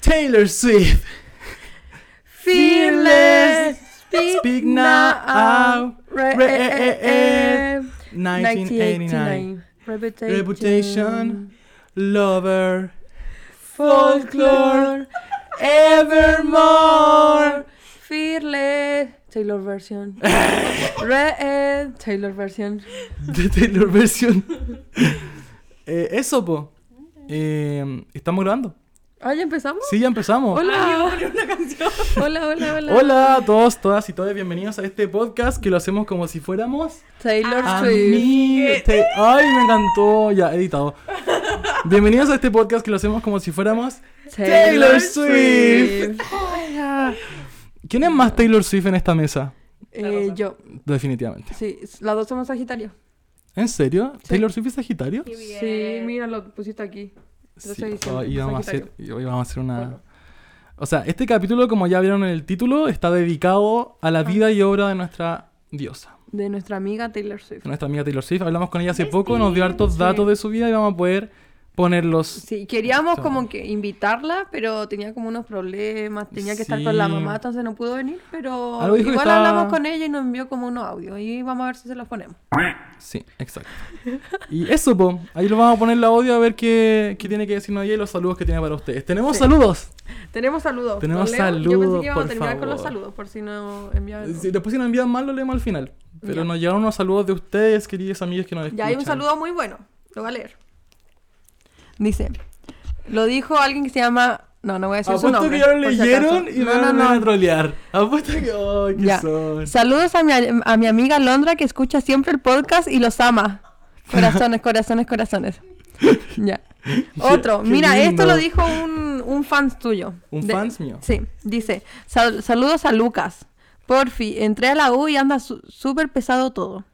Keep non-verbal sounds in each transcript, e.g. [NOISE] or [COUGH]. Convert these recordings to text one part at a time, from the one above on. Taylor Swift. Fearless. Speak now. Re- Re- eh, eh, eh. 1989. 1989. Reputation. Reputation. Lover. Folklore. Evermore. Fearless. Taylor [LAUGHS] version. Red. Taylor version. De Taylor Version. [LAUGHS] Eh, eso, po. Eh, ¿Estamos grabando? Ah, ¿ya empezamos? Sí, ya empezamos. Hola. [LAUGHS] Hola, hola, Ah. hola. Hola a todos, todas y todos, bienvenidos a este podcast que lo hacemos como si fuéramos Taylor Swift. amigos. Te- Ay, me encantó, ya editado. Bienvenidos a este podcast que lo hacemos como si fuéramos Taylor Swift. ¿Quién es más Taylor Swift en esta mesa? Eh, yo. Definitivamente. Sí, s- las dos somos Sagitario. ¿En serio? Sí. ¿Taylor Swift es Sagitario? Qué bien. Sí, mira, lo pusiste aquí. Yo soy oh, y Sagitario. vamos a hacer, y hoy vamos a hacer una... O sea, este capítulo, como ya vieron en el título, está dedicado a Ah. la vida y obra de nuestra diosa. De nuestra amiga Taylor Swift. de nuestra amiga Taylor Swift. Hablamos con ella hace poco, nos dio hartos datos de su vida y vamos a poder ponerlos. Sí, queríamos Esto. como que invitarla, pero tenía como unos problemas, tenía que estar con la Sí. mamá, entonces no pudo venir, pero Algo dijo que igual estaba- hablamos con ella y nos envió como unos audios y vamos a ver si se los ponemos. Sí, exacto. Y eso, po. Ahí lo vamos a poner la audio a ver qué, qué tiene que decirnos ella y los saludos que tiene para ustedes. ¡Tenemos saludos! Tenemos saludos. ¿Los Tenemos leo? Yo pensé saludos, que íbamos por a terminar con los favor. saludos, por si no enviaban. Sí, después si nos envían mal lo leemos al final. Pero Ya. nos llegaron unos saludos de ustedes, queridos amigos que nos escuchan. Ya hay un saludo muy bueno, lo voy a leer. Dice, lo dijo alguien que se llama... No, no voy a decir su Apuesto nombre. Ah, pues que ya lo por si leyeron acaso. y me van a trolear. Apuesto que... ¡Ay, qué Ya. son! Saludos a mi, a mi amiga Londra que escucha siempre el podcast y los ama. Corazones, corazones, corazones. [LAUGHS] Ya. Otro. Qué Mira, lindo. esto lo dijo un, un fans tuyo. ¿Un De- fans mío? Sí. Dice, "Sal- saludos a Lucas. Porfi, entré a la U y anda su- súper pesado todo.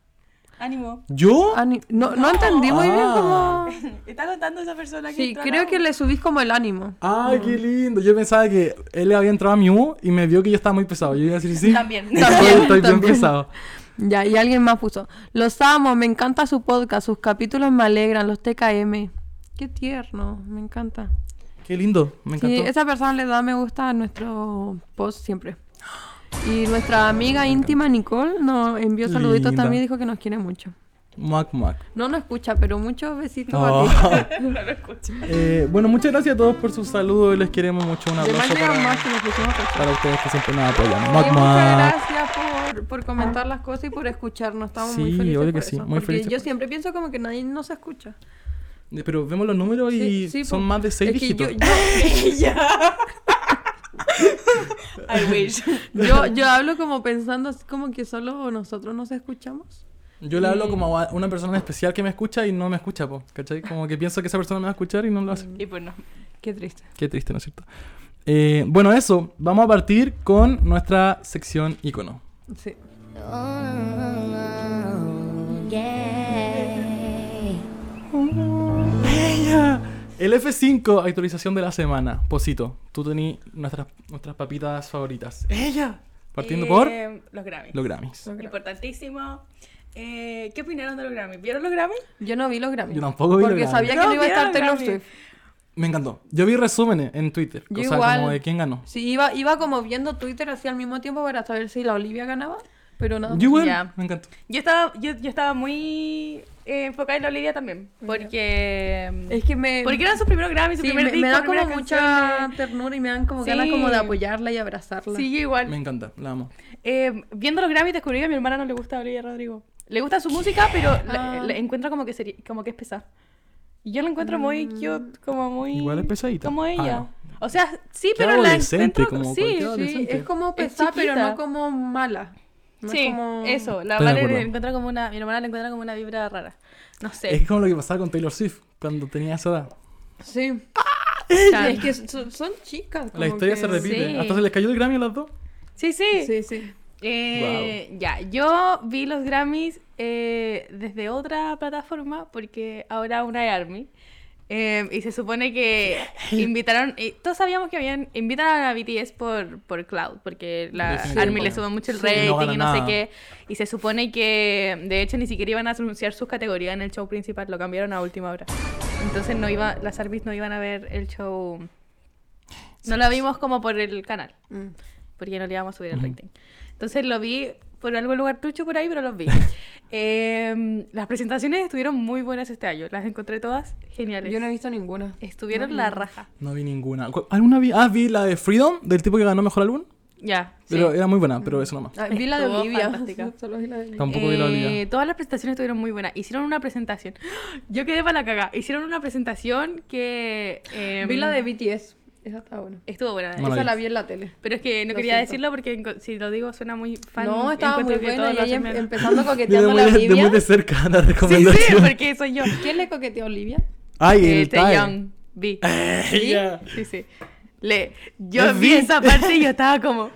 Ánimo. [LAUGHS] ¿Yo? Ani- no, no entendí muy bien Ah. cómo... Está notando esa persona que Sí, entró creo ahora. que le subís como el ánimo. Ay, qué lindo. Yo pensaba que él había entrado a mi U y me vio que yo estaba muy pesado. Yo iba a decir sí. También. [LAUGHS] [LAUGHS] Estoy, También, estoy bien también. pesado. Ya, y alguien más puso. Los amo, me encanta su podcast, sus capítulos me alegran, los TKM. Qué tierno, me encanta. Qué lindo. Me Sí, encantó. esa persona le da me gusta a nuestro post siempre. Y nuestra amiga íntima Nicole nos envió saluditos Linda. también, dijo que nos quiere mucho. Mac Mac. No nos escucha, pero muchos besitos Oh. a ti. [LAUGHS] [LAUGHS] Eh, bueno, muchas gracias a todos por sus saludos. Les queremos mucho. Un De abrazo más llegan para, más que nos pusimos pecho. para ustedes que siempre nos apoyan. Y Mac muchas Mac. gracias por, por comentar las cosas y por escucharnos. Estamos muy Sí, felices. obvio que por sí, eso, muy porque felices yo por siempre pienso como que nadie nos escucha. Eh, Pero vemos los números y Sí, sí, son po. más de seis Es que dígitos. yo- yo- [LAUGHS] ya. I wish. [LAUGHS] Yo, yo hablo como pensando así como que solo nosotros nos escuchamos. yo, le hablo como a una persona en especial que me escucha y no me escucha, po, ¿cachai? Como que pienso que esa persona me va a escuchar y no lo hace. Y pues no. Qué triste. Qué triste, ¿no es cierto? Eh, bueno, eso. Vamos a partir con nuestra sección icono. Sí. ¡Ella! El F5, actualización de la semana. Posito, tú tení nuestras, nuestras papitas favoritas. ¡Ella! Partiendo por Eh, Los Grammys. los Grammys. Importantísimo. Eh, ¿Qué opinaron de los Grammys? ¿Vieron los Grammys? Yo no vi los Grammys. Yo tampoco vi los Porque Grammys. sabía que No no iba a vi estar los Taylor Grammys. Swift. Me encantó. Yo vi resúmenes en Twitter. Yo o sea, igual. como de quién ganó. Sí, iba, iba como viendo Twitter así al mismo tiempo para saber si la Olivia ganaba, pero nada. Yo igual. Ya. Me encantó. Yo estaba, yo, yo estaba muy eh, enfocada en la Olivia también. Porque. Es que me... Porque eran sus primeros Grammys, su sí, primer me, me disco, da como primera mucha canción. ternura y me dan como Sí. ganas como de apoyarla y abrazarla. Sí, yo igual. Me encanta, la amo. Eh, viendo los Grammys descubrí que a mi hermana no le gusta Olivia Rodrigo. Le gusta su música, pero la- Ah. la encuentra como que sería, como que es pesada. Y yo la encuentro Mm. muy cute, como muy Igual es pesadita. Como Ah, ella. no. O sea, sí, Qué pero la adolescente, encuentro como sí, cualquier sí, adolescente. Es como Es pesada, pero chiquita. no como mala. No es sí, como- eso, la Estoy de Vale acuerdo. le encuentra como una mi hermana le encuentra como una vibra rara. No sé. Es como lo que pasaba con Taylor Swift cuando tenía esa edad. [LAUGHS] Sí. [LAUGHS] O sea, es que son, son chicas. como La historia que- se repite. sí. Hasta se les cayó el Grammy a las dos. Sí, sí. Sí, sí. Eh, Ya, yo vi los Grammys eh, desde otra plataforma porque ahora una es Army. Eh, y se [LAUGHS] supone que invitaron, y todos sabíamos que habían invitaron a BTS por, por Cloud, porque la Sí, Army bueno. le sube mucho el Sí, no rating gana y no sé nada. qué. Y se supone que, de hecho, ni siquiera iban a anunciar sus categorías en el show principal, lo cambiaron a última hora. Entonces no iba, las Armies no iban a ver el show No lo vimos como por el canal, Mm. porque no le íbamos a subir el Ujú. rating. Entonces lo vi por algún lugar trucho por ahí, pero [LAUGHS] los vi. Em, las presentaciones estuvieron muy buenas este año. Las encontré todas geniales. Yo no he visto ninguna. Estuvieron la raja. No vi ninguna. ¿Cuál- ¿Alguna vi? Ah, vi la de Freedom, del tipo que ganó mejor álbum. Ya. sí. Pero era muy buena, pero eso nomás. Ah, vi la de Estuvo Olivia. fantástica. [LAUGHS] Solo vi la de Olivia. Tampoco vi la Eh, Olivia. Todas las presentaciones estuvieron muy buenas. Hicieron una presentación. [GASPS] Yo quedé para la caga. Hicieron una presentación que. em, Vi la de BTS. Esa estaba buena. Estuvo buena. No la Esa vi. la vi en la tele. Pero es que no Lo quería siento. decirlo porque enco- si lo digo suena muy fan. no, estaba muy encuentro que buena. todos Y ella lo hacen em- [LAUGHS] bien. empezando De coqueteando a muy la de, de muy Olivia. de cerca la Sí, recomendación. sí, porque soy yo. ¿Quién le coqueteó a Olivia? [LAUGHS] Ay, Eh, el Tae Tae. Young, [LAUGHS] vi. Ella. Sí, sí. Le, yo Ah, Es vi vi. esa parte [LAUGHS] y yo estaba como.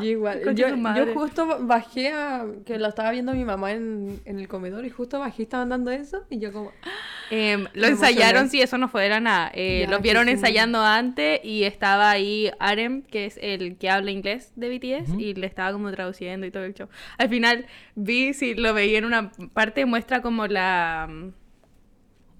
Yo igual. Concha Yo, su madre. yo justo bajé a... Que la estaba viendo mi mamá en, en el comedor y justo bajé y estaban dando eso y yo como... "Ah, Em, lo Me ensayaron, emocioné. sí, eso no fue, era nada. Eh, Ya, los vieron qué genial. ensayando antes y estaba ahí Arem, que es el que habla inglés de BTS, Ujú. y le estaba como traduciendo y todo el show. Al final vi, si lo veía en una parte, muestra como la... [LAUGHS]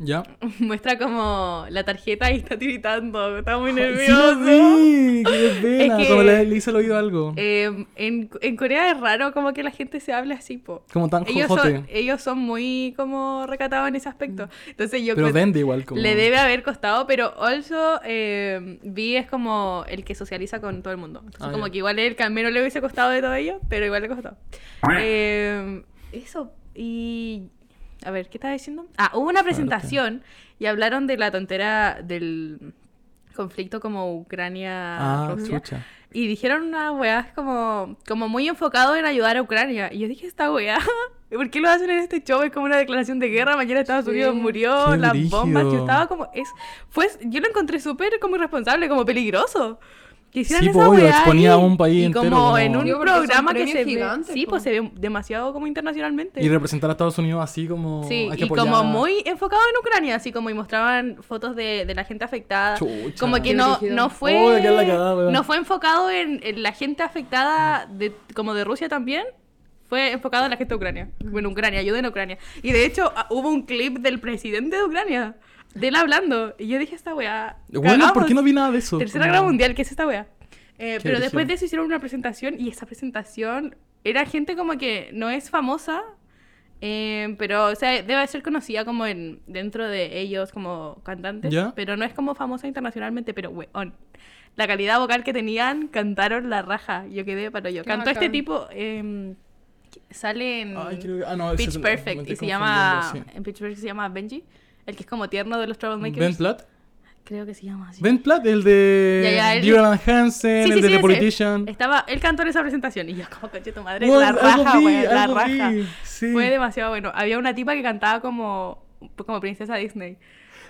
Ya. Muestra como la tarjeta y está tiritando, está muy Sí lo nervioso. vi. Qué pena. que- Como le, le hice el oído algo. Em, en, en Corea es raro como que la gente se habla así, po. como tan Ellos jojote. son, eh, ellos son muy como recatados en ese aspecto. Entonces yo pero creo- vende igual como. Le debe haber costado, pero also eh, Vi es como el que socializa con todo el mundo. Entonces, Ah, como ya. que igual el camino le hubiese costado de todo ello, pero igual le costó. Eh, eso, y. A ver, ¿qué estaba diciendo? Ah, hubo una presentación y hablaron de la tontera del conflicto como Ah, Ucrania-Rusia. chucha. y dijeron unas weas como, como muy enfocado en ayudar a Ucrania. Y yo dije, esta wea. [LAUGHS] ¿Por qué lo hacen en este show? Es como una declaración de guerra. Mañana Estados Sí. Unidos murió, Qué las bombas. Yo brígido. estaba como. Es, fue, yo lo encontré súper como irresponsable, como peligroso. Que hicieran Sí, esa po, obvio, weá exponía a y- un país y entero, Como como- en un Sí, porque son programa que premios se gigantes, ve. Sí, po. pues se ve demasiado como internacionalmente. Y representar a Estados Unidos así como. Sí, hay que y apoyar. como muy enfocado en Ucrania, así como y mostraban fotos de, de la gente afectada. Chucha. Como que Qué no, brígido. no fue. Oh, de qué la cagada, weón. no fue enfocado en, en la gente afectada de, como de Rusia también. Fue enfocado en la gente de Ucrania. Bueno, Ucrania, ayuda en Ucrania. Y de hecho, ah, hubo un clip del presidente de Ucrania, de él hablando. Y yo dije, esta weá. Bueno, ¿por cagamos. qué no vi nada de eso? Tercera Como- Guerra Mundial, ¿qué es esta wea? Eh, Qué pero después brígido. de eso hicieron una presentación y esa presentación era gente como que no es famosa, eh, pero o sea, debe ser conocida como en, dentro de ellos como cantantes, ¿Ya? pero no es como famosa internacionalmente, pero weón. La calidad vocal que tenían, cantaron la raja. Yo quedé para yo. Qué Cantó este bacán. tipo, eh, sale en Ay, creo que- ah, no, ese es Pitch el- me Perfect estoy y se llama, confundiendo, sí. en Pitch Perfect se llama Benji, el que es como tierno de los Ben Troublemakers. Platt. Creo que se llama así. Ben Platt, el de. Ya, ya, él- Dear Evan Hansen, el Sí, sí, de sí, The ese. Politician. Estaba, él cantó en esa presentación y yo como coche tu madre, Bueno, la algo raja, vi, güey, la algo vi, raja. sí. Fue demasiado bueno. Había una tipa que cantaba como, como princesa Disney.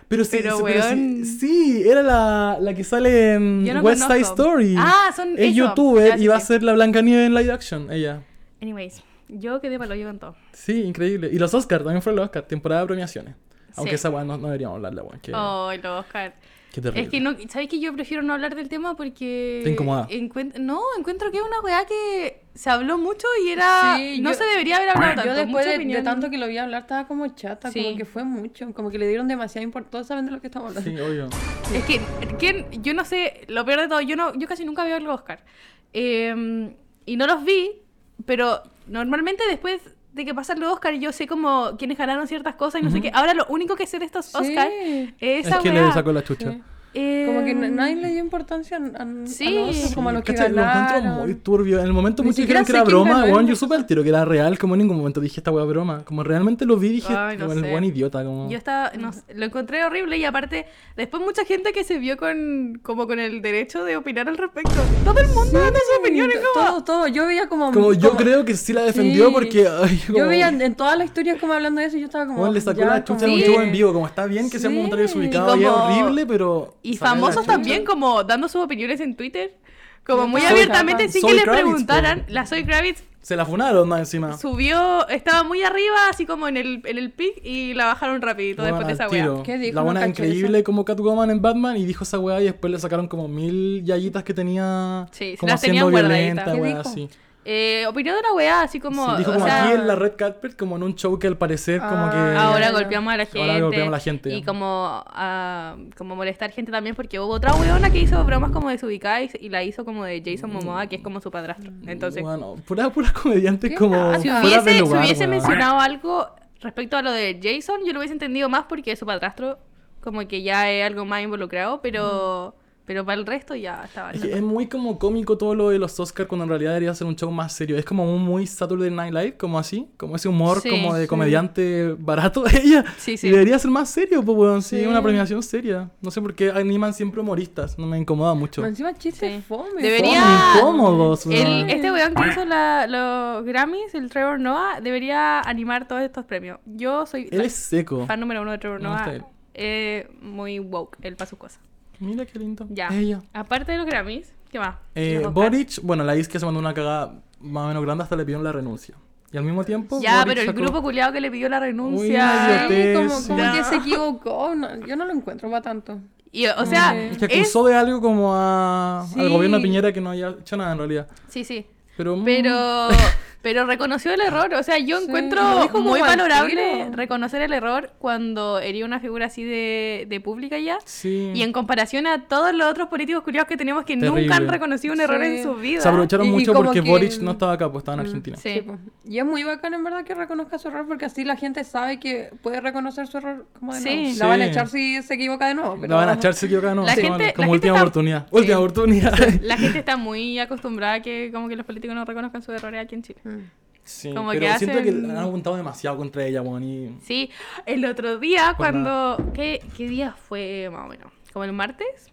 Pero sí, Pero, sí, pero sí- weón. sí, era la, la que sale en Yo no West Side conozco. Story. Ah, son Es eso. Ya, youtuber sí, y va a sí. ser la Blanca Nieve en live action, ella. Anyways, yo quedé para lo con todo. Sí, increíble. Y los Oscars, también fueron los Oscars, temporada de premiaciones. Aunque Sí. esa weá no, no deberíamos hablarla, weón. Que, Oh, lo Oscar. que terrible. Es que no, ¿sabes que yo prefiero no hablar del tema porque Te incomoda. encuent- no, encuentro que es una weá que se habló mucho y era Sí, no yo- se debería haber hablado tanto. Ah, Yo después Mucha de, de opinión. tanto que lo vi hablar estaba como chata, Sí. como que fue mucho, como que le dieron demasiada importancia, saben de lo que estamos hablando. Sí, obvio. Es que, ¿quién? yo no sé, lo peor de todo, yo no, yo casi nunca veo el Oscar. Eh, y no los vi, pero normalmente después de que pasan los Oscar yo sé como quiénes ganaron ciertas cosas y no sé qué. Ahora lo único que sé de estos Sí. Oscar es esa es que weá. Em, le sacó la chucha. Sí. Como que na- nadie le dio importancia a, a- Sí. a nosotros, como a los que Cacha, Lo ganaron. encuentro muy turbio. En el momento Ni muchos siquiera dijeron que sé era quién broma, ganó el weón. Yo Oscar. supe al tiro que era real. Como en ningún momento dije esta weá broma. Como realmente lo vi, dije, Ay, no weón, el sé. buen idiota. Como... Yo estaba, no sé, lo encontré horrible y aparte, después mucha gente que se vio con, como con el derecho de opinar al respecto. Todo el mundo dando su opinión es como... Todo, todo. Yo veía como. Como yo como- creo que sí la defendió Sí. porque. ay, Yo como- veía en, en todas las historias como hablando de eso y yo estaba como. Weón, le sacó ya, la chucha en como un Sí. show en vivo. Como está bien que sea un Sí. comentario desubicado Y y es como- horrible, pero. Y sacarle la famosos chucha. también como dando sus opiniones en Twitter, como muy Soy- abiertamente sin Soy que les Kravitz, po. preguntaran. La Soy Kravitz Se la funaron más encima. subió, estaba muy arriba, así como en el, en el pic, y la bajaron rapidito Weón, después de al esa tiro. wea. ¿Qué dijo? La No buena cacho eso. increíble como Catwoman en Batman y dijo esa weá y después le sacaron como mil yayitas que tenía Sí, se como las siendo tenían guardaditas. violenta, ¿Qué weá dijo? así. Eh, opinó de una weá, así como. Sí, dijo o como sea, aquí en la red carpet, como en un show que al parecer como Ah, que... Ahora golpeamos a la gente. Ahora golpeamos a la gente. Y como, ah, como molestar gente también, porque hubo otra weona que hizo bromas como desubicada y, y la hizo como de Jason Momoa, que es como su padrastro. Entonces, Bueno, puras puras comediantes ¿Qué? como Ah, si fuera hubiese- de lugar, si hubiese weón. mencionado algo respecto a lo de Jason, yo lo hubiese entendido más porque es su padrastro, como que ya es algo más involucrado, pero, pero para el resto ya estaba. Es, que es muy como cómico todo lo de los Oscars cuando en realidad debería ser un show más serio. Es como un muy Saturday Night Live, como así, como ese humor Sí, como de sí. comediante barato de ella. Sí, Y sí. debería ser más serio, pues, weón. Sí, Sí. una premiación seria. No sé por qué animan siempre humoristas, no me incomoda mucho. Pero Encima chiste Sí. fome. fome. Debería- Son incómodos, El- weón. este weón que hizo la- los Grammys, el Trevor Noah, debería animar todos estos premios. Yo soy Él es seco. fan número uno de Trevor Me gusta él. Noah. eh, muy woke, él para sus cosas. Mira qué lindo. Ya. Ella. Aparte de los Grammys, ¿qué más? Eh, Los Oscars. Boric, bueno, la que se mandó una cagada más o menos grande hasta le pidieron la renuncia. Y al mismo tiempo. Ya, Boric pero el sacó- grupo culiado que le pidió la una renuncia. idiotez. Sí, como, Sí. como que No. se equivocó. no, yo no lo encuentro para tanto. Y, o sea, Sí. Que es... acusó de algo como a, al Sí. gobierno de Piñera que no haya hecho nada en realidad. Sí, sí. Pero. mm, [LAUGHS] Pero, pero reconoció el error. O sea, yo Sí, lo encuentro dijo muy como al valorable tiro. reconocer el error cuando hería una figura así de, de pública ya. Sí. Y en comparación a todos los otros políticos curiosos que tenemos que Terrible. nunca han reconocido un error Sí. en su vida. Se aprovecharon Y- y mucho como porque que- Boric no estaba acá, pues estaba en Argentina. Mm, Sí. Sí, po. Y es muy bacán en verdad que reconozca su error porque así la gente sabe que puede reconocer su error como de Sí. nuevo. Sí. La van a echar si se equivoca de nuevo. Pero... La van a echar si equivocan, no. La sí, gente- vale, la como gente última está- oportunidad. Sí. Última oportunidad. La gente está muy acostumbrada a que como que los políticos no reconozcan sus errores aquí en Chile. Mm. Sí, Como pero que siento que hacen- han apuntado demasiado contra ella, weón. y- Sí, el otro día Pues cuando... ¿qué, ¿Qué día fue más o menos? ¿Como el martes?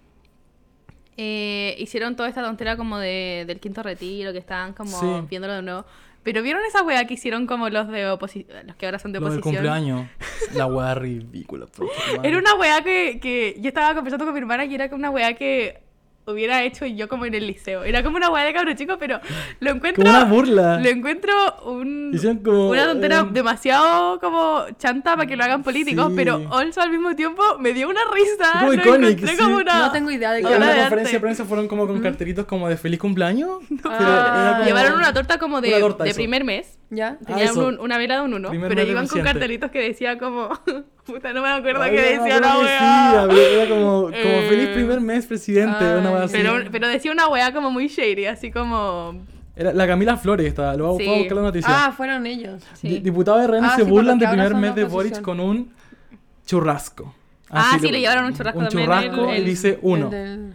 Eh, hicieron toda esta tontera como de, del quinto retiro, que estaban como Sí. viéndolo de nuevo. Pero ¿vieron esa weá que hicieron como los de oposición? Los que ahora son de Lo del oposición. cumpleaños. La weá [LAUGHS] ridícula, por favor, Era madre. una weá que, que yo estaba conversando con mi hermana y era como una weá que hubiera hecho yo como en el liceo. Era como una weá de cabro chico, pero lo encuentro... Como una burla. Lo encuentro un, Hicieron como una tontera un- demasiado como chanta para que lo hagan políticos, Sí. pero also al mismo tiempo me dio una risa. Como lo iconic, encontré sí. como una... No tengo idea de Y qué Ahora en de la arte. conferencia de prensa fueron como con carteritos como de feliz [LAUGHS] cumpleaños. pero Ah. era como- Llevaron una torta como de, Una torta, de eso. Ah, primer mes. ¿Ya? Tenían eso. un- una vela de un uno, Primer pero mes de iban con reciente. cartelitos que decía como... [LAUGHS] Puta, no me acuerdo Ay, qué no me decía la acuerdo qué weá. decía, pero Era como, como Eh, feliz primer mes presidente. ay, una weá así. Pero, pero decía una weá como muy shady, así como... Era la Camila Flores estaba, lo voy a Sí. voy a buscar la noticia. Ah, fueron ellos. sí. Di- Diputados de RN Ah, se sí, por burlan lo que del ahora primer mes son de Boris oposición. con un churrasco. Ah, sí, le- le llevaron un churrasco Un también, churrasco el- y dice uno. El [LAUGHS] del-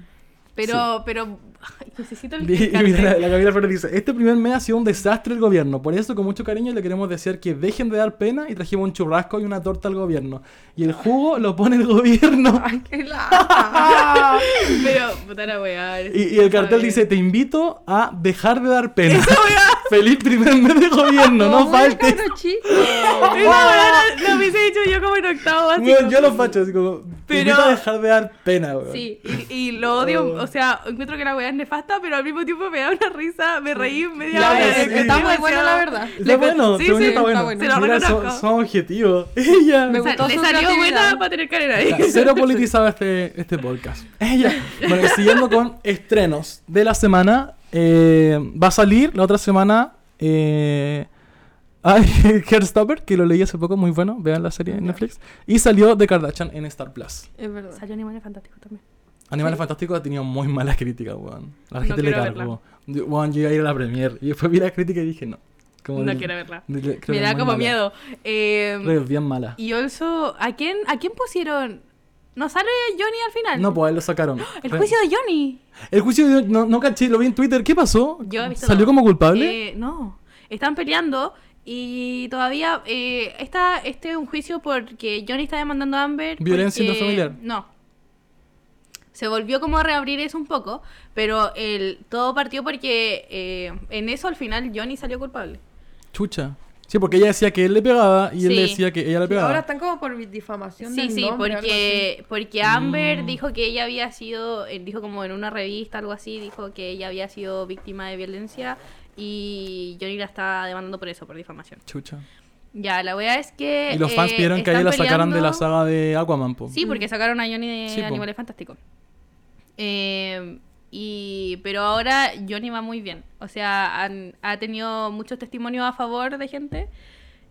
Pero, pero... ay, [LAUGHS] necesito el... Y el mira, la, cartel. la Camila Flores dice, este primer mes ha sido un desastre el gobierno, por eso con mucho cariño le queremos decir que dejen de dar pena y trajimos un churrasco y una torta al gobierno. Y el jugo lo pone el [LAUGHS] gobierno. Ay, [LAUGHS] qué lata. Pero, puta la weá. [LAUGHS] Y, y el cartel Ay. dice, te invito a dejar de dar [LAUGHS] pena. [LAUGHS] Esa weá, Feliz primer mes de gobierno, [LAUGHS] no Como muy faltes. cabro chico. esa weá lo, lo hubiese dicho yo como en octavo básico. Weón, yo lo facho, así como, te Pero- invito a dejar de dar pena, weón. Sí, y, y lo odio, Oh. o sea, encuentro que la weá es nefasta, pero al mismo tiempo me da una risa, me reí media La hora. verdad, es que está muy demasiado- bueno, la verdad. Está Le- bueno, sí, según yo sí, está, bueno. bueno. Se lo Mira, son- reconozco. son objetivos. [LAUGHS] Ella. Me O sea, gustó le su salió creatividad. buena para tener carrera ahí. Cero politizado este, este podcast. Ella. Bueno, siguiendo con estrenos de la semana. eh, va a salir la otra semana. Eh, ay, [LAUGHS] Heartstopper, que lo leí hace poco, muy bueno. Vean la serie en Netflix. Y salió The Kardashian en Star Plus. Es verdad. Salió Animales Fantásticos también. Animales Fantásticos ha tenido muy malas críticas, weón. La No gente le quiero cargó. Yo- Weón, yo iba a ir a la premier. Y después vi la crítica y dije, no. Como No de- quiero verla. de- de- creo que Me es da muy como mala. miedo. Eh, Creo que es bien mala. Y also, ¿a quién, ¿a quién pusieron? ¿No sale Johnny al final? No, pues ahí lo sacaron. El Re- juicio de Johnny. El juicio de- no, no caché, lo vi en Twitter. ¿Qué pasó? Yo he visto ¿Salió todo. como culpable? Eh, no. Están peleando y todavía eh, está, este es un juicio porque Johnny está demandando a Amber. Violencia porque- intrafamiliar. No. Se volvió como a reabrir eso un poco, pero el, todo partió porque eh, en eso al final Johnny salió culpable. Chucha. Sí, porque ella decía que él le pegaba y él Sí. le decía que ella le pegaba. Ahora están como por difamación Sí, del sí, nombre, algo así. porque, porque Amber Mm. dijo que ella había sido, eh, dijo como en una revista, algo así, dijo que ella había sido víctima de violencia y Johnny la está demandando por eso, por difamación. Chucha. Ya, la wea es que... Y los fans eh, pidieron que a están ella la sacaran de la peleando- saga de Aquaman, po. mm. Sí, porque sacaron a Johnny de Sí, po. Animales Fantásticos. Eh, Y, pero ahora Johnny va muy bien. O sea, han- ha tenido muchos testimonios a favor de gente.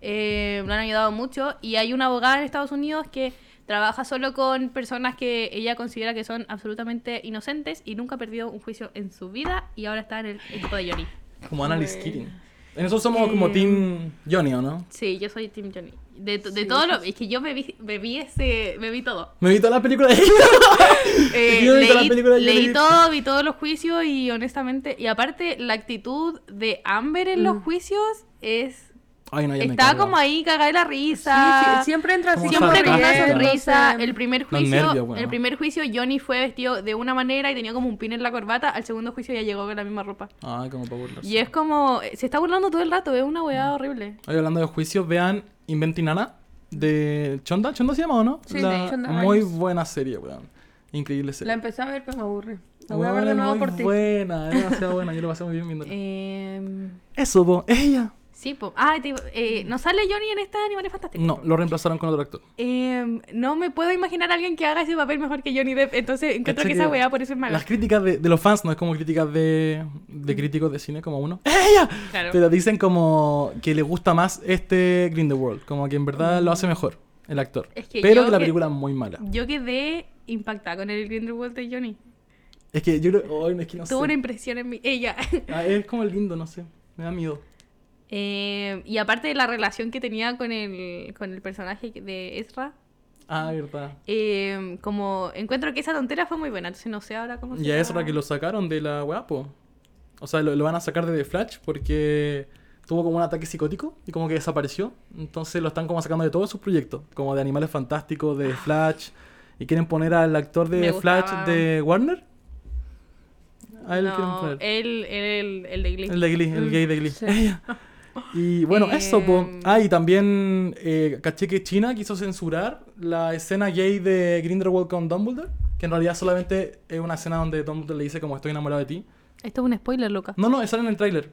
Eh, lo han ayudado mucho. Y hay una abogada en Estados Unidos que trabaja solo con personas que ella considera que son absolutamente inocentes y nunca ha perdido un juicio en su vida. Y ahora está en el equipo de Johnny. Como Annalise Keating. En eso somos Eh. como Team Johnny, ¿o no? Sí, yo soy Team Johnny. De, to- de todo lo. Es que yo me vi, me vi ese. Me vi todo. Me vi toda la película [LAUGHS] de [LAUGHS] Eh, Yo vi toda la leí, película de leí Johnny Depp. todo, vi todos los juicios y honestamente, y aparte la actitud de Amber en Mm. los juicios es... Ay, no, ya me Estaba carga. como ahí cagada de la risa. Sí, sí, siempre entra así Como Siempre con una Sonriendo. sonrisa. o sea, El primer Los juicio, nervios, bueno. el primer juicio Johnny fue vestido de una manera y tenía como un pin en la corbata. Al segundo juicio ya llegó con la misma ropa. Ay, como para burlarse. Y es como... Se está burlando todo el rato, es una Mm. weá horrible. Oye, hablando de juicios, vean Inventinana de Chonda. ¿Chonda se llama o no? Sí, La- sí, Chonda Muy Rhimes. buena serie, weón. Increíble La serie. empecé a ver, pero me aburre. La voy a Weón, ver de es nuevo muy por ti. buena, es demasiado buena. Yo lo pasé muy bien [LAUGHS] viéndola. Eh. Em, Eso, vos, ella. sí, po. Ah, te- eh, ¿no sale Johnny en esta de Animales Fantásticos? No, lo reemplazaron con otro actor. Em, no me puedo imaginar a alguien que haga ese papel mejor que Johnny Depp. Entonces encuentro Cacha que esa weá por eso es mala. Las críticas de, de los fans no es como críticas de, de críticos de cine como uno. ¡Ella! Claro. Pero dicen como que le gusta más este Grindelwald. Como que en verdad lo hace mejor el actor. Es que Pero yo que la que- película es muy mala. Yo quedé impactada con el Grindelwald de Johnny. Es que yo creo. ay, es que no Tuvo una sé. impresión en mí. Ella. [LAUGHS] Ah, es como el lindo, no sé. Me da miedo. Em, y aparte de la relación que tenía con el, con el personaje de Ezra, Ah, verdad. em, como encuentro que esa tontera fue muy buena. Entonces no sé ahora cómo se Y a Ezra llama. que lo sacaron de la guapo. O sea, lo, lo van a sacar de The Flash porque tuvo como un ataque psicótico y como que desapareció. Entonces lo están como sacando de todos sus proyectos, como de Animales Fantásticos, de Flash. Y quieren poner al actor de Ah. Me Flash gustaba. de Warner. A él quieren No, poner. él, él- el de Glee. El de Glee, el Mm. gay de Glee. [LAUGHS] Sí. Ella. Y bueno, eso, po. Em. Ah, y también eh, caché que China quiso censurar la escena gay de Grindelwald con Dumbledore, que en realidad solamente es una escena donde Dumbledore le dice como estoy enamorado de ti. Esto es un spoiler, loca. No, no, sale en el tráiler.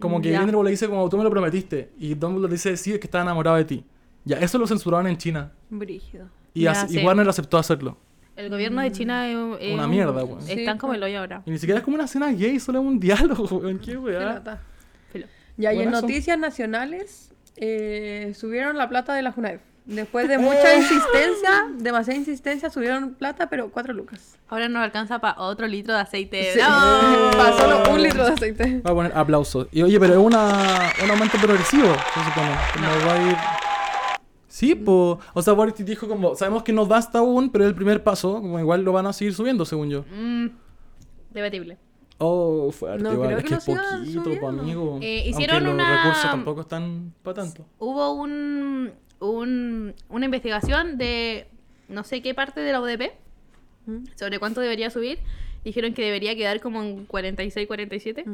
Como que Ya. Grindelwald le dice como tú me lo prometiste y Dumbledore le dice sí, es que estaba enamorado de ti. Ya, eso lo censuraron en China Brígido. y, Ya, as- y sí. Warner aceptó hacerlo. El gobierno de China es, es Una un- mierda, weón. Sí, Están como pues. el hoyo ahora. Y ni siquiera es como una escena gay, solo es un [LAUGHS] diálogo, weón, qué Qué weá. lata. Filo. Ya, y en Buenazo. noticias nacionales eh, subieron la plata de la Junaef. Después [LAUGHS] de mucha insistencia, demasiada insistencia, subieron plata, pero cuatro lucas. Ahora nos alcanza para otro litro de aceite. Sí. ¡Bravo! [LAUGHS] Para solo un litro de aceite. Va a poner aplausos. Y oye, pero es una, un aumento progresivo, se supone. Como va a ir... Sí, po. O sea, Boris dijo como, sabemos que no basta aún, pero es el primer paso. Como igual lo van a seguir subiendo, según yo. Mm, debatible. Oh, fuerte, No, igual. creo es que que lo es sigan poquito, po, subiendo. amigo. Eh, Aunque hicieron los una- recursos tampoco están para tanto. Hubo un, un- una investigación de no sé qué parte de la UDP Mm. sobre cuánto debería subir. Dijeron que debería quedar como en 46, 47.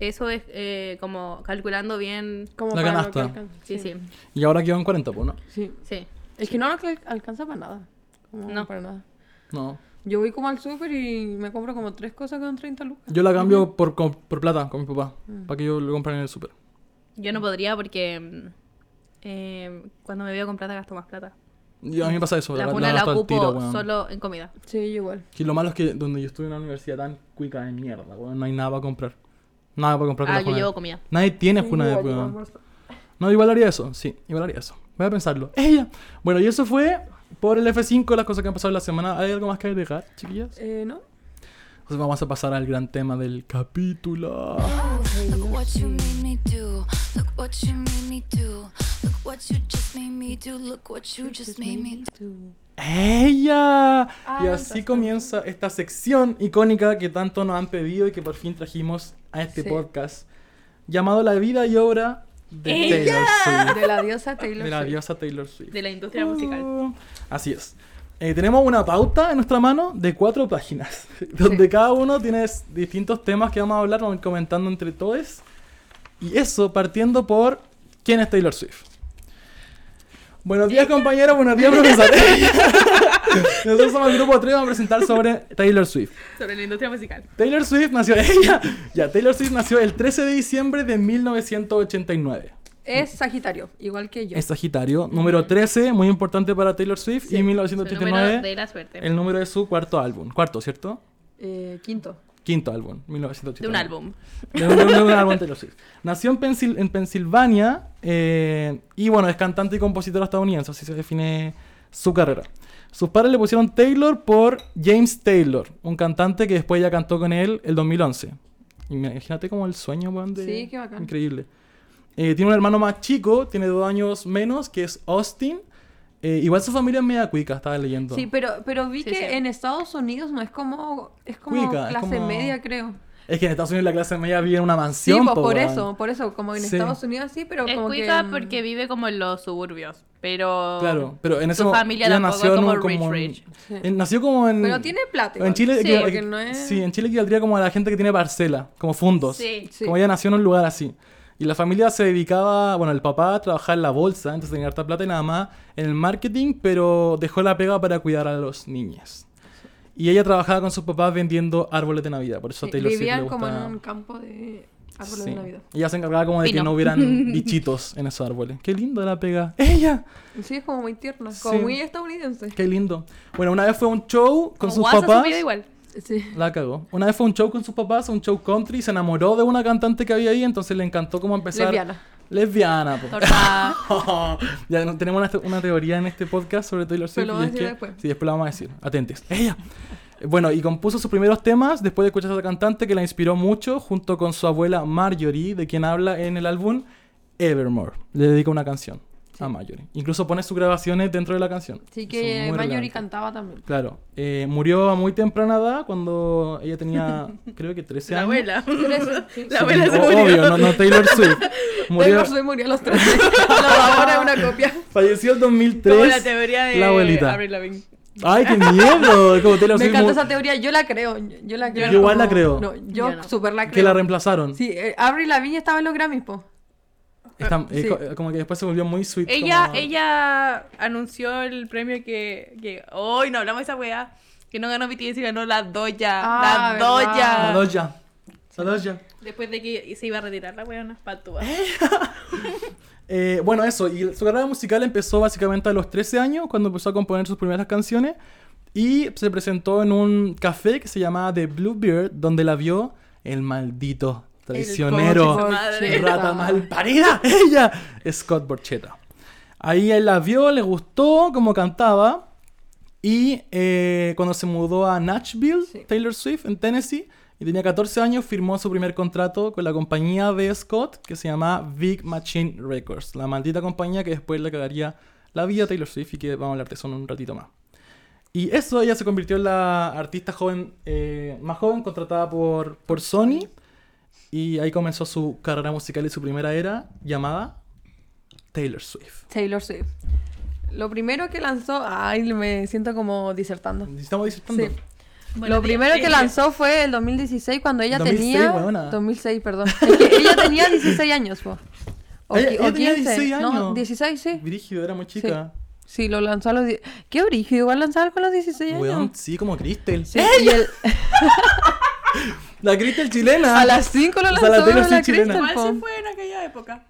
Eso es eh, como calculando bien. mm. Como La para lo canasta. que alcanza. Sí, sí, Y ahora quedó en 40, po, ¿no? Sí. sí. Es que no lo alca- alcanza para nada. Como No. para nada. No. Yo voy como al súper y me compro como tres cosas con 30 lucas. Yo la cambio por, com- por plata con mi papá. Para que yo lo compre en el súper. Yo no podría porque mm, eh, cuando me veo con plata gasto más plata. Y a mí me pasa eso. La la- puna la, gasto al ocupo tiro, weón. solo en comida. Sí, yo igual. Que lo malo es que donde yo estuve en una universidad tan cuica de mierda, weón, no hay nada para comprar. Nada para comprar con Ah, la yo Junaed. llevo comida. Nadie tiene una Igual, weón. igual. No, igual haría eso, sí, igual haría eso. Voy a pensarlo. [LAUGHS] Ella. Bueno, y eso fue por el F5, las cosas que han pasado en la semana. ¿Hay algo más que agregar, chiquillas? Eh, ¿no? Entonces vamos a pasar al gran tema del capítulo. Look what you made me do. Look what you made me do. Look what you just made me do. Look what you just made me do. ¡Ella! y así comienza esta sección icónica que tanto nos han pedido y que por fin trajimos a este Sí. podcast, llamado La vida y obra de Taylor Swift. De la diosa Taylor de la Swift. diosa Taylor Swift. De la industria musical. Uh, Así es. Eh, tenemos una pauta en nuestra mano de cuatro páginas, [LAUGHS] donde cada uno tiene s- distintos temas que vamos a hablar, vamos a ir comentando entre todos. Y eso partiendo por quién es Taylor Swift. Buenos días compañeros, buenos días profesor. [LAUGHS] Nosotros somos el grupo 3 vamos a presentar sobre Taylor Swift. Sobre la industria musical. Taylor Swift nació [LAUGHS] ella. Ya, Taylor Swift nació el 13 de diciembre de 1989. Es Sagitario, igual que yo. Es Sagitario, número 13, muy importante para Taylor Swift y El número 1989 de la suerte. el número de su cuarto álbum. Cuarto, ¿cierto? Eh, quinto. Quinto álbum, 1980. De un álbum. De un, de un- de un álbum de Taylor Swift. Nació en, Pensil- en Pensilvania eh, y bueno, es cantante y compositora estadounidense, así se define su carrera. Sus padres le pusieron Taylor por James Taylor, un cantante que después ya cantó con él el 2011. Imagínate como el sueño, weón. de- Sí, qué bacán. Increíble. Eh, tiene un hermano más chico, tiene dos años menos, que es Austin. Eh, igual su familia es media cuica, estaba leyendo. Sí, pero, pero vi Sí, que sí. en Estados Unidos no es como, es como Cuica, es clase como- media, creo. Es que en Estados Unidos la clase media vive en una Sí, mansión. po, po, por weón. eso, por eso, como en Sí. Estados Unidos sí, pero Es como que... cuica mm, porque vive como en los suburbios, pero... Claro, pero en ese Su mo- familia ella tampoco nació es en un- como como en- rich, en- nació como en. Pero tiene plata En igual. Chile, Sí, equiva- porque no es- sí, en Chile equivaldría como a la gente que tiene parcela, como fundos. Sí, sí. Como ella nació en un lugar así. Y la familia se dedicaba, bueno, el papá trabajaba en la bolsa, entonces tenía harta plata y nada más en el marketing, pero dejó la pega para cuidar a los niños. Y ella trabajaba con sus papás vendiendo árboles de Navidad, por eso sí, Taylor Swift le Vivían como en gustaba- un campo de árboles Sí. de Navidad. Ella se encargaba como de que Pino. no [LAUGHS] hubieran bichitos en esos árboles. Qué lindo la [LAUGHS] pega. ¡Ella! Sí, es como muy tierno, como Sí. muy estadounidense. Qué lindo. Bueno, una vez fue a un show con Como sus Guasa su papás. vida igual. Sí. La cagó. Una vez fue a un show con sus papás, un show country, se enamoró de una cantante que había ahí, entonces le encantó como empezar. Lesbiana. Lesbiana, po. [LAUGHS] Torta. ya no- tenemos una, una teoría en este podcast sobre Taylor Swift. Pero lo y vamos a es decir que- después. Sí, después lo vamos a decir. Atentes. [LAUGHS] Ella. Bueno, y compuso sus primeros temas después de escuchar a esa cantante que la inspiró mucho, junto con su abuela Marjorie, de quien habla en el álbum Evermore. Le dedica una canción a Marjorie. Incluso pone sus grabaciones dentro de la canción. Son Sí muy que eh, Marjorie relevantes. cantaba también. Claro, eh, murió a muy temprana edad cuando ella [LAUGHS] tenía, creo que 13 La años. abuela. Sí. [LAUGHS] La abuela Sí, se o- murió. Obvio, no, no Taylor [LAUGHS] Swift. Murió, Taylor Swift murió a [LAUGHS] los 13. [LAUGHS] La ahora es una copia. falleció en Como la 2003. teoría de la abuelita. Avril Lavigne. Ay, qué miedo. Como [LAUGHS] Taylor Me Swift encanta mu- esa teoría, yo la creo, yo la creo. Yo igual la como- creo. No, yo Yo no. super la creo. que la reemplazaron. Sí, eh, Avril Lavigne estaba en los Grammys, po. Está- es sí. co- como que después se volvió muy sweet. Ella, como- ella anunció el premio que. que hoy no hablamos de esa weá. Que no ganó BTS y ganó la Doya. Ah, la verdad. Doya. La Doja. La Doja. Después de que se iba a retirar la weona patúa. Eh, bueno, eso, y su carrera musical empezó básicamente a los 13 años, cuando empezó a componer sus primeras canciones, y se presentó en un café que se llamaba The Bluebeard, donde la vio el maldito coche, traicionero, su madre. Ah. rata mal parida, [LAUGHS] ella, Scott Borchetta. Ahí él la vio, le gustó como cantaba, y eh, cuando se mudó a Nashville, Sí. Taylor Swift, en Tennessee, y tenía 14 años, firmó su primer contrato con la compañía de Scott, que se llamaba Big Machine Records, la maldita compañía que después le cagaría la vida a Taylor Swift y que vamos a hablar de eso en un ratito más. Y eso, ella se convirtió en la artista joven, eh, más joven, contratada por, por Sony. Y ahí comenzó su carrera musical y su primera era llamada Taylor Swift. Taylor Swift. Lo primero que lanzó, ay, me siento como disertando. Estamos disfrutando. Sí. lo primero que lanzó fue el 2016 cuando ella 2006, tenía huevona. 2006, [LAUGHS] perdón. Es que ella tenía 16 años, po. O, Ella- qui- ella o tenía 15. 16 No, años. 16 sí. Brígido, era muy chica. Sí, lo lanzó a los die- Qué brígido, igual lanzar algo a los 16 años. Weón, sí, como Cristel. Sí, y el- La Cristel chilena. [LAUGHS] a las 5 [LAUGHS] lo O lanzó sea, la Taylor Swift la chilena. Crystal, Igual po. sí fue en aquella época.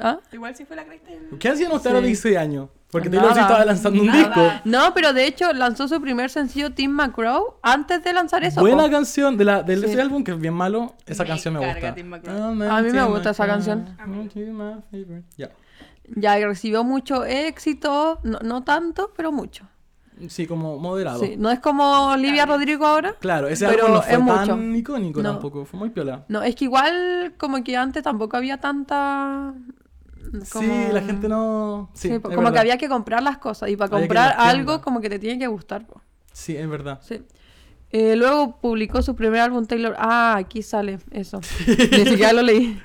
¿Ah? Igual sí fue la Kristen. ¿Qué hacían ustedes a los Sí. 16 años? Porque Taylor Swift Nada. estaba lanzando un Nada. disco. No, pero de hecho lanzó su primer sencillo Tim McGraw antes de lanzar eso. Buena po. canción de la, del Sí. ese álbum que es bien malo. Esa Me canción me carga gusta. Ah, Tim McGraw. A mí me gusta esa canción. Ya. Ya recibió mucho éxito, no, no tanto, pero mucho. Sí, como moderado. Sí, no es como Olivia Rodrigo ahora. Claro, ese Pero álbum no fue es mucho. tan icónico No. tampoco, fue muy piola. No, es que igual como que antes tampoco había tanta... como- Sí, la gente no... Sí, Sí, es po, como verdad. que había que comprar las cosas y para Había que ir a la comprar algo tienda. como que te tiene que gustar. po. Sí, es verdad. Sí. Eh, luego publicó su primer álbum Taylor. Ah, aquí sale [LAUGHS] eso. Ni siquiera lo leí.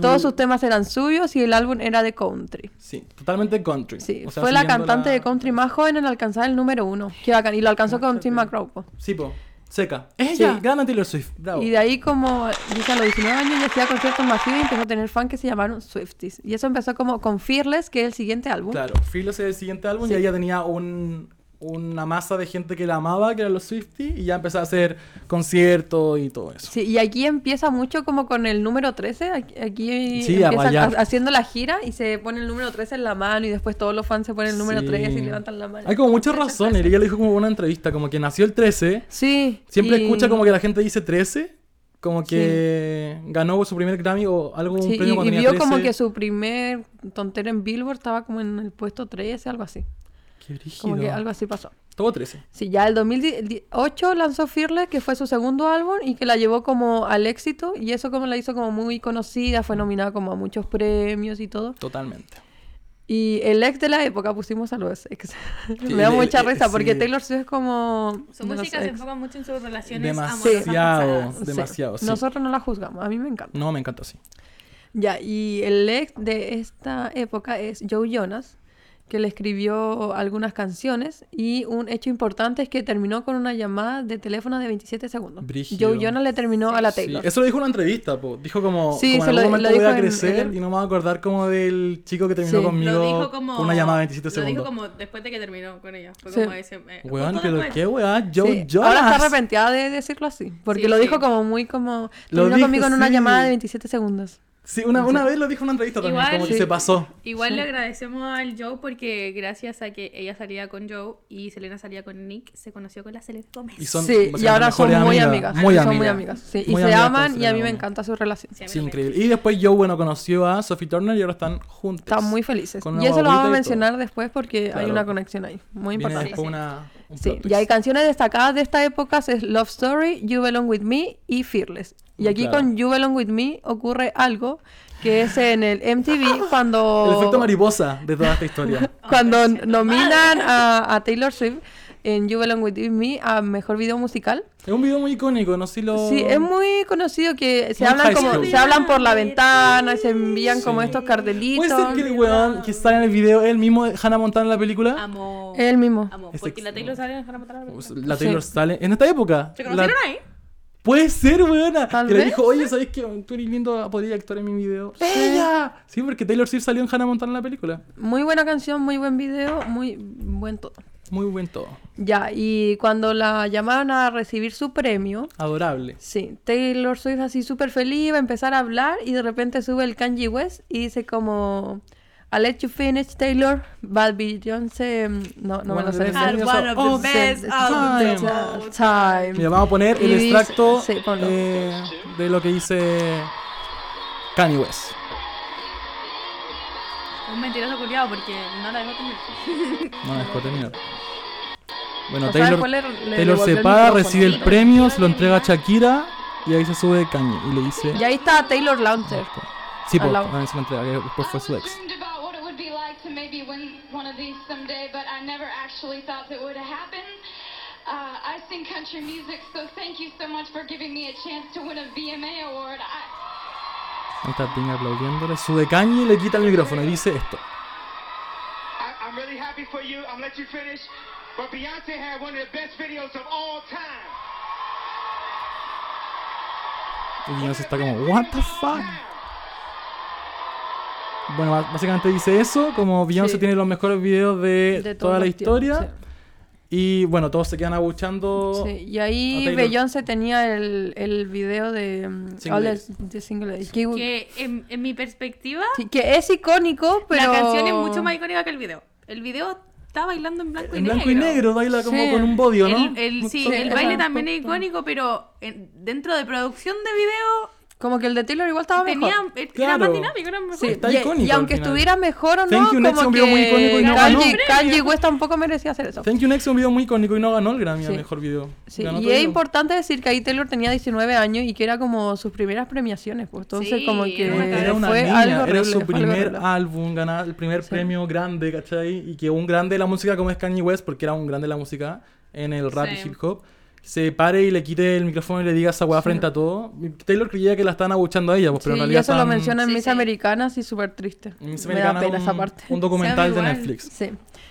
Todos sus temas eran suyos y el álbum era de country. Sí, totalmente country. Sí, O sea, fue la siguiendo cantante la- de country más joven en alcanzar el número uno. Qué bacán. Y lo alcanzó con Tim McGraw. po. Sí, po. Seca. Ella, Sí. gana Taylor Swift. Bravo. Y de ahí, como dice, a los 19 años ya hacía conciertos masivos y empezó a tener fans que se llamaron Swifties. Y eso empezó como con Fearless, que es el siguiente álbum. Claro, Philo es el siguiente álbum Sí. y ella tenía un una masa de gente que la amaba, que eran los Swifties, y ya empezó a hacer conciertos y todo eso. Sí, y aquí empieza mucho como con el número 13. Aquí, aquí Sí, a empiezan bailar. ha- haciendo la gira y se pone el número 13 en la mano y después todos los fans se ponen el número Sí. 13 y levantan la mano. Hay como muchas [LAUGHS] razones. Ella le dijo como en una entrevista, como que nació el 13. Sí. Siempre y- escucha como que la gente dice 13. Como que ganó su primer Grammy o algo, un sí, y, premio y cuando tenía vio como 13. que su primer tontero en Billboard estaba como en el puesto 13, algo así. Qué brígido. Como que algo así pasó. Todo 13. Sí, ya el 2008 lanzó Fearless, que fue su segundo álbum y que la llevó como al éxito y eso como la hizo como muy conocida, fue nominada como a muchos premios y todo. Totalmente. Y el ex de la época pusimos a los ex. [LAUGHS] Sí, Me da el- mucha el- risa porque sí. Taylor Swift es como Su de los música se ex. enfoca mucho en sus relaciones amorosas Demasiado, pasadas. Sí. demasiado. sí. Nosotros no la juzgamos, a mí me encanta. No, me encanta así. Ya, y el ex de esta época es Joe Jonas, que le escribió algunas canciones y un hecho importante es que terminó con una llamada de teléfono de 27 segundos. Brígido. Joe Jonas le terminó a la Sí, Taylor. Eso lo dijo en una entrevista, po. dijo como, Sí, como se en lo- algún momento lo voy a dijo en- crecer en- y no me voy a acordar como del chico que terminó Sí. conmigo Lo dijo como. por una llamada de 27 Lo dijo segundos. como después de que terminó con ella. Fue Sí. como ese. eh, Weón, justo pero después. qué weá, Joe Sí, Jonas. Ahora está arrepentida de decirlo así, porque Sí, lo dijo sí. como muy como... Lo Terminó dijo, conmigo en una sí. llamada de 27 segundos. Sí, una, una vez lo dijo en una entrevista también, Igual- como que Sí. se pasó. Igual Sí. le agradecemos al Joe porque gracias a que ella salía con Joe y Selena salía con Nick, se conoció con la Selena Gómez. Y son sí, y básicamente ahora son mejores muy amigas, amigas. muy son muy amigas. amigas. sí, y Muy se amigas aman con y a mí Selena me Gomez. encanta su relación. Sí, a mí Sí, también. increíble. Y después Joe, bueno, conoció a Sophie Turner y ahora están juntos. Están muy felices. Con una Y eso lo guaguita vamos a y todo. mencionar después porque Claro. hay una conexión ahí, muy Viene importante. después una, un Sí, plot y hay twist. canciones destacadas de esta época es Love Story, You Belong With Me y Fearless. Y aquí Claro. con You Belong With Me ocurre algo que es en el MTV [LAUGHS] El efecto cuando, mariposa de toda esta [LAUGHS] historia. cuando nominan a, a Taylor Swift en You Belong With Me a Mejor Video Musical. es un video muy icónico, no sé si lo... Sí, es muy conocido que se Muy high hablan como school. se hablan por la ventana, se envían como Sí. estos ¿Puede ser que cartelitos. el weón que está en el video es el mismo de Hannah Montana en la película? Amo. El mismo. Amo. Este Es Porque la ex- Taylor sale en Hannah Montana. Pues, ¿Se La Taylor Sí. sale en esta época. La- conocieron ahí? Puede ser, weona. Tal que le vez. dijo, oye, ¿sabes qué? Tú eres lindo, podrías actuar en mi video. ¡Ella! Sí, porque Taylor Swift salió en Hannah Montana en la película. Muy buena canción, muy buen video, muy buen todo. Muy buen todo. Ya, y cuando la llamaron a recibir su premio, Adorable. sí, Taylor Swift así súper feliz, va a empezar a hablar y de repente sube el Kanye West y dice como, I'll let you finish, Taylor, but Beyoncé... mm, No, no me lo Bueno, sé. desde And Taylor one of the Swift. best of time. all Time. Mira, vamos a poner Y el dice- extracto sí, ponlo. eh, de lo que dice Kanye West. Un mentiroso culiado porque no la dejó terminar. [LAUGHS] No me dejó terminar. Bueno, O sea, Taylor, después le- le Taylor devolvió se el para, micrófono. recibe el premio, se lo entrega a Shakira y ahí se sube Kanye y le dice... Y ahí está Taylor Launcher. Sí, por, al lado. también se lo entrega, que después fue su ex. dreamed about what it would be like to maybe win one of these someday, but I never actually thought that would happen. Uh, I sing country music, so thank you so much for giving me a chance to win a VMA award. I, Ahí está Pink aplaudiéndole. Sube Kanye y le quita el micrófono y dice esto. I, I'm really happy for you. I'm let you finish. But Beyonce had one of the best videos of all time. Y Beyoncé está como, ¿What the fuck? Bueno, bas- básicamente dice eso. Como Beyoncé Sí. tiene los mejores videos de, de toda todos la los tiempos, historia. sí. Y bueno, todos se quedan abuchando. Sí, y a ahí Taylor. Beyoncé tenía el, el video de mm, Single All Ladies. the- de Single Ladies, que, Que en, en mi perspectiva, sí, que es icónico, pero... la canción es mucho más icónica que el video. El video está bailando en blanco y En negro. blanco y negro, baila como Sí. con un bodio, ¿no? El, el- sí, Sí, el ajá. baile también es icónico, pero en- dentro de producción de video Como que el de Taylor igual estaba tenía, mejor. era Claro. más dinámico, era mejor. Sí, Está y, icónico y al aunque final. estuviera mejor o no, Thank You Next es como un que video muy icónico y no Kanye, ganó. Kanye West tampoco merecía hacer eso. Thank You Next es un video muy icónico y no ganó el Grammy a Sí. mejor video. Sí, Ganó y todo es el- importante decir que ahí Taylor tenía 19 años y que era como sus primeras premiaciones, pues entonces Sí, como era que una Eh, Era cabeza. una fue niña, algo era horrible, su fue algo primer horrible. álbum, ganar el primer premio grande, ¿cachai? Y que un grande de la música como es Kanye West, porque era un grande de la música en el rap Sí. y hip hop, se pare y le quite el micrófono y le diga esa weá frente a todo. Y Taylor creía que la estaban abuchando a ella, pues, pero en Sí, y realidad eso lo estaban- menciona en Sí, Mis sí. Americanas y súper triste. en Miss Me da Americana, pena un, esa parte. un documental de igual. Netflix. Sí.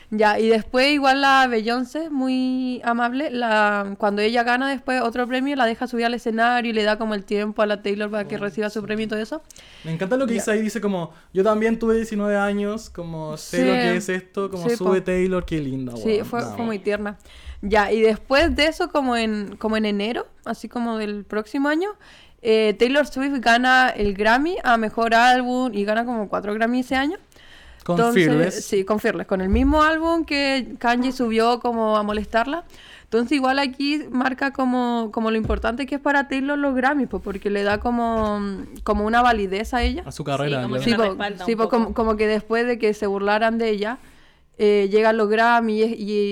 Ya, y después igual la Beyoncé, muy amable, la, cuando ella gana después otro premio, la deja subir al escenario y le da como el tiempo a la Taylor para que reciba su premio y todo eso. Me encanta lo que dice ahí, dice como, yo también tuve 19 años, como sé Sí. lo que es esto, como Sí, po. sube Taylor, qué linda. Sí, weón, fue, bravo. fue muy tierna. Ya, y después de eso, como en, como en enero, así como del próximo año, eh, Taylor Swift gana el Grammy a Mejor Álbum y gana como cuatro Grammy ese año. Con Entonces, Fearless. Sí, con Fearless, con el mismo álbum que Kanye subió como a molestarla. Entonces igual aquí marca como, como lo importante que es para Taylor los Grammys, pues, porque le da como, como una validez a ella. A su carrera. Sí, como claro. que Sí, una po- respalda sí, un po, poco. como, como que después de que se burlaran de ella, eh, llegan los Grammy y,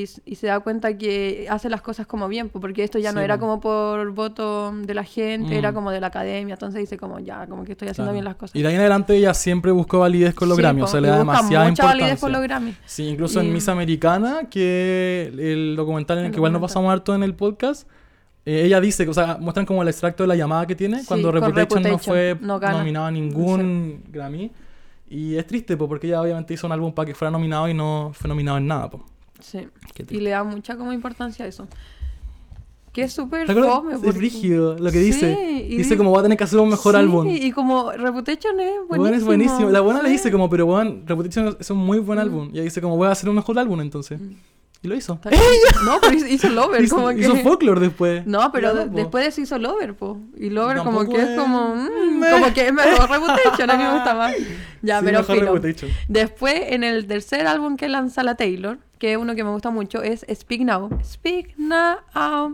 y- y se da cuenta que hace las cosas como bien, po, porque esto ya no Sí, era po. como por voto de la gente, Mm. era como de la academia, entonces dice como ya, como que estoy haciendo Claro. bien las cosas. Y de ahí en adelante ella siempre buscó validez con los Sí, Grammy, o po, sea, y le da busca demasiada mucha validez por los importancia. Grammy. Sí, incluso Y- en Miss Americana, que el documental en el, El que igual nos documental. pasamos harto en el podcast, eh, ella dice, o sea, muestran como el extracto de la llamada que tiene Sí, cuando con Reputation, no Reputation, fue no gana. nominado a ningún Grammy. Y es triste, po, porque ella obviamente hizo un álbum para que fuera nominado y no fue nominado en nada. po. Sí. Qué triste. Y le da mucha como importancia a eso. Que es súper ¿Te acuerdas? fome. Es porque- brígido lo que Sí, dice. y Dice como va a tener que hacer un mejor sí, álbum. Y como Reputation es buenísimo. Bueno, es buenísimo. La buena le Sí. Mm. dice como, pero bueno, Reputation es un muy buen álbum. Y ella dice como, voy a hacer un mejor álbum entonces. Y lo hizo. Está bien. No, pero hizo, hizo Lover. hizo, como que... hizo folklore después. No, pero Ya, de- po. después de eso hizo Lover, po. Y Lover como Tampoco que es, es- como... mm, Meh. como que es mejor Reputation, a mí me gusta más. [LAUGHS] Ya, Sí, pero mejor filo. Reputation. Después, en el tercer álbum que lanza la Taylor, que es uno que me gusta mucho, es Speak Now. Speak Now,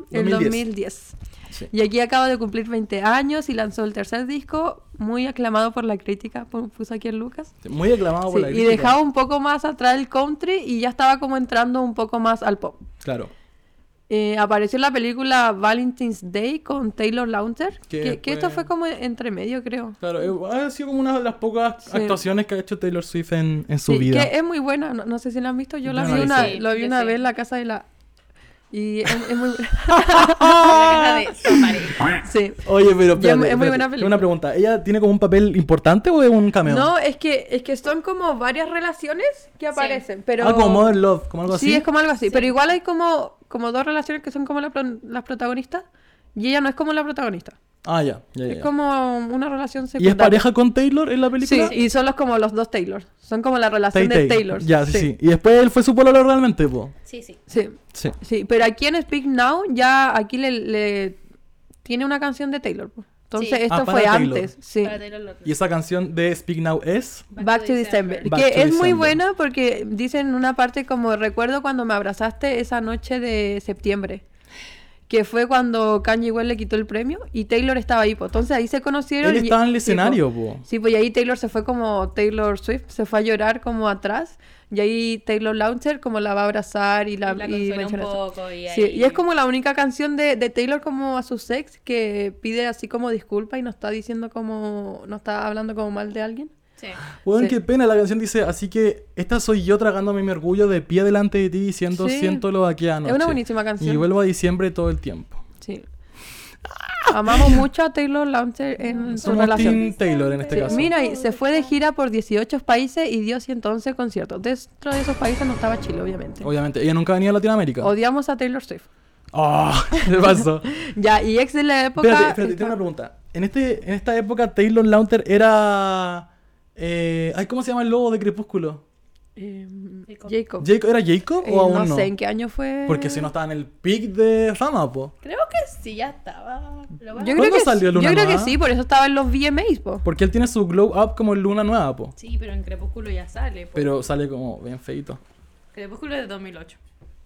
el 2010. 2010. Sí. Y aquí acaba de cumplir 20 años y lanzó el tercer disco, muy aclamado por la crítica, pu- puso aquí el Lucas. Muy aclamado Ah, por Sí, la y crítica. dejaba un poco más atrás el country y ya estaba como entrando un poco más al pop. Claro. Eh, apareció en la película Valentine's Day con Taylor Lautner, Que que, que esto fue- fue como entre medio, creo. Claro, eh, ha sido como una de las pocas Sí. actuaciones que ha hecho Taylor Swift en, en su Sí, vida. Que es muy buena, no, no sé si la han visto, yo la Yo no vi la he una, visto. lo vi Yo una sí. vez en la casa de la... Y es, [LAUGHS] es muy [LAUGHS] buena. La casa de su pareja. sí. Oye, pero Ya, es espérate, muy buena espérate. película. Una pregunta. ¿Ella tiene como un papel importante o es un cameo? No, es que, es que son como varias relaciones que aparecen, pero... Ah, como Mother Love, como algo así. Sí, es como algo así, pero igual hay como, como dos relaciones que son como la pro- las protagonistas y ella no es como la protagonista. Ah, ya, ya, ya, Es ya. como una relación ¿Y es secundaria. pareja con Taylor en la película? Sí, y son los, como los dos Taylor. Son como la relación de Tay-Tay. Taylor. Ya, sí, sí, Y después él fue su pololo realmente, po. Sí, sí. Sí, Sí. sí, pero aquí en Speak Now ya aquí le, le- tiene una canción de Taylor. po. Entonces Sí. esto Ah, para fue Taylor. antes, sí. Para Taylor Lautner. Y esa canción de Speak Now es. Back, to December, Back que to es muy December. buena porque dicen en una parte como recuerdo cuando me abrazaste esa noche de septiembre, que fue cuando Kanye West le quitó el premio y Taylor estaba ahí, po. entonces ahí se conocieron. Él y- estaba en el sí, escenario, po. po. Sí, pues y ahí Taylor se fue como Taylor Swift, se fue a llorar como atrás. Y ahí Taylor Lautner como la va a abrazar y la, La y consuela un menciona eso. poco y Sí, ahí- y es como la única canción de, de Taylor como a su sex que pide así como disculpa y no está diciendo como, no está hablando como mal de alguien. Sí. Weón, Sí. qué pena. La canción dice: Así que esta soy yo tragándome mi orgullo de pie delante de ti diciendo, Sí. siento lo de aquí anoche. Es una buenísima canción. Y vuelvo a diciembre todo el tiempo. Sí. Amamos mucho a Taylor Lautner en su Mm. Somos relación. Team Taylor en este Sí, caso. Mira, y se fue de gira por 18 países y dio 111 conciertos. Dentro de esos países no estaba Chile, obviamente. Obviamente. Ella nunca venía a Latinoamérica. Odiamos a Taylor Swift. Oh, [LAUGHS] ¿qué [LAUGHS] pasó? Ya, y ex de la época. Espérate, espérate, tengo una pregunta. En, este, en esta época, Taylor Lautner era. eh, ay, ¿Cómo se llama el lobo de Crepúsculo? Em, Jacob. Jacob- ¿Era Jacob Eh, o aún no? no, sé en qué año fue. Porque si no estaba en el pic de fama, po. Creo que sí, ya estaba. Lo voy a- Yo creo ¿Cuándo que salió sí, Luna Yo creo que Nueva? sí, por eso estaba en los VMAs, po. Porque él tiene su glow up como en Luna Nueva, po. Sí, pero en Crepúsculo ya sale. po. Pero sale como bien feito. Crepúsculo es de 2008.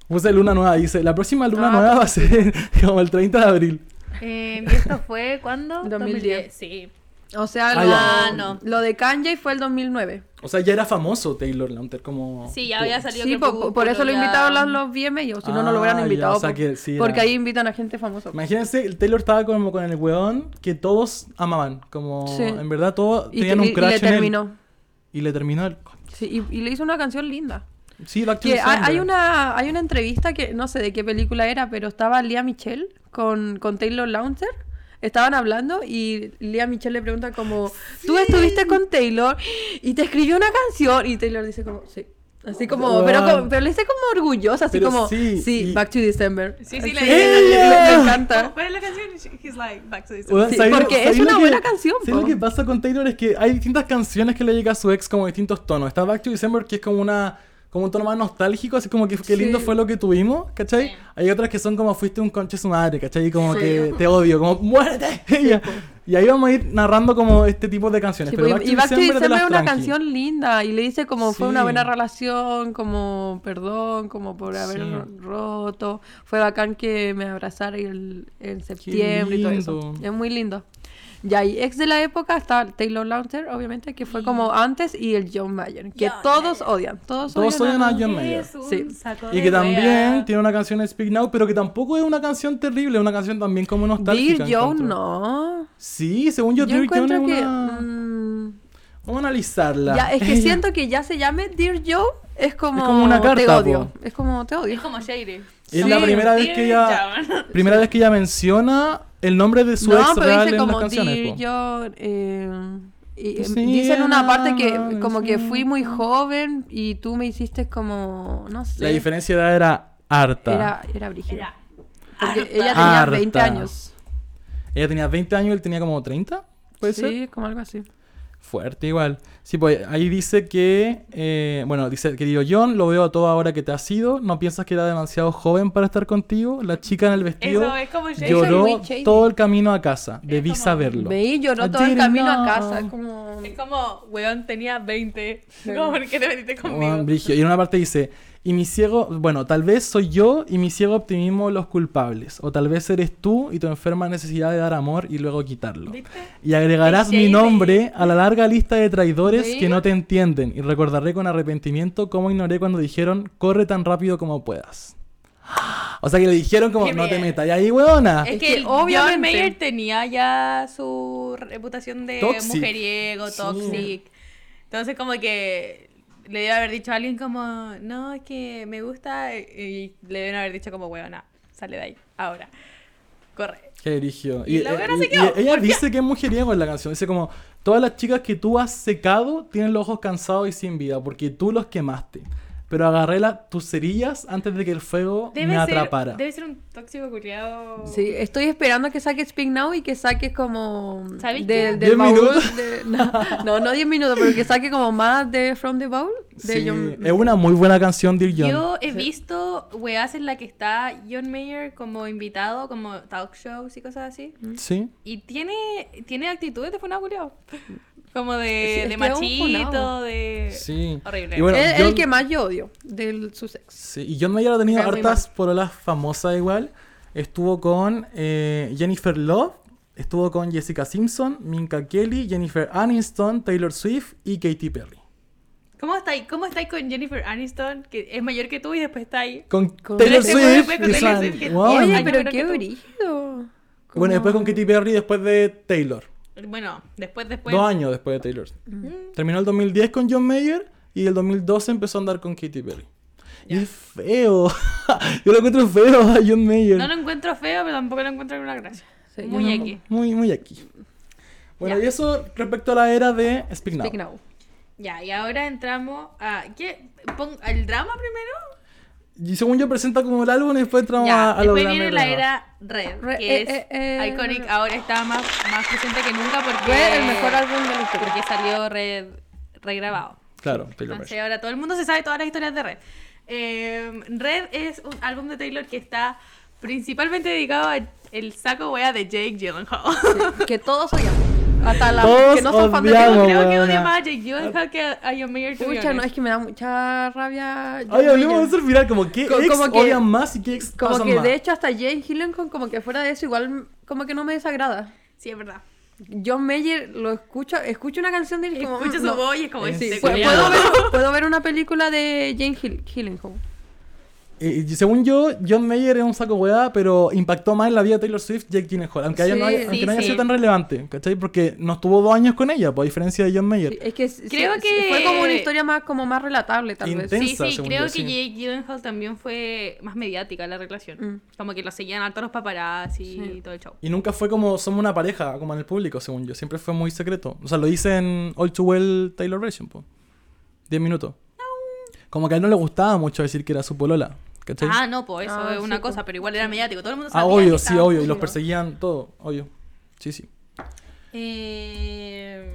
Puse Luna Nueva, dice, la próxima Luna Ah, Nueva va a ser [LAUGHS] como el 30 de abril. Eh, ¿Y esto fue cuándo? 2010. Sí. O sea, Ah, lo, ya. no. lo de Kanye fue el 2009. O sea, ya era famoso Taylor Lautner como... Sí, ya había salido. Sí, po- po- por, eso lo ya- invitaron los, los VMAs, o si no, no lo hubieran Ah, ya, invitado. o sea po. que sí era. porque ahí invitan a gente famosa. po. Imagínense, el Taylor estaba como con el weón que todos amaban. Como, Sí. en verdad, todos Y, tenían y- un y crush le en él. terminó. Y le terminó el... Sí, y, y le hizo una canción linda. Sí, Back to Que hay, December. hay una, hay una entrevista que no sé de qué película era, pero estaba Lea Michelle con, con Taylor Lautner. Estaban hablando y Lea Michelle le pregunta como, ¿tú estuviste con Taylor y te escribió una canción? Y Taylor dice como, sí. Así como, pero, Weón. como- pero le hice como orgullosa, así Pero como, sí, sí, y- Back to December. Sí, sí, Así, la- me- ¡Ella! me encanta. ¿Cuál es la canción? He's like, back to this. Weón, Sí, ¿sabéis lo- porque es sabéis lo una que- buena canción, ¿sabéis lo po? que pasa con Taylor? Es que hay distintas canciones que le llega a su ex como distintos tonos. Está Back to December, que es como una. Como un tono más nostálgico, así como que qué lindo Sí. fue lo que tuvimos, ¿cachai? Sí. Hay otras que son como fuiste un conche su madre, ¿cachai? Y como que te odio, como muérete. Ya. [LAUGHS] y ahí vamos a ir narrando como este tipo de canciones. Sí, Pero pues, Back to y Back to December es de December las es una tranqui. canción linda y le dice como fue una Sí. buena relación, como perdón, como por haber Sí. roto, fue bacán que me abrazara el- en septiembre y todo eso. lindo. Es muy lindo. Ya, y ex de la época está Taylor Lautner, obviamente, que fue como antes, y el John Mayer, que John todos Mayer. odian, todos, Todos odian. odian a- a John Mayer. Sí. Y que también tiene una canción Speak Now, pero que tampoco es una canción terrible, es una canción también como nostálgica. Dear Joe, encuentro. no. Sí, según yo, Yo, Dear John es encuentro que... una... mm, Vamos a analizarla. ya, es que Ella- siento que ya se llame Dear Joe, es como, como una te carta, odio. po. Es como te odio. Es como Shady. Es la Sí, primera vez que ella... Primera vez que ella menciona el nombre de su no, ex pero real dice en las como canciones. Dear po. Pues John. eh, y, eh, Sí, dicen una parte ah, que como que sí. fui muy joven y tú me hiciste como, no sé. La diferencia de edad era harta. Era, era brígida. Era Porque ella tenía Harta. 20 años. Ella tenía 20 años, él tenía como 30, puede sí, ser. como algo así. Fuerte igual. Sí, pues ahí dice que... eh, bueno, dice, querido John, lo veo a toda hora que te has ido. No piensas que era demasiado joven para estar contigo. La chica en el vestido... Eso es como Shady. Lloró muy shady. todo el camino a casa. Debí como- saberlo. Me y lloró I todo el didn't camino a know. casa. Como... Es como, weón, [LAUGHS] tenía 20. ¿Cómo por qué te metiste Juan [LAUGHS] conmigo? Brigio. Y en una parte dice, y mi ciego, bueno, tal vez soy yo y mi ciego optimismo los culpables, o tal vez eres tú y tu enferma necesidad de dar amor y luego quitarlo. ¿Viste? Y agregarás mi Shady. nombre a la larga lista de traidores ¿Sí? que no te entienden y recordaré con arrepentimiento cómo ignoré cuando dijeron, corre tan rápido como puedas. [GASPS] O sea que le dijeron como, Qué no te bien. metas, y ahí, weona. Es, Es que, que el obviamente- John Mayer tenía ya su reputación de Toxic. mujeriego, Sí. toxic. Entonces como que le debe haber dicho a alguien como, no, es que me gusta y le deben haber dicho como, weona, sale de ahí, ahora, corre. Qué brigio. Y la weona se y- quedó. y ella dice que es mujeriego en la canción. Dice como, todas las chicas que tú has secado tienen los ojos cansados y sin vida porque tú los quemaste. Pero agarré la- tus cerillas antes de que el fuego Debe, me ser, atrapara. debe ser un tóxico curiado. Sí, estoy esperando que saque Speak Now y que saque como... ¿Sabes de- qué? del ¿Diez baúl minutos? de- no, no, no 10 minutos, pero que saque como más de From the Bowl. De Sí, John- Es una muy buena canción, Dear John. Yo he visto weas en la que está John Mayer como invitado, como talk shows y cosas así. Sí. Y tiene, tiene actitudes de funado culiao. [LAUGHS] Como de, es de que es un machito, funao. de... Sí. Horrible. Y bueno, es John- el que más yo odio del su sexo. Sí, y John Mayer ha tenido Me cae muy hartas porolas famosas igual. Estuvo con eh, Jennifer Love, estuvo con Jessica Simpson, Minka Kelly, Jennifer Aniston, Taylor Swift y Katy Perry. ¿Cómo estáis ¿Cómo estáis con Jennifer Aniston, que es mayor que tú y después está ahí? Con, Con- Taylor Tres semanas Swift. después con y Taylor San- Swift, que- wow. Oye, Ay, yo pero creo qué que tú- brígido. Bueno, después con Como- Katy Perry, después de Taylor. Bueno, después, después... Dos años después de Taylor. Terminó el 2010 con John Mayer y el 2012 empezó a andar con Katy Perry. Y es feo. [LAUGHS] Yo lo encuentro feo a John Mayer. No lo encuentro feo, pero tampoco lo encuentro alguna gracia. Sí, yo Muy no- aquí. Muy, muy aquí. Bueno, Ya. y eso respecto a la era de Speak Now. Speak Now. Ya, y ahora entramos a... ¿Qué? Pon- ¿Al drama primero? Y según yo presenta como el álbum y después entramos a, ya, a lo después grande viene de la nuevo. era Red, Re- que eh, es eh, eh, iconic. Red. Ahora está más, más presente que nunca porque... Fue el mejor álbum de la historia. Porque salió Red regrabado. Claro, Taylor Entonces Swift. ahora todo el mundo se sabe todas las historias de Red. Eh, Red es un álbum de Taylor que está principalmente dedicado al saco wea de Jake Gyllenhaal. [LAUGHS] Que todos odiamos. Hasta la Todos que no son fan de odiamos. Taylor. Yo creo que weona. odio más a Jake Gyllenhaal que a John Mayer. to be Pucha, no, es honest. que me da mucha rabia. John Ay, hablemos de Mayer. eso al final. Como que Co- ex como que- odian más y que ex Como pasan que más. de hecho hasta Jane Hillencock como que fuera de eso igual como que no me desagrada. Sí, es verdad. John Mayer lo escucho, escucho una canción de él y como, Escucha mm, su no. voz y es como... Sí, este Sí, Este puedo, culiao. puedo ver, puedo ver una película de Jane Hill Hillencock. Eh, y según yo, John Mayer es un saco hueá, pero impactó más en la vida de Taylor Swift Jake Gyllenhaal. Aunque, haya- Sí, no haya, sí, aunque no haya sí. sido tan relevante, ¿cachai? Porque no estuvo dos años con ella, por diferencia de John Sí, Mayer. Es que s- Creo sí, que- sí, fue como una historia más como más relatable tal Inten- vez. Tensa, sí, sí, según creo yo, que sí. Jake Gyllenhaal también fue más mediática la relación. Mm. Como que lo seguían a todos los paparazzi y todo el show. Y nunca fue como somos una pareja, como en el público, según yo. Siempre fue muy secreto. O sea, lo dice en All Too Well Taylor Version, po. Diez minutos. Como que a él no le gustaba mucho decir que era su polola. ¿Cachai? Ah, no, pues eso Ah, es sí, una po. cosa, pero igual era mediático. Todo el mundo Ah, sabía. obvio, que sí, estaba obvio. Y los conmigo. perseguían todo, obvio. Sí, sí. Eh,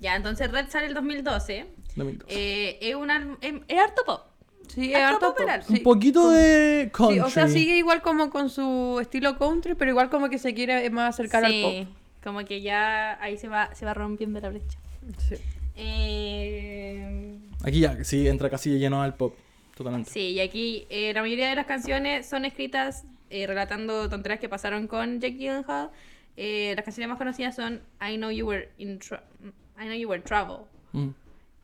ya, entonces Red sale el 2012. No me interesa. Eh, es, un al- es, es harto pop. Sí, es Harto harto popular. pop, Un sí. poquito de country. Sí, o sea, sigue igual como con su estilo country, pero igual como que se quiere más acercar al Sí, pop. como que ya ahí se va, se va rompiendo la brecha. Sí. Eh, Aquí ya, sí, entra casi lleno al pop. Totalmente. sí, y aquí eh, la mayoría de las canciones son escritas eh, relatando tonterías que pasaron con Jake Gyllenhaal. Eh, las canciones más conocidas son I Know You Were in Tro- I Know You Were Trouble Mm.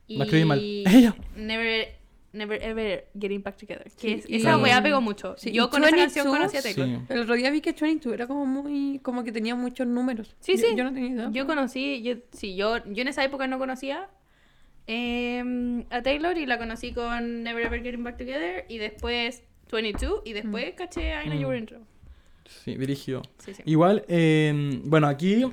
y La escribí [LAUGHS] mal. Ella. Never Never Ever Getting Back Together. Que Sí, es- y- esa weá pegó mucho. Sí, Yo y con esa canción 22, conocí a Taylor. Sí. El otro día vi que 22 era como muy. como que tenía muchos números. Sí, Yo- sí. Yo no tenía idea. Yo conocí, yo, sí, yo, yo en esa época no conocía eh, a Taylor y la conocí con Never Ever Getting Back Together y después 22 y Mm. después caché a I Mm. Know You Were in Trouble. Sí, dirigido. Sí, sí. Igual, eh, bueno, aquí,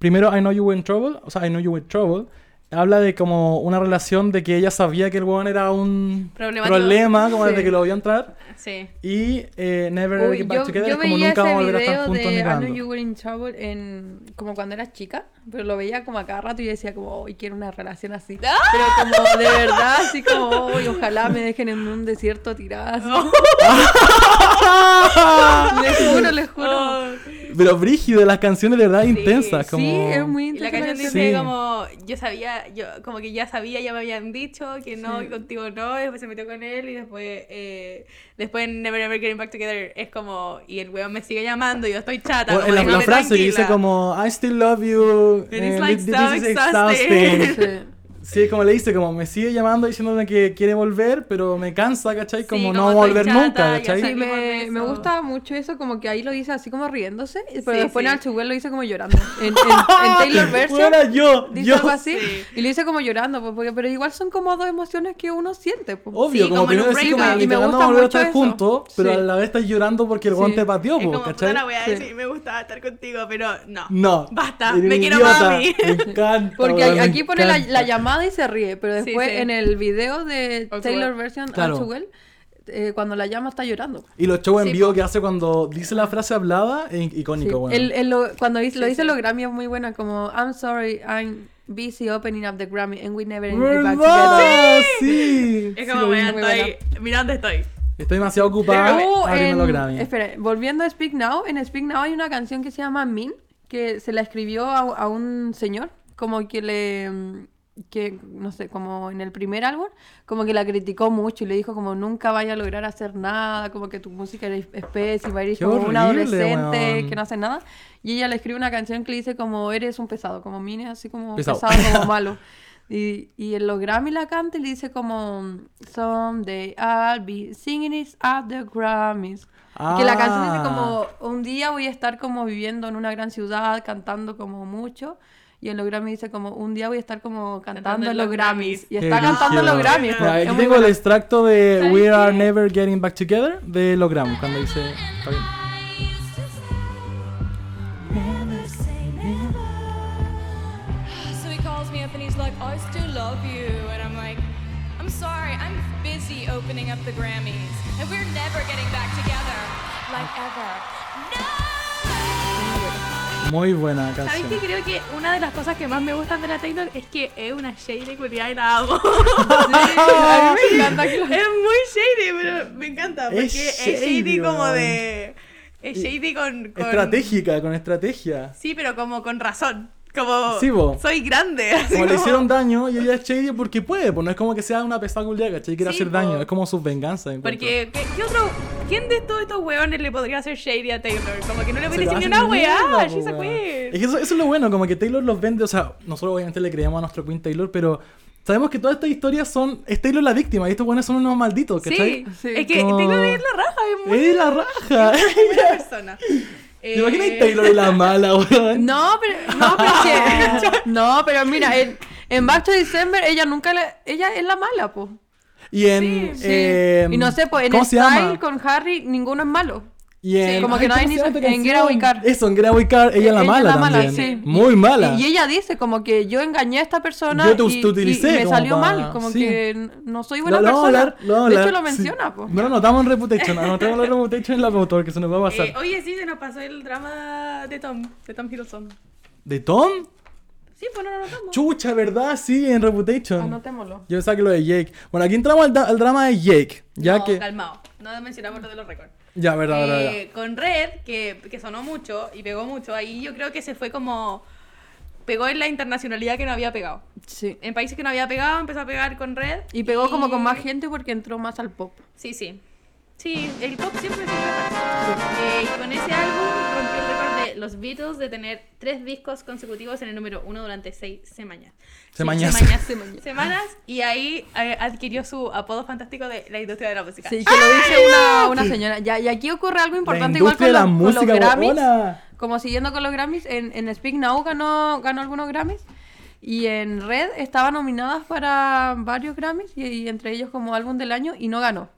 primero I Know You Were in Trouble, o sea, I Know You Were in Trouble, habla de como una relación de que ella sabía que el weón era un Problemático. problema, como Sí. desde que lo vio entrar, Sí. y eh, Never Ever Uy, Get Back yo, Together es yo como veía nunca ese vamos a volver a estar video juntos de ni I Know cagando. [LAUGHS] You Were in Trouble en, como cuando eras chica, pero lo veía como a cada rato y yo decía como, hoy quiero una relación así. Pero como de verdad, así como, hoy ojalá me dejen en un desierto tirada. así. [LAUGHS] les juro, les juro. Pero brígido, las canciones de verdad intensas, como... Oh. Sí, es muy Y la interesante. canción Sí. dice como, yo sabía, yo como que ya sabía, ya me habían dicho que no, Sí. que contigo no, y después se metió con él y después, eh, después en Never Ever Getting Back Together es como, y el weón me sigue llamando, y yo estoy chata. O como, en la, la déjame frase que dice tranquila. como I still love you It is eh, like this so is exhausting. [LAUGHS] Sí. Sí, como le dice, como me sigue llamando diciéndome que quiere volver, pero me cansa, ¿cachai? Sí, Como como no va a estoy volver chata, nunca, ya ¿cachai? [LAUGHS] Sí, Salimos de me, eso. me gusta mucho eso, como que ahí lo dice así como riéndose, pero Sí, después en sí. Archibald lo dice como llorando. En, [LAUGHS] en- en Taylor Version Bueno, yo, dice yo. algo así Sí. y lo dice como llorando, pues, porque, pero igual son como dos emociones que uno siente. Pues. Obvio, Sí, como como que en no un decís como breakup. ni Y me cagando gusta volver a mucho estar eso. juntos, pero Sí. a la vez estás llorando porque el Sí. guante pateó, Es po, como, puta "Oh, ¿cachai? Mm, la weá, Sí. sí, me gustaba estar contigo, pero no. No. Basta, Eres me un quiero idiota. mami. Me encanta. Porque weón, me aquí pone la, encanta. la llamada y se ríe, pero Sí, después sí. en el video de Archibald. Taylor Version Claro. Archibald, eh, cuando la llama está llorando. Y los shows en Sí, vivo po. que hace cuando dice la frase hablada, es icónico, Sí. weón. El- el lo- cuando dice- lo dice los Grammy es muy buena, como I'm sorry, I'm busy opening up the Grammy and we never get back together. ¿Verdad? Sí. Es Sí, como, lo vi. weá, muy estoy, mira dónde estoy. Estoy demasiado ocupada. Uh, abriendo los en- Grammy. Espera, volviendo a Speak Now, en Speak Now hay una canción que se llama Min, que se la escribió a, a un señor, como que le mm, que no sé, como en el primer álbum, como que la criticó mucho y le dijo como nunca vaya a lograr hacer nada, como que tu música es especie, eres Qué como un horrible, adolescente weón. que no hace nada. Y ella le escribe una canción que le dice como eres un pesado, como Min es así como Pesado. pesado, [LAUGHS] como malo. Y, y en los Grammy la canta y le dice como Someday I'll be singing it at the Grammys. Y Que la canción dice como Ah. un día voy a estar como viviendo en una gran ciudad, cantando como mucho. Y en los Grammys dice como un día voy a estar como cantando, en los Grammys. Y Qué está cantando en los brígido. Grammys. Mira, es aquí muy tengo el bueno. extracto de ¿Sabes We Are qué? Never Getting Back Together de los Grammys, cuando dice... está bien. So he calls me up and he's like, I still love you. And I'm like, I'm sorry, I'm busy opening up the Grammys. And we're never getting back together. Like ever. No! Muy buena ¿Sabes qué? canción. Creo que una de las cosas que más me gustan de la Taylor es que es una shady culiada y [LAUGHS] la amo. A mí me encanta que es lo- muy shady, pero me encanta porque Es es shady, shady, como weón. de... Es shady con... con- Estratégica, con estrategia. Sí, pero como con razón. Como... Sí, bo. soy grande. [LAUGHS] así Como le como- hicieron daño y ella es shady porque puede, pues no es como que sea una pesada culiada, ¿cachai? Quiere Sí, hacer po. daño, es como su venganza. encuentro. Porque, ¿qué, qué otro? ¿Quién de todos estos hueones le podría hacer shady a Taylor? Como que no le Se puede lo decir ni hacen una weá, mierda, po, she's a weón. queen. Es que eso, eso es lo bueno, como que Taylor los vende, o sea, nosotros obviamente le creíamos a nuestro Queen Taylor, pero sabemos que todas estas historias son, es Taylor la víctima y estos buenos son unos malditos, ¿cachai? Sí, Sí. es que Como- Taylor es la raja, es muy ¡Es la raja! [LAUGHS] buena persona. Eh, ¿Te imaginas a Taylor y la mala, weón? No, pero, no, pero sí. [LAUGHS] [LAUGHS] no, pero mira, en, en Back to December ella nunca le- ella es la mala, po. Y en. Sí. eh, y no sé, pues en Em, ¿Cómo se Style llama? con Harry ninguno es malo. Y en, como que no ¿cómo hay se ni- llama esta en canción? Get Away Car. Eso, en Get Away Car, ella la Ella mala la mala, también. sí. Muy mala. Y ella dice como que yo engañé a esta persona Yo te- y, te y- utilicé y me como salió para- mal, como sí. que n- no soy Lo- buena lo vamos a persona. hablar, lo vamos a de hecho hablar, lo sí. menciona, po. No lo anotamos en Reputation, anotamos en Reputation en la motor que se nos va a pasar. Eh, oye, sí, se nos pasó el drama de Tom, de Tom Hiddleston. ¿De Tom? Sí, pues no lo notamos. Chucha, ¿verdad? Sí, en Reputation. Anotémoslo. Yo pensaba que lo de Jake. Bueno, aquí entramos al, da- al drama de Jake. Ya no, que. calmado. No mencionamos lo de los récords. Ya, verdad, verdad, Eh, verdad. con Red, que, que sonó mucho y pegó mucho, ahí yo creo que se fue como... Pegó en la internacionalidad que no había pegado. Sí. En países que no había pegado, empezó a pegar con Red. Y pegó como con más gente porque entró más al pop. Sí, sí. Sí, el pop siempre siempre pasa. Eh, y con ese álbum rompió el récord de los Beatles de tener tres discos consecutivos en el número uno durante seis semanas. Semañas. [LAUGHS] Semanas, semañas. Semanas, y ahí eh, adquirió su apodo fantástico de la industria de la música. Sí, que lo dice una, una señora. Ya, y aquí ocurre algo importante igual con, los- con los Grammys. weona. Como siguiendo con los Grammys, en, en Speak Now ganó, ganó algunos Grammys. Y en Red estaba nominadas para varios Grammys, y, y entre ellos como álbum del año, y no ganó.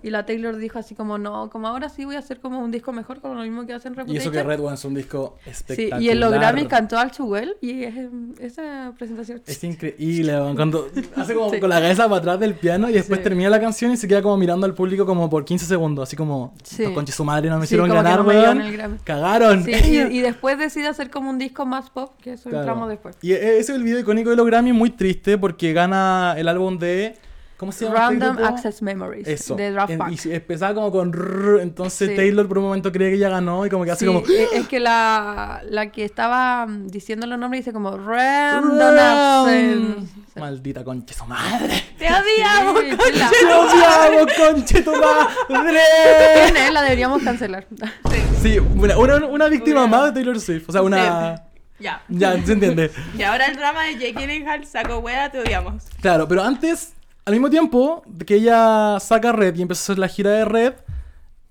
Y la Taylor dijo así como, no, como ahora sí voy a hacer como un disco mejor, como lo mismo que hacen Y Reputation. eso que Red One es un disco Sí, espectacular. y en los Grammys cantó Al Chuguel, y es- esa presentación... Es increíble, weón, cuando hace como Sí. con la cabeza para atrás del piano y después Sí. termina la canción y se queda como mirando al público como por 15 segundos, así como, Sí. "Estos conches su madre no me Sí, hicieron como que ganar, no me dieron weón". [LAUGHS] el Grammy. Cagaron. Sí, y, [LAUGHS] y después decide hacer como un disco más pop, que eso Claro. entramos después. Y e- ese es el video icónico de los Grammy, muy triste porque gana el álbum de... ¿Cómo se llama? este Random grupo? Access Memories Eso. de Draft En- Pack. y se- empezaba como con... rrr, entonces Sí. Taylor por un momento cree que ya ganó y como que hace Sí, como... e- es que la, la que estaba mm, diciendo los nombres dice como Random "Round". Access. um, Maldita conche su madre. ¡Te odiamos! Sí, [LAUGHS] chela. ¡Te odiamos, conche tu madre! [LAUGHS] Tiene, la deberíamos cancelar. [LAUGHS] Sí, una, una, una víctima más de Taylor Swift. O sea, una. Ya. Ya, se entiende. Y ahora el drama de Jake Gyllenhaal sacó hueá, te odiamos. Claro, pero antes, al mismo tiempo de que ella saca Red y empezó a hacer la gira de Red,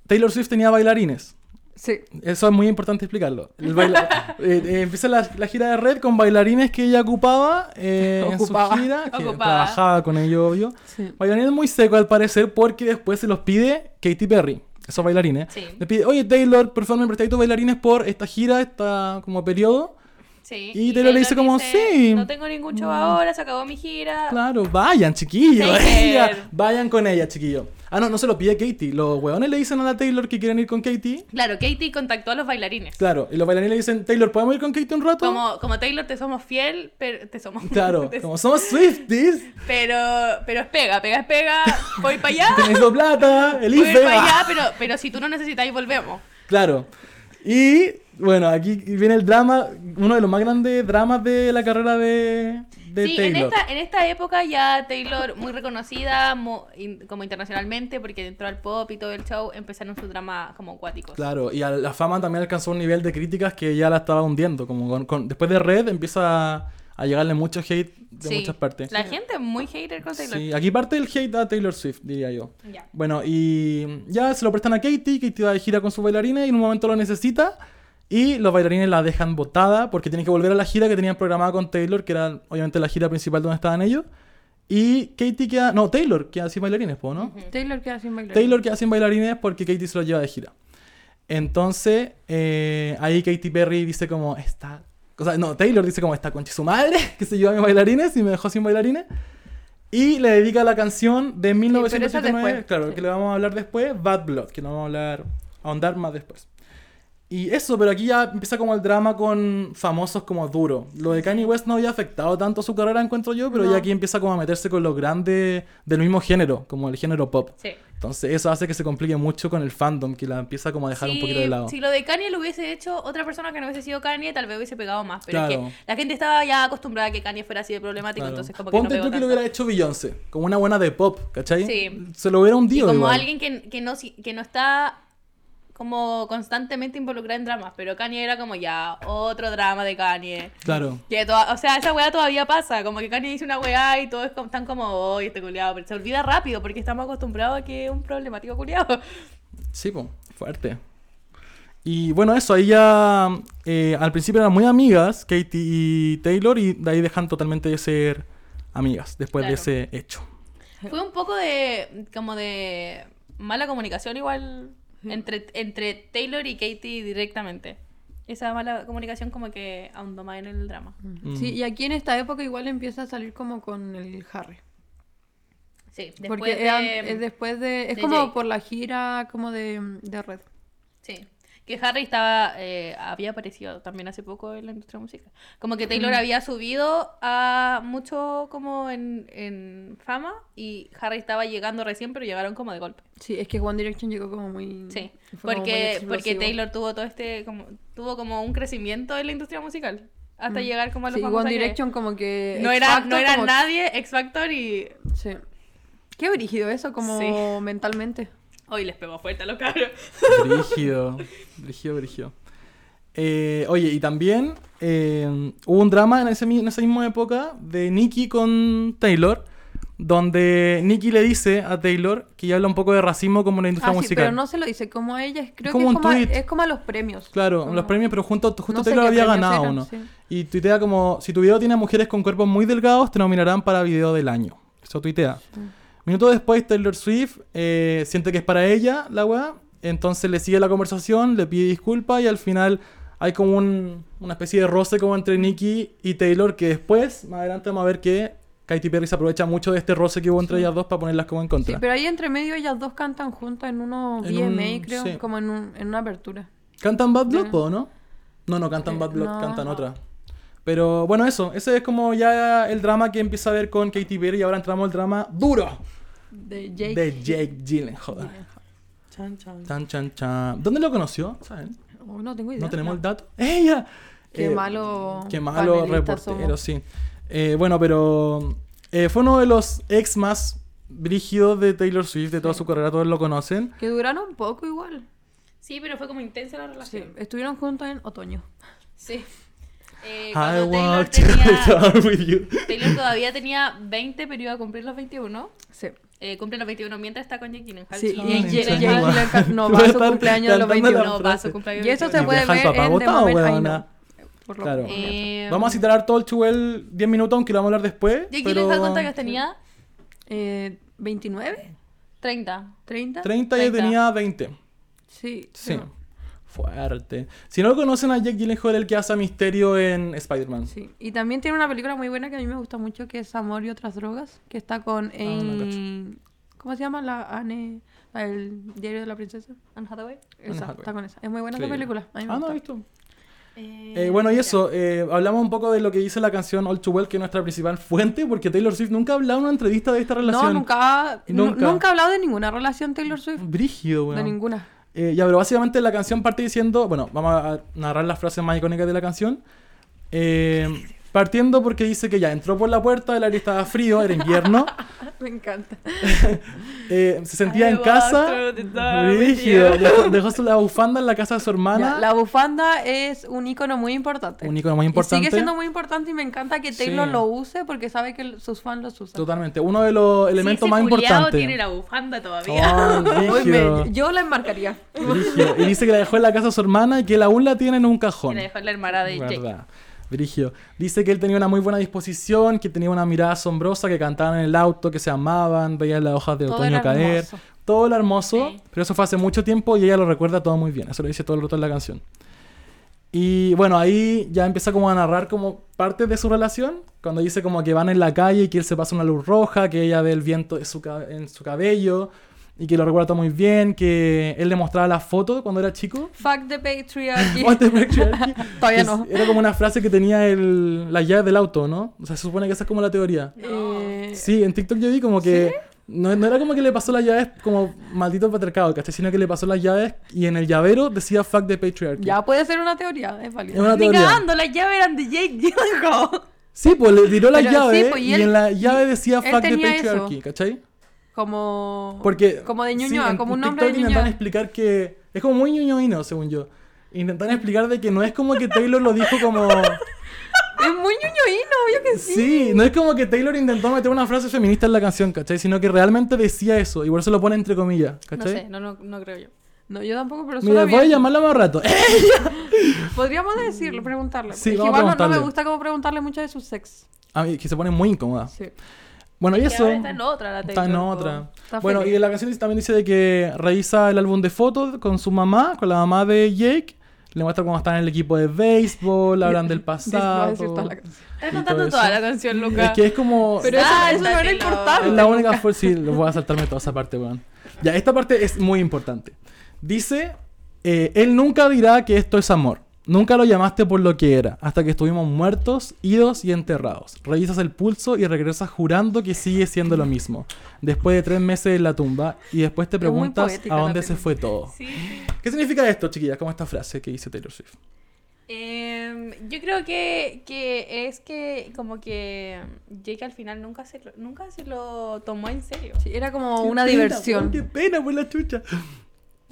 Taylor Swift tenía bailarines. Sí. Eso es muy importante explicarlo. El baila- [LAUGHS] eh, eh, empieza la, la gira de Red con bailarines que ella ocupaba, eh, Ocupaba. en su gira, que Ocupaba. trabajaba con ellos, obvio. Sí. Bailarines muy secos al parecer porque después se los pide Katy Perry. Esos bailarines. Sí. Le pide, oye Taylor, por favor me prestáis tus bailarines por esta gira, esta como periodo. Sí. Y Taylor le dice como, "Sí". Mm. No tengo ningún show ahora, se acabó mi gira. Claro, vayan, chiquillo. Taylor. ella. vayan con ella, chiquillo. Ah, no, no se lo pide Katie. Los hueones le dicen a la Taylor que quieren ir con Katie. Claro, Katie contactó a los bailarines. Claro, y los bailarines le dicen, Taylor, ¿podemos ir con Katie un rato? Como, como Taylor, te somos fiel, pero te somos. Claro, [LAUGHS] te- como somos Swifties, Pero, pero es pega, pega es pega, voy [LAUGHS] para allá, tenéis dos plata, el voy IFE. para ah. allá, pero, pero si tú no necesitáis, volvemos. Claro. Y bueno, aquí viene el drama, uno de los más grandes dramas de la carrera de, de sí, Taylor. En, esta, en esta época ya Taylor, muy reconocida mo- in- como internacionalmente, porque entró al pop y todo el show, empezaron su drama como acuáticos. Claro, y a la fama también alcanzó un nivel de críticas que ya la estaba hundiendo. Como con- con- después de Red empieza a, a llegarle mucho hate de Sí. muchas partes. La gente es muy hater con Taylor. Sí, aquí parte el hate a Taylor Swift, diría yo. Ya. Bueno, y ya se lo prestan a Katie, Katie va de gira con sus bailarines y en un momento lo necesita. Y los bailarines la dejan botada porque tienen que volver a la gira que tenían programada con Taylor, que era obviamente la gira principal donde estaban ellos. Y Katie queda, no, Taylor queda sin bailarines, po, ¿no? Taylor queda sin bailar. Taylor queda sin bailarines porque Katy se lo lleva de gira. Entonces, eh, ahí Katy Perry dice como, esta... O sea, no, Taylor dice como, esta concha es su madre, [LAUGHS] que se lleva a mis bailarines y me dejó sin bailarines. Y le dedica la canción de pero eso 1989, después, claro, sí. que le vamos a hablar después, Bad Blood, que lo vamos a hablar, ahondar más después. Y eso, pero aquí ya empieza como el drama con famosos como duro. Lo de Kanye West no había afectado tanto su carrera, encuentro yo, pero ya aquí empieza como a meterse con los grandes del mismo género, como el género pop. Sí. Entonces eso hace que se complique mucho con el fandom, que la empieza como a dejar un Si- poquito de lado. Si lo de Kanye lo hubiese hecho otra persona que no hubiese sido Kanye, tal vez hubiese pegado más. Pero es Claro. que la gente estaba ya acostumbrada a que Kanye fuera así de problemático, Claro. entonces como que Ponte no tú que pegó lo tanto. hubiera hecho Beyoncé, como una buena de pop, ¿cachai? Sí. Se lo hubiera Y hundido como igual. alguien que, que no, si- que no está como constantemente involucrada en dramas, pero Kanye era como ya otro drama de Kanye. Claro. Que toda- o sea, esa weá todavía pasa, como que Kanye dice una weá y todos es como- están como, oye, este culiado, pero se olvida rápido porque estamos acostumbrados a que es un [LAUGHS] problemático culiado. Sí, po, fuerte. Y bueno, eso, ahí ya eh, al principio eran muy amigas, Katie y Taylor, y de ahí dejan totalmente de ser amigas después de Claro. ese hecho. Fue un poco de, como de mala comunicación igual Entre, entre Taylor y Katie directamente. Esa mala comunicación como que ahondó más en el drama. Mm. Sí, y aquí en esta época igual empieza a salir como con el Harry. Sí, después Porque de- eran- es después de... Es de como Jake. por la gira como de, de Red. Sí. Que Harry estaba, eh, había aparecido también hace poco en la industria musical. Como que Taylor había subido a mucho como en, en fama y Harry estaba llegando recién, pero llegaron como de golpe. Sí, es que One Direction llegó como muy... Sí. fue como muy Porque, porque explosivo. Taylor tuvo todo este, como, tuvo como un crecimiento en la industria musical. Hasta llegar como a los Mm. Sí, famosos One que Direction como que... No X era, Factor no era como- nadie, X Factor y Sí. Qué brígido eso, como Sí. mentalmente. hoy les pegó fuerte a los cabros. Brígido, brígido, brígido. Eh, oye, y también eh, hubo un drama en, ese, mi- en esa misma época de Nicky con Taylor, donde Nicky le dice a Taylor que ya habla un poco de racismo como en la industria Ah, sí, musical. pero no se lo dice como a ella, creo como que un es como, a, tuit. es como a los premios. Claro, Como- los premios, pero junto, justo No sé Taylor qué había premios ganado eran, uno. sí. Y tuitea como, si tu video tiene mujeres con cuerpos muy delgados, te nominarán para video del año. Eso tuitea. Minutos después, Taylor Swift eh, siente que es para ella la weá. Entonces le sigue la conversación, le pide disculpas y al final hay como un- una especie de roce como entre Nicki y Taylor que después, más adelante vamos a ver que Katy Perry se aprovecha mucho de este roce que hubo entre ellas dos para ponerlas como en Sí, contra. pero ahí entre medio ellas dos cantan juntas en unos En VMA, un- creo, sí. como en, un- en una apertura. ¿Cantan Bad Blood po, no? No, no cantan Bad Blood, Eh. no. cantan otra. Pero bueno, eso. Ese es como ya el drama que empieza a ver con Katy Perry y ahora entramos al drama duro De Jake. de Jake Gyllenhaal. Chan, chan. Chan, ¿Dónde lo conoció? ¿Saben? Oh, no tengo idea. ¿No tenemos el dato? [LAUGHS] ¡Ella! Qué Eh, malo. Qué malo panelista reportero, somos. sí. Eh, bueno, pero eh, fue uno de los ex más brígidos de Taylor Swift de toda su carrera, todos lo conocen. Que duraron poco igual. Sí, pero fue como intensa la Sí, relación. estuvieron juntos en otoño. Sí. Eh, I cuando Taylor walked [LAUGHS] to the tenía... door with you. Taylor todavía tenía 20, pero iba a cumplir los 21. Sí. Eh, cumple los 21 mientras está con Jake Gyllenhaal. Sí, y y Jake Jake Gyllenhaal [LAUGHS] Gyllenhaal no va va a a su estar cumpleaños de los cantando la 21. no va a su cumpleaños. Y eso Y se puede deja el ver papá en The botado, Moment I weona. Know, por lo Claro. menos. Eh, Vamos a citar harto el Chuel 10 minutos, aunque lo vamos a hablar después. Jake pero... Gyllenhaal, ¿cuántas años tenía? Eh, ¿29? 30. 30 y ¿30? yo 30. tenía 20. Sí. Sí. no, Fuerte. Si no lo conocen a Jake Gyllenhaal, el que hace a Misterio en Spider-Man. Sí. Y también tiene una película muy buena que a mí me gusta mucho, que es Amor y otras drogas, que está con... Ah, no Anne- ¿Cómo se llama? La Anne... la del diario de la princesa. Anne Hathaway. Anne Esa, Hathaway. está con esa. Es muy buena esa Increíble. película. A mí me Ah, no, he gusta. visto. Eh, bueno, y eso, eh, hablamos un poco de lo que dice la canción All Too Well, que es nuestra principal fuente, porque Taylor Swift nunca ha hablado en una entrevista de esta relación. No, nunca, ha- nu- Nunca. nunca. ha hablado de ninguna relación Taylor Swift. Brígido, weón. De ninguna. [LAUGHS] Eh, ya, pero básicamente la canción parte diciendo, bueno, vamos a narrar las frases más icónicas de la canción. Eh, partiendo porque dice que ya entró por la puerta, el aire estaba frío, era invierno, Me encanta. eh, se sentía I en walked casa, through the door with rígido, you. dejó, dejó su- la bufanda en la casa de su hermana. Ya, la bufanda es un icono muy importante. Un ícono muy Y importante. sigue siendo muy importante y me encanta que Taylor Sí. lo use porque sabe que el- sus fans los usan. Totalmente, uno de los elementos Sí, ese más culiao importantes. tiene la bufanda todavía. [LAUGHS] Oh, Hoy me- rígido, yo la enmarcaría. rígido. Y dice que la dejó en la casa de su hermana y que él aún la tiene en un cajón. Y le dejó la hermana de Jake. Oh, Verdad. Brigio. Dice que él tenía una muy buena disposición, que tenía una mirada asombrosa, que cantaban en el auto, que se amaban, veían las hojas de Todo otoño era caer. hermoso. Todo lo hermoso. Sí. Pero eso fue hace mucho tiempo y ella lo recuerda todo muy bien. Eso lo dice todo el rato en la canción. Y bueno, ahí ya empieza como a narrar como parte de su relación, cuando dice como que van en la calle y que él se pasa una luz roja, que ella ve el viento de su ca- en su cabello y que lo recuerda todo muy bien, que él le mostraba la foto cuando era chico. Fuck the patriarchy. [LAUGHS] What the patriarchy. Todavía Es- no. Era como una frase que tenía el, la llave del auto, ¿no? O sea, se supone que esa es como la teoría. [LAUGHS] Eh, Sí, en TikTok yo vi como que. No, no era como que le pasó las llaves como maldito patriarcado, ¿cachai? Sino que le pasó las llaves y en el llavero decía fuck the patriarchy. ya puede ser una teoría, es Es válido. una [LAUGHS] Ni teoría. cagando, las llaves eran de Jake Gyllenhaal. Sí, pues le tiró la Pero sí, llave pues, y, y él- en la llave decía él fuck the tenía eso. patriarchy, ¿cachai? Como, Porque. como de sí, ñuñoa, en como un TikTok nombre de intentan ñuñoa. explicar que. Es como muy ñuñoino, según yo. Intentan explicar de que no es como que Taylor lo dijo como. Es muy ñoñoíno, obvio que sí. Sí, no es como que Taylor intentó meter una frase feminista en la canción, ¿cachai? Sino que realmente decía eso, igual se lo pone entre comillas, No ¿cachai? sé, no, no, no creo yo. No, yo tampoco, pero Mira, suena voy a bien. llamarla más rato. [LAUGHS] Podríamos decirlo, preguntarle. Sí, Es que vamos a igual no- no, preguntarle. me gusta como preguntarle mucho de su sex. A mí, que se pone muy incómoda. Sí. Bueno, y Que eso. ahora está en otra la Está en Taylor, po. otra. Está bueno, feliz. y la canción también dice de que revisa el álbum de fotos con su mamá, con la mamá de Jake. Le muestra cómo están en el equipo de béisbol, hablan [LAUGHS] del Va a pasado. decir toda la canción. Estás Y contando todo toda eso. la canción, Luca. Es que es como. Pero eso, Ah, eso no era Taylor. Es importante. la única forma. Sí, lo voy a saltarme toda esa parte, weón. Ya, esta parte es muy importante. Dice: eh, Él nunca dirá que esto es amor. Nunca lo llamaste por lo que era, hasta que estuvimos muertos, idos y enterrados. Revisas el pulso y regresas jurando que sigue siendo lo mismo. Después de tres meses en la tumba, y después te muy preguntas poética a la dónde se fue todo. Sí, sí. ¿Qué significa esto, chiquillas? Como esta frase que dice Taylor Swift. Em, yo creo que, que es que como que Jake al final nunca se lo, nunca se lo tomó en serio. Sí, era como una Qué pena, diversión. weón, Qué pena, por la chucha.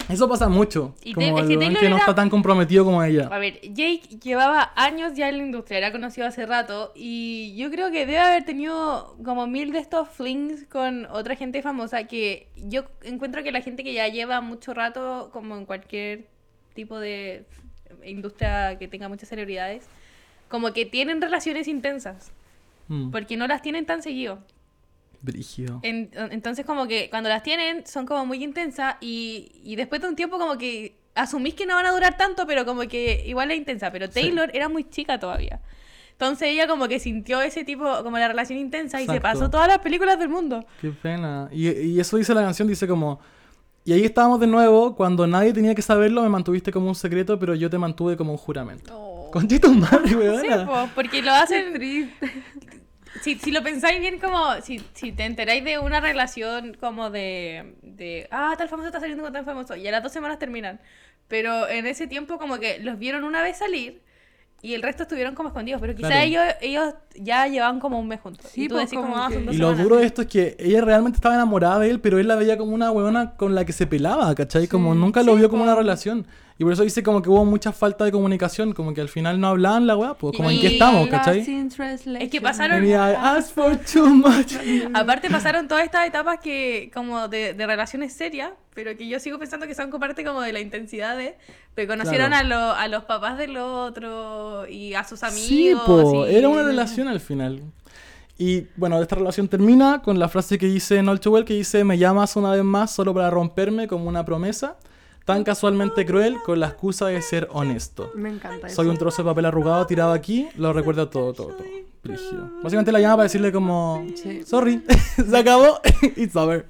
Eso pasa mucho. Y como Taylor- es el que weón que Taylor no era- está tan comprometido como ella. A ver, Jake llevaba años ya en la industria, era conocido hace rato y yo creo que debe haber tenido como mil de estos flings con otra gente famosa que yo encuentro que la gente que ya lleva mucho rato como en cualquier tipo de industria que tenga muchas celebridades, como que tienen relaciones intensas, Mm. porque no las tienen tan seguido. Brígido. En- entonces como que cuando las tienen son como muy intensas y, y después de un tiempo como que asumís que no van a durar tanto, pero como que igual es intensa. Pero Taylor era muy chica todavía. Entonces ella como que sintió ese tipo, como la relación intensa y se Exacto. pasó todas las películas del mundo. Qué pena. Y, y eso dice la canción, dice como... Y ahí estábamos de nuevo, cuando nadie tenía que saberlo, me mantuviste como un secreto, pero yo te mantuve como un juramento. Conchita madre, Oh. [LAUGHS] Sí, weona. po, porque lo hacen... Si, si lo pensáis bien, como si, si te enteráis de una relación como de, de, ah, tal famoso está saliendo con tal famoso, y a las dos semanas terminan. Pero en ese tiempo como que los vieron una vez salir y el resto estuvieron como escondidos, pero quizá Claro. ellos, ellos ya llevaban como un mes juntos. Sí, y tú pues, decís como, como ah, son que- dos y lo semanas. duro de esto es que ella realmente estaba enamorada de él, pero él la veía como una weona con la que se pelaba, ¿cachai? Como nunca lo vio como una relación. Y por eso dice como que hubo mucha falta de comunicación, como que al final no hablaban la weá, pues como en qué Y- estamos, Lost ¿cachai? in Translation. Es que pasaron- And I asked for too [LAUGHS] much. Aparte pasaron todas estas etapas que como de, de relaciones serias, pero que yo sigo pensando que son como parte como de la intensidad de que conocieron Claro. a, lo- a los papás del otro y a sus amigos. Sí, po, y- era una relación al final. Y bueno, esta relación termina con la frase que dice Noel Chowell, que dice, me llamas una vez más solo para romperme como una promesa, tan casualmente cruel con la excusa de ser honesto. Me encanta eso. Soy un trozo de papel arrugado tirado aquí, lo recuerda todo, todo, todo. Brígido. Básicamente la llama para decirle como, Sí. sorry, [LAUGHS] se acabó, it's over.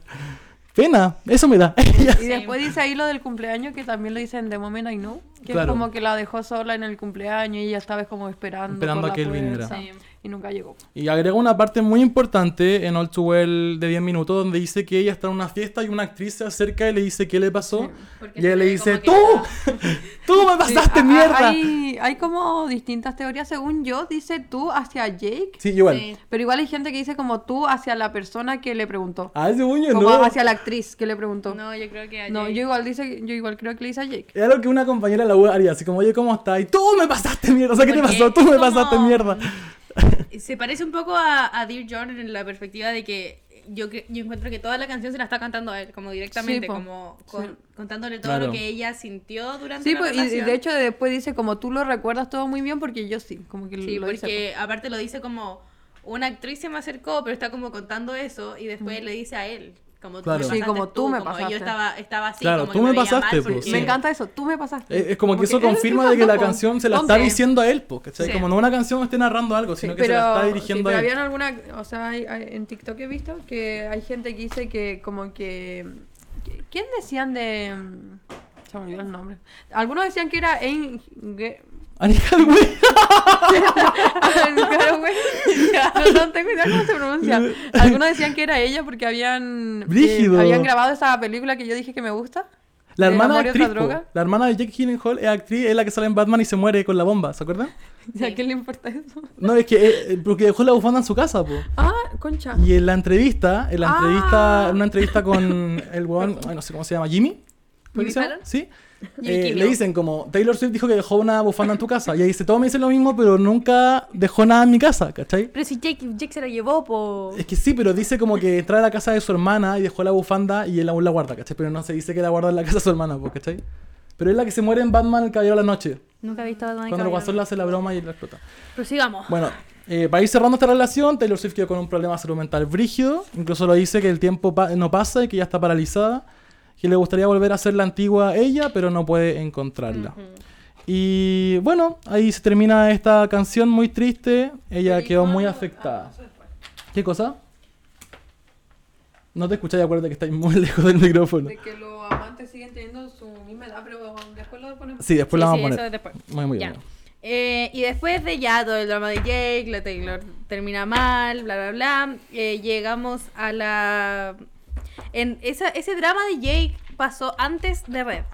Pena, eso me da. [LAUGHS] Y después dice ahí lo del cumpleaños, que también lo dicen The Moment I Know, que Claro. es como que la dejó sola en el cumpleaños y ella estaba como esperando. Esperando por a la que él viniera. puerta, Y nunca llegó. Y agrega una parte muy importante en All Too Well de 10 minutos donde dice que ella está en una fiesta y una actriz se acerca y le dice qué le pasó. Porque Y se ella le ve dice, como que ¡Tú! [LAUGHS] ¡Tú me pasaste Sí, a- a- Ah, mierda! Hay, hay como distintas teorías, según yo, dice tú hacia Jake, Sí, igual. pero igual hay gente que dice como tú hacia la persona que le preguntó. A ese buño Como Ah, no. hacia la actriz que le preguntó. No, No, yo creo que a Jake- yo igual dice, yo igual creo que le dice a Jake. Era lo que una compañera de la U haría, así como, oye, ¿cómo estás? Y tú me pasaste mierda. O sea, ¿qué te Porque pasó? Tú es me como- pasaste mierda. Se parece un poco a, a Dear John en la perspectiva de que yo, cre- yo encuentro que toda la canción se la está cantando a él, como directamente, po. como con- contándole todo Claro. lo que ella sintió durante Sí, la pues, y- y, relación. de hecho después dice como tú lo recuerdas todo muy bien porque yo sí, como Mm, que Sí, lo porque dice. pues. aparte lo dice como una actriz se me acercó, pero está como contando eso y después le dice a él. Como Mm. Claro. tú me Sí, pasaste como tú me pasaste. Yo estaba, estaba así. Claro, como tú que me veía mal pasaste, pues, porque- sí. Me encanta eso, tú me pasaste. Es, es como que eso él- confirma de que la ¿cómo? canción se la está ¿Dónde? diciendo a él, po, ¿cachai? Sí. Como no una canción esté narrando algo, Sí, sino que pero, se la está sí, dirigiendo pero a él. habían alguna, o sea, hay- hay- en TikTok he visto que hay gente que dice que como que, que- ¿quién decían de? Se me olvidó el nombre. Algunos decían que era en [LAUGHS] [LAUGHS] Annie Hathaway. claro, güey. No, no tengo idea cómo se pronuncia. Algunos decían que era ella porque habían eh, Brígido. habían grabado esa película que yo dije que me gusta. [LAUGHS] La ¿El hermana de amor y otra actriz, po. droga? la hermana de Jake Gyllenhaal es actriz, es la que sale en Batman y se muere con la bomba, ¿se acuerdan? ¿A quién le importa eso? No, es que eh, eh, porque dejó la bufanda en su casa, po. Ah, concha. Y en la entrevista, en la Ah. entrevista, en una entrevista con el weón, ay, no sé cómo se llama, Jimmy. ¿Fue que ¿Jimmy se llama? Fallon? Sí. Jimmy Eh, Kimmel. le dicen como, Taylor Swift dijo que dejó una bufanda en tu casa. Y ahí dice, todos me dicen lo mismo, pero nunca dejó nada en mi casa, ¿cachai? Pero si Jake, Jake se la llevó, po. Es que sí, pero dice como que entra a la casa de su hermana y dejó la bufanda y él aún la guarda, ¿cachai? Pero no se dice que la guarda en la casa de su hermana, po, ¿cachai? Pero es la que se muere en Batman el Caballero de la Noche. Nunca he visto a Batman y Cuando Caballero. el guasón le hace la broma y la explota. Prosigamos. Bueno, eh, para ir cerrando esta relación, Taylor Swift quedó con un problema de salud mental brígido. Incluso lo dice que el tiempo pa- no pasa y que ya está paralizada. Que le gustaría volver a ser la antigua ella, pero no puede encontrarla. Y bueno, ahí se termina esta canción muy triste. Ella quedó muy afectada. ¿Qué cosa? No te escuché, acuérdate que estáis muy [LAUGHS] lejos del micrófono. De que los amantes siguen teniendo su misma edad, pero después lo ponemos. Sí, después la Sí, vamos sí, a eso poner. después. Muy, muy Ya. bien. Eh, y después de ya todo el drama de Jake, la Taylor termina mal, bla, bla, bla, eh, llegamos a la... En esa- ese drama de Jake pasó antes de Red.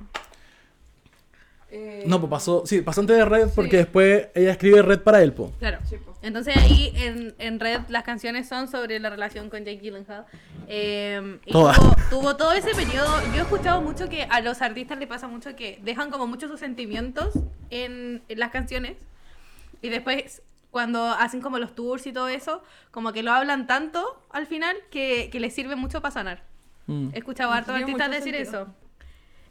Eh, No, pues pasó, sí, pasó antes de Red porque después ella escribe Red para él, po. Claro. Entonces ahí en, en Red las canciones son sobre la relación con Jake Gyllenhaal. Eh, y Todas. Tuvo, tuvo todo ese periodo. Yo he escuchado mucho que a los artistas le pasa mucho que dejan como muchos sus sentimientos en, en las canciones. Y después cuando hacen como los tours y todo eso, como que lo hablan tanto al final que, que les sirve mucho para sanar. Mm. He escuchado a hartos Tiene artistas mucho decir sentido. eso.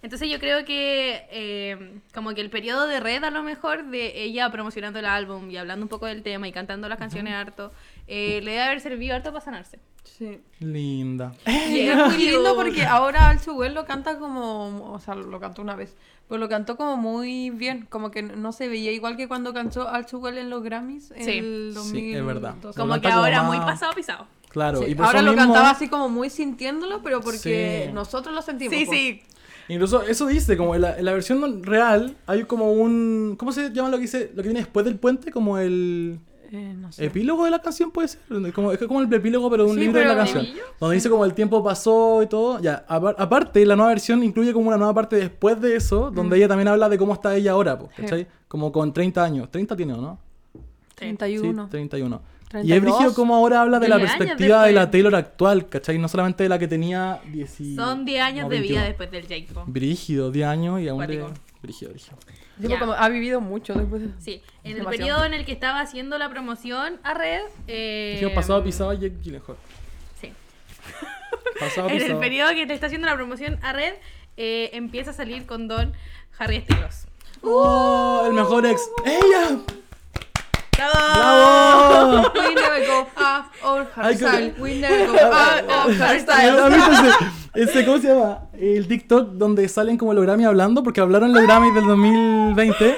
Entonces yo creo que eh, como que el periodo de red a lo mejor de ella promocionando el álbum y hablando un poco del tema y cantando las canciones harto, eh, le debe haber servido harto para sanarse. Sí. Linda. Y es muy lindo porque ahora Al Sewell lo canta como, o sea, lo cantó una vez, pero lo cantó como muy bien, como que no se veía igual que cuando cantó Al Sewell en los Grammys en Sí. el Sí, es verdad. 2012. Lo Como canta que como ahora más- muy pasado pisado. Claro, Sí, y por ahora eso lo mismo- cantaba así como muy sintiéndolo, pero porque Sí. nosotros lo sentimos. pues. Sí, po. sí. Incluso eso dice, como en la, en la versión real hay como un... ¿Cómo se llama lo que dice? Lo que viene después del puente, como el Eh, no sé. epílogo de la canción puede ser. Como, es que como el epílogo, pero de un Sí, libro de pero la canción. librillo, Donde dice como el tiempo pasó y todo. Ya, apar- aparte, la nueva versión incluye como una nueva parte después de eso, Mm. donde ella también habla de cómo está ella ahora, po, ¿cachai? Como con 30 años. 30 tiene, ¿o ¿no? 31. Sí, 31. Y 32. es brígido como ahora habla de la 10 años perspectiva de después. la Taylor actual, ¿cachai? No solamente de la que tenía 10 Son 10 años de vida después del Jake. po. Brígido, 10 años y aún le... Cuático. Brígido, brígido. Tipo, Ya. como ha vivido mucho después de... Sí, en el Demasiado. periodo en el que estaba haciendo la promoción a red... eh, Dijimos pasado pisado Jake Gyllenhaal. Sí. Pasado [LAUGHS] En el pisado. periodo que te está haciendo la promoción a red, eh, empieza a salir con Don Harry Styles. ¡Oh! El mejor ex. [LAUGHS] ¡Ella! Ah. ¡Bravo! We never go up or [LAUGHS] Ay, que- hairstyle. We never go up [LAUGHS] or ¿No has hairstyle. visto ese, ese- este, ¿Cómo se llama? El TikTok donde salen como los Grammy hablando, porque hablaron los Grammy del 2020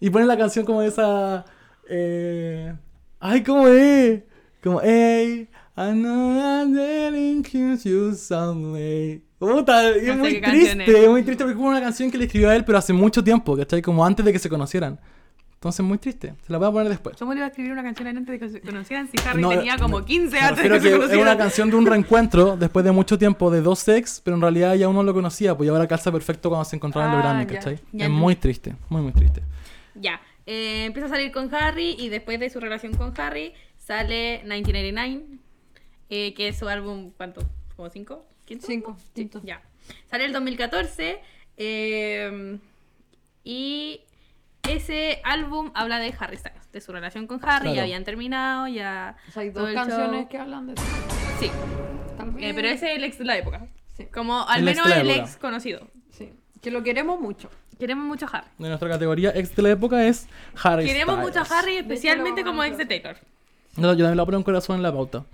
y ponen la canción como esa. eh, ay, ¿cómo es? Como, hey, I know I'm getting confused you some way. Puta, y No es sé muy qué canción triste, es. es muy triste porque es como una canción que le escribió a él, pero hace mucho tiempo, ¿cachai? Como antes de que se conocieran. Entonces, muy triste. Se la voy a poner después. ¿Cómo le iba a escribir una canción antes de que se conocieran si Harry No, tenía como no, 15 me antes de refiero que se que Es una conocieran? canción de un reencuentro después de mucho tiempo de dos ex, pero en realidad ya uno lo conocía, pues ya ahora calza perfecto cuando se encontraron en los Ah, Grammy, ya, ¿cachai? ya es entendí. muy triste, muy, muy triste. Ya, eh, empieza a salir con Harry y después de su relación con Harry sale 1989, eh, que es su álbum, ¿cuánto? ¿Como 5? Cinco, Sí, quinto. ya. Sale el 2014 eh, y ese álbum habla de Harry Styles, de su relación con Harry, Claro. ya habían terminado, ya... O sea, hay todo dos el show. canciones que hablan de eso. Sí, Tal eh, vez. pero ese es el ex de la época. Sí. Como al El ex menos de la el época. ex conocido. Sí. Que lo queremos mucho. Queremos mucho a Harry. De nuestra categoría ex de la época es Harry Queremos Styles. mucho a Harry, hecho, especialmente lo como vamos ex a de Taylor. No, yo también le voy a poner un corazón en la pauta.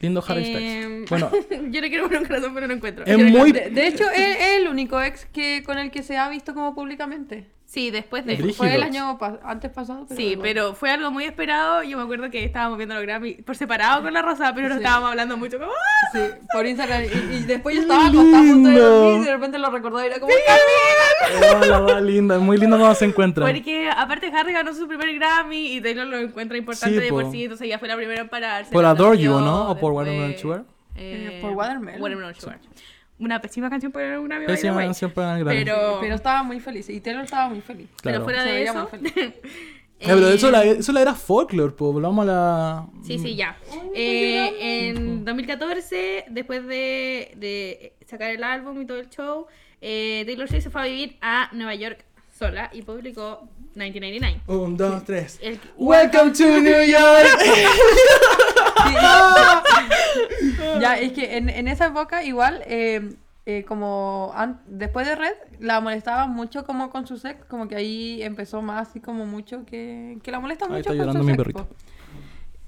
Lindo Harry Em, Styles. [LAUGHS] Bueno, yo le quiero poner un corazón, pero no encuentro. es muy... De, de hecho, eh, él es el único ex que con el que se ha visto como públicamente. Sí, después de. Brígido. Fue el año pa- antes pasado. Pero Sí, igual. pero fue algo muy esperado. Yo me acuerdo que estábamos viendo los Grammy por separado con la Rosa, pero no Sí. estábamos hablando mucho como. ¡Ah! Sí, por Instagram. Y, y después yo ¡Qué estaba acostada a punto de lindo! dormir y de repente lo recordaba y era como... ¡Camila! Oh, la verdad, linda, es muy lindo cuando se encuentran. Porque aparte Harry ganó su primer Grammy y Taylor lo encuentra importante Sí, de po. por sí, entonces ella fue la primera en pararse. Por la Adore You, aplaudió, ¿no? O por después, Watermelon Sugar. eh, por Watermelon. Watermelon Sugar. Una pésima canción para un Grammy. by the Pésima way. canción para el Grammy. Pero, Pero estaba muy feliz. Y Taylor estaba muy feliz. Claro. pero fuera Se de veía [LAUGHS] eso. más feliz. Ya, pero eso eh, la, eso la era folklore, pues volvamos a la... Sí, sí, ya. Eh, en 2014, después de, de sacar el álbum y todo el show, eh, Taylor Swift se fue a vivir a Nueva York sola y publicó 1999. Un, dos, tres. El- Mm. Welcome to New York. [LAUGHS] ya, es que en, en esa época igual eh, eh, como an- después de Red, la molestaba mucho como con su sex, como que ahí empezó más así como mucho que, que la molesta Ahí mucho está con llorando su mi sex, perrito. po.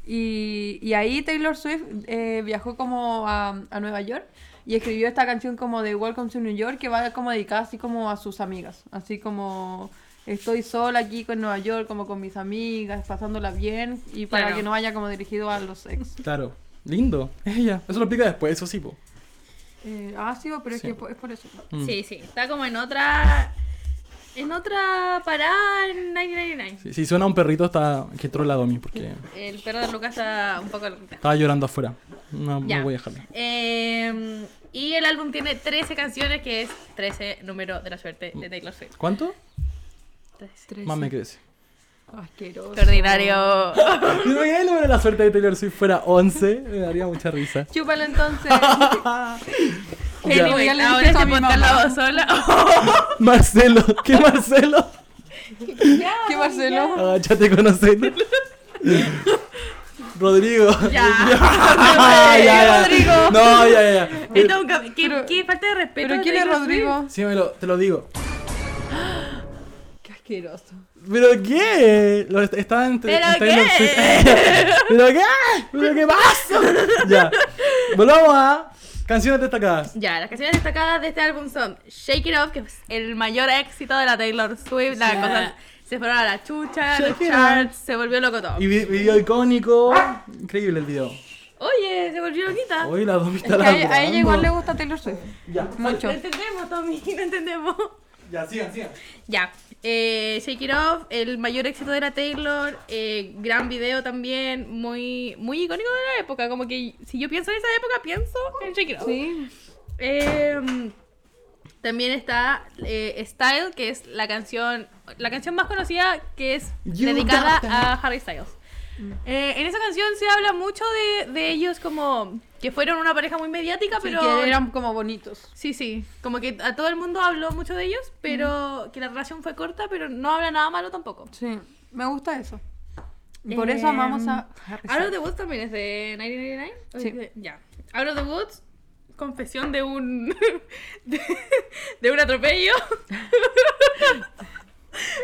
Y, y ahí Taylor Swift eh, viajó como a, a Nueva York y escribió esta canción como de Welcome to New York que va como dedicada así como a sus amigas, así como estoy sola aquí con Nueva York, como con mis amigas, pasándola bien y para Claro. que no vaya como dirigido a los sex. Claro. Lindo. Es ella. Eso lo explica después, eso sí, po. Eh, ah, sí, pero es Sí. que po- es por eso. Mm. Sí, sí. Está como en otra. En otra parada en 999. Si, si suena un perrito, está que entró al lado mío, porque El perro de Lucas está un poco loquita. estaba llorando afuera. No, no Ya. voy a dejarla. Eh, y el álbum tiene 13 canciones, que es 13 número de la suerte de Taylor Swift. ¿Cuánto? 13. Más me crece. [LAUGHS] Ah, Asqueroso. Extraordinario. Si no el número de la suerte de Taylor Swift fuera 11, me daría mucha risa. Chúpalo entonces. Ya. Anyway, Ya le ahora dije eso a este mi mamá. podcast la voz sola. [LAUGHS] Oh, Marcelo, ¿qué Marcelo? [LAUGHS] ¿Qué, Marcelo? Agáchate con [LAUGHS] Marcelo. Rodrigo. [LAUGHS] Ah, ya. Rodrigo. No, ya, ya. ya. Esto es un cap- ¿Qué, qué falta de respeto. ¿Pero de quién es Taylor Rodrigo? Sí, me lo- te lo digo. Qué asqueroso. ¿Pero qué? Lo est- estaba en, ¿Pero en Taylor qué? Swift. [LAUGHS] ¿Pero qué? ¿Pero qué pasa? ya. Volvamos a canciones destacadas. Swift? Ya, las canciones destacadas de este álbum son Shake It Off, que es el mayor éxito de la Taylor Swift. Las cosas se fueron a la chucha, Shake los It charts, se volvió loco todo. Y vi- video icónico. Increíble el video. Oye, se volvió loquita. Hoy la dos Es que está a, ella- a ella igual le ladrando. gusta Taylor Swift. Ya, Mucho. No entendemos, Tommy, [LAUGHS] no entendemos. ya, sigan, sigan. Ya, eh, Shake It Off, el mayor éxito de la Taylor, eh, gran video también, muy, muy icónico de la época. Como que si yo pienso en esa época, pienso en Shake It Off. Sí. Eh, también está eh, Style, que es la canción, la canción más conocida que es You dedicada got that. a Harry Styles. Eh, en esa canción se habla mucho de, de ellos como que fueron una pareja muy mediática, pero que eran como bonitos. Sí, sí. Como que a todo el mundo habló mucho de ellos, pero que la relación fue corta, pero no habla nada malo tampoco. Sí. Me gusta eso. Por eso amamos a Eh, Harry Out of the Styles. Woods también es de 1999. Sí. ¿O es de- Ya. Out of the Woods, confesión de un. [LAUGHS] de, de un atropello. [LAUGHS]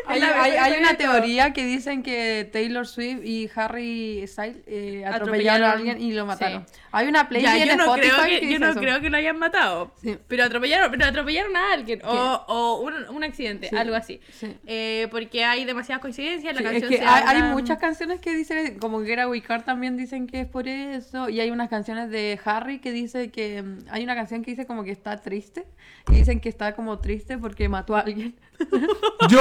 Hay, Es la hay- versión hay una abierta. teoría que dicen que Taylor Swift y Harry Styles eh, atropellaron, Atropellaron. a alguien y lo mataron. Sí. Hay una playlist Ya, yo en no, Spotify creo que, que, yo dice no eso. creo que lo hayan matado. Sí. Pero atropellaron, pero atropellaron a alguien. O, o un, un accidente, algo así. Sí. Eh, porque hay demasiadas coincidencias. La Sí, es canción que se hay, hay habla- muchas canciones que dicen, como que era Wicar también dicen que es por eso, y hay unas canciones de Harry que dice que, mm, hay una canción que dice como que está triste, y dicen que está como triste porque mató a alguien. Yo.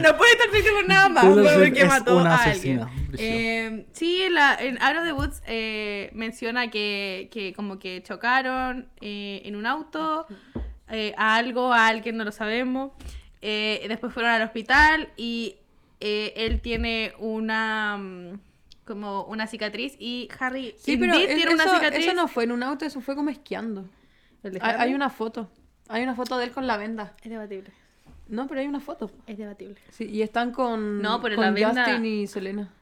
No puede estar triste por nada más, Taylor Swift porque es mató una a asesina, alguien. brígido. Eh, sí, en, la, en Out of the Woods eh, menciona que, que como que chocaron eh, en un auto, eh, a algo, a alguien, no lo sabemos. Eh, después fueron al hospital y eh, él tiene una mm, como una cicatriz y Harry indeed es- eso, tiene una cicatriz. eso no fue en un auto, eso fue como esquiando. ¿El de Hay, Harry? hay una foto, hay una foto de él con la venda. Es debatible, No, pero hay una foto. es debatible. Sí, y están con, No, pero con la venda- Justin y Selena.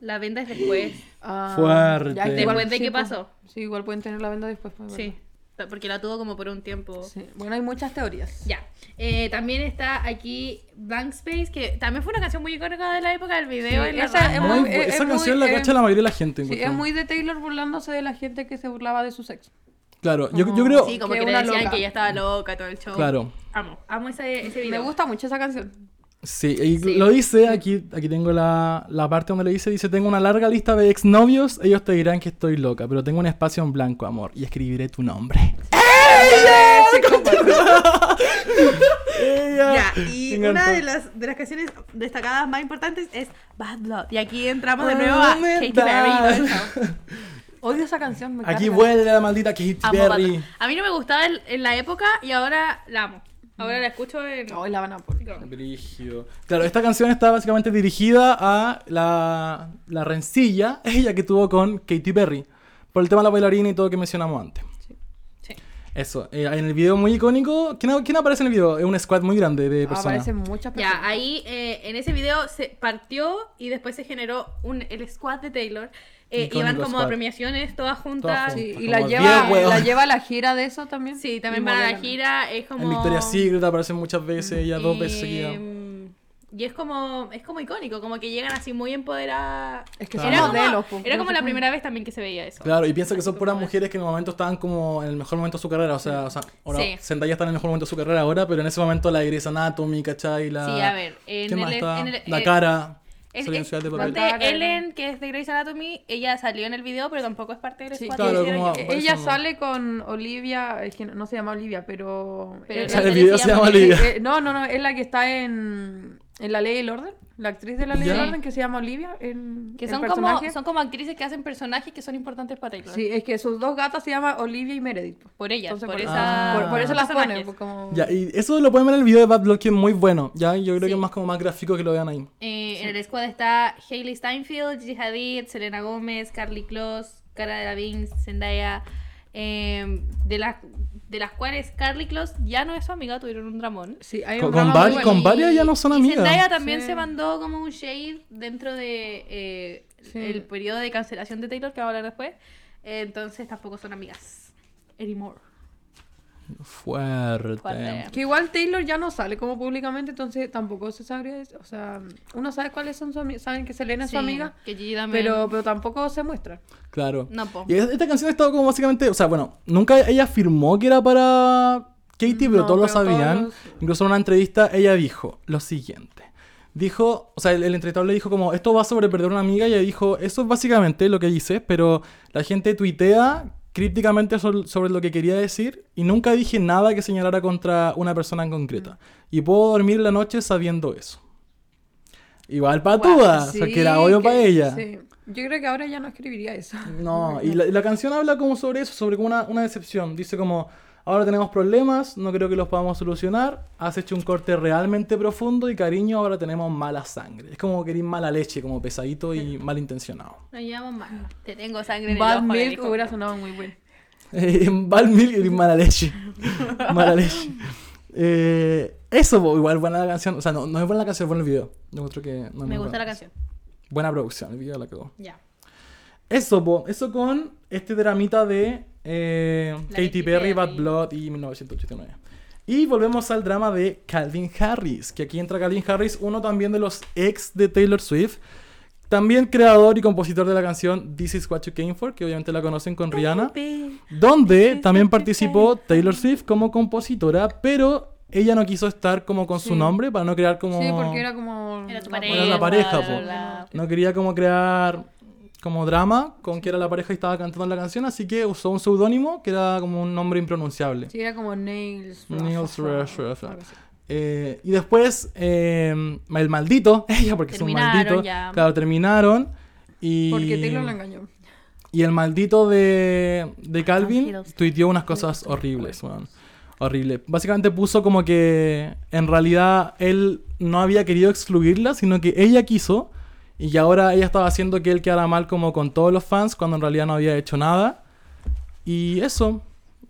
La venda es después, [CLEARS THROAT] Ah, Fuerte. ya, Después de sí, qué pues. pasó. Sí, igual pueden tener la venda después. pues, sí. ¿verdad? Porque la tuvo como por un tiempo. Sí. Bueno, hay muchas teorías. Ya. Eh, también está aquí Blank Space, que también fue una canción muy icónica de la época del video. Sí, y la esa [LAUGHS] radio. es Muy muy- bu- es- esa es canción muy- la es- cacha la mayoría de la gente. Sí, es encuentro. muy de Taylor burlándose de la gente que se burlaba de su sexo. Claro, yo, como- yo creo. Sí, como que que, le una decían loca. que ella estaba loca, todo el show. Claro. Amo, amo ese, ese Me video. gusta mucho esa canción. Sí, y Sí. lo dice, aquí, aquí tengo la, la parte donde lo dice, dice, tengo una larga lista de exnovios, ellos te dirán que estoy loca, pero tengo un espacio en blanco, amor, y escribiré tu nombre. ¡Ella! Ya, y Me una encantó. de las, de las canciones destacadas más importantes es Bad Blood. Y aquí entramos Ah, de nuevo a Katy Perry. y todo el show. Odio esa canción. Me Aquí carga. vuelve la maldita Katy Amo Bad Blood. Perry. A mí no me gustaba en, en la época y ahora la amo. Ahora la escucho en... Hoy la van a poner. Brígido. Claro, esta canción está básicamente dirigida a la, la rencilla, [LAUGHS] ella que tuvo con Katy Perry, por el tema de la bailarina y todo que mencionamos antes. Sí. Eso, eh, en el video muy icónico, ¿quién, quién aparece en el video? Es un squad muy grande Ah, de personas. Aparecen muchas personas. Ya, ahí eh, en ese video se partió y después se generó un, el squad de Taylor. Eh, Icónico iban como a squad. premiaciones todas Todas juntas. juntas. Sí, y Como la diez lleva, huevos. la lleva a la gira de eso también. Sí, también Y para la modelan. gira es como... En Victoria's Secret aparecen muchas veces, ya dos veces seguidas. Em, Y es como, es como icónico, como que llegan así muy empoderadas. Es que Claro. son Era, modelos. como, pues, era como la básicamente. primera vez también que se veía eso. Claro, y piensa que son puras mujeres que en el momento estaban como en el mejor momento de su carrera. O sea, o sea ahora Sí. Zendaya está en el mejor momento de su carrera ahora, pero en ese momento la Grey's Anatomy, ¿cachai? La... Sí, a ver, en ¿Qué el- más está? en el- la eh, e- cara. Es, Salió en es Ciudad de parte Papel. de Ellen, que es de Grey's Anatomy, ella salió en el video, pero tampoco es parte del Sí, squad. claro, que hicieron como- que- Por Ella eso no. sale con Olivia, es que no no se llama Olivia, pero... Pero eh, O sea, la el tele video se llama Olivia. eh, eh, no, no, no, es la que está en, en La Ley y el Orden, la actriz de La Ley y Ya. el Orden que se llama Olivia. En, que el son como, personaje. son como actrices que hacen personajes que son importantes para Taylor. Sí, es que sus dos gatas se llaman Olivia y Meredith. pues. Por ellas, Entonces, por, por, esa, eso- Ah. por, por eso las pone. personajes. pues, como... [LAUGHS] Ya, y eso lo pueden ver en el video de Bad Blood, que es muy bueno. Ya, yo creo Sí. que es más como más gráfico que lo vean ahí. Eh, En el squad está Hailey Steinfeld, Gigi Hadid, Selena Gómez, Carly Kloss, Cara de la Zendaya. eh, de, las, de las cuales Carly Kloss ya no es su amiga, tuvieron un dramón. Sí, hay Con, un con drama vari- muy con bueno. varias ya no son Y amigas. Zendaya también Sí. se mandó como un shade dentro de eh, Sí. el periodo de cancelación de Taylor que va a hablar después. Eh, entonces tampoco son amigas. Anymore. Fuerte. Fuerte. Que igual Taylor ya no sale como públicamente, entonces tampoco se sabría. O sea, uno sabe cuáles son sus amigas, saben que Selena es Sí, su amiga, Que Gigi también. pero, pero tampoco se muestra. Claro. No, po. Y es- esta canción ha estado como básicamente, o sea, bueno, nunca ella afirmó que era para Katie, pero No, todos lo pero todos sabían. los- Incluso en una entrevista ella dijo lo siguiente. Dijo, o sea, el, el entrevistador le dijo como, esto va sobre perder una amiga, y ella dijo, eso es básicamente lo que dices, pero la gente tuitea críticamente sol- sobre lo que quería decir y nunca dije nada que señalara contra una persona en Mm. concreta. Y puedo dormir la noche sabiendo eso. Igual para Guau, todas, sí, porque era obvio que- para ella. sí. Yo creo que ahora ya no escribiría eso. No, y la, y la canción habla como sobre eso, sobre como una, una decepción. Dice como, ahora tenemos problemas, no creo que los podamos solucionar, has hecho un corte realmente profundo y cariño, ahora tenemos mala sangre. Es como querer mala leche, como pesadito y malintencionado. [LAUGHS] No llevamos mal. Te tengo sangre en [LAUGHS] el Bad ojo, le Milk dijo. hubiera sonado muy bueno. En Balmil y mala [LAUGHS] leche. Mala leche. Eh, eso, po, igual buena la canción. O sea, no, no es buena la canción, es bueno el video. Yo encuentro que no es muy Me gusta buena. la canción. Buena producción, el video la cagó. Ya. Eso, po, eso con este dramita de eh, La Katy Katy Perry, Perry. Bad Blood y 1989. Y volvemos al drama de Calvin Harris, que aquí entra Calvin Harris, uno también de los ex de Taylor Swift, también creador y compositor de la canción This Is What You Came For, que obviamente la conocen con Rihanna, donde también participó Taylor Swift como compositora, pero ella no quiso estar como con su Sí. nombre para no crear como... Sí, porque era como. Era tu no, pareja. Era la pareja, bla, bla, po. bla. No quería como crear como drama con que era la pareja y estaba cantando la canción, así que usó un seudónimo que era como un nombre impronunciable. Sí, era como Nails. Nails Rush, Rush, algo Rush. así. Eh, y después, eh, el maldito, [LAUGHS] ella porque es un Terminaron maldito, ya. claro, terminaron. Y, Porque Taylor la engañó. y el maldito de, de Calvin Tranquilos. tuiteó unas cosas horribles, weón. Horrible. Básicamente puso como que en realidad él no había querido excluirla, sino que ella quiso. Y que ahora ella estaba haciendo que él quedara mal como con todos los fans, cuando en realidad no había hecho nada. Y eso.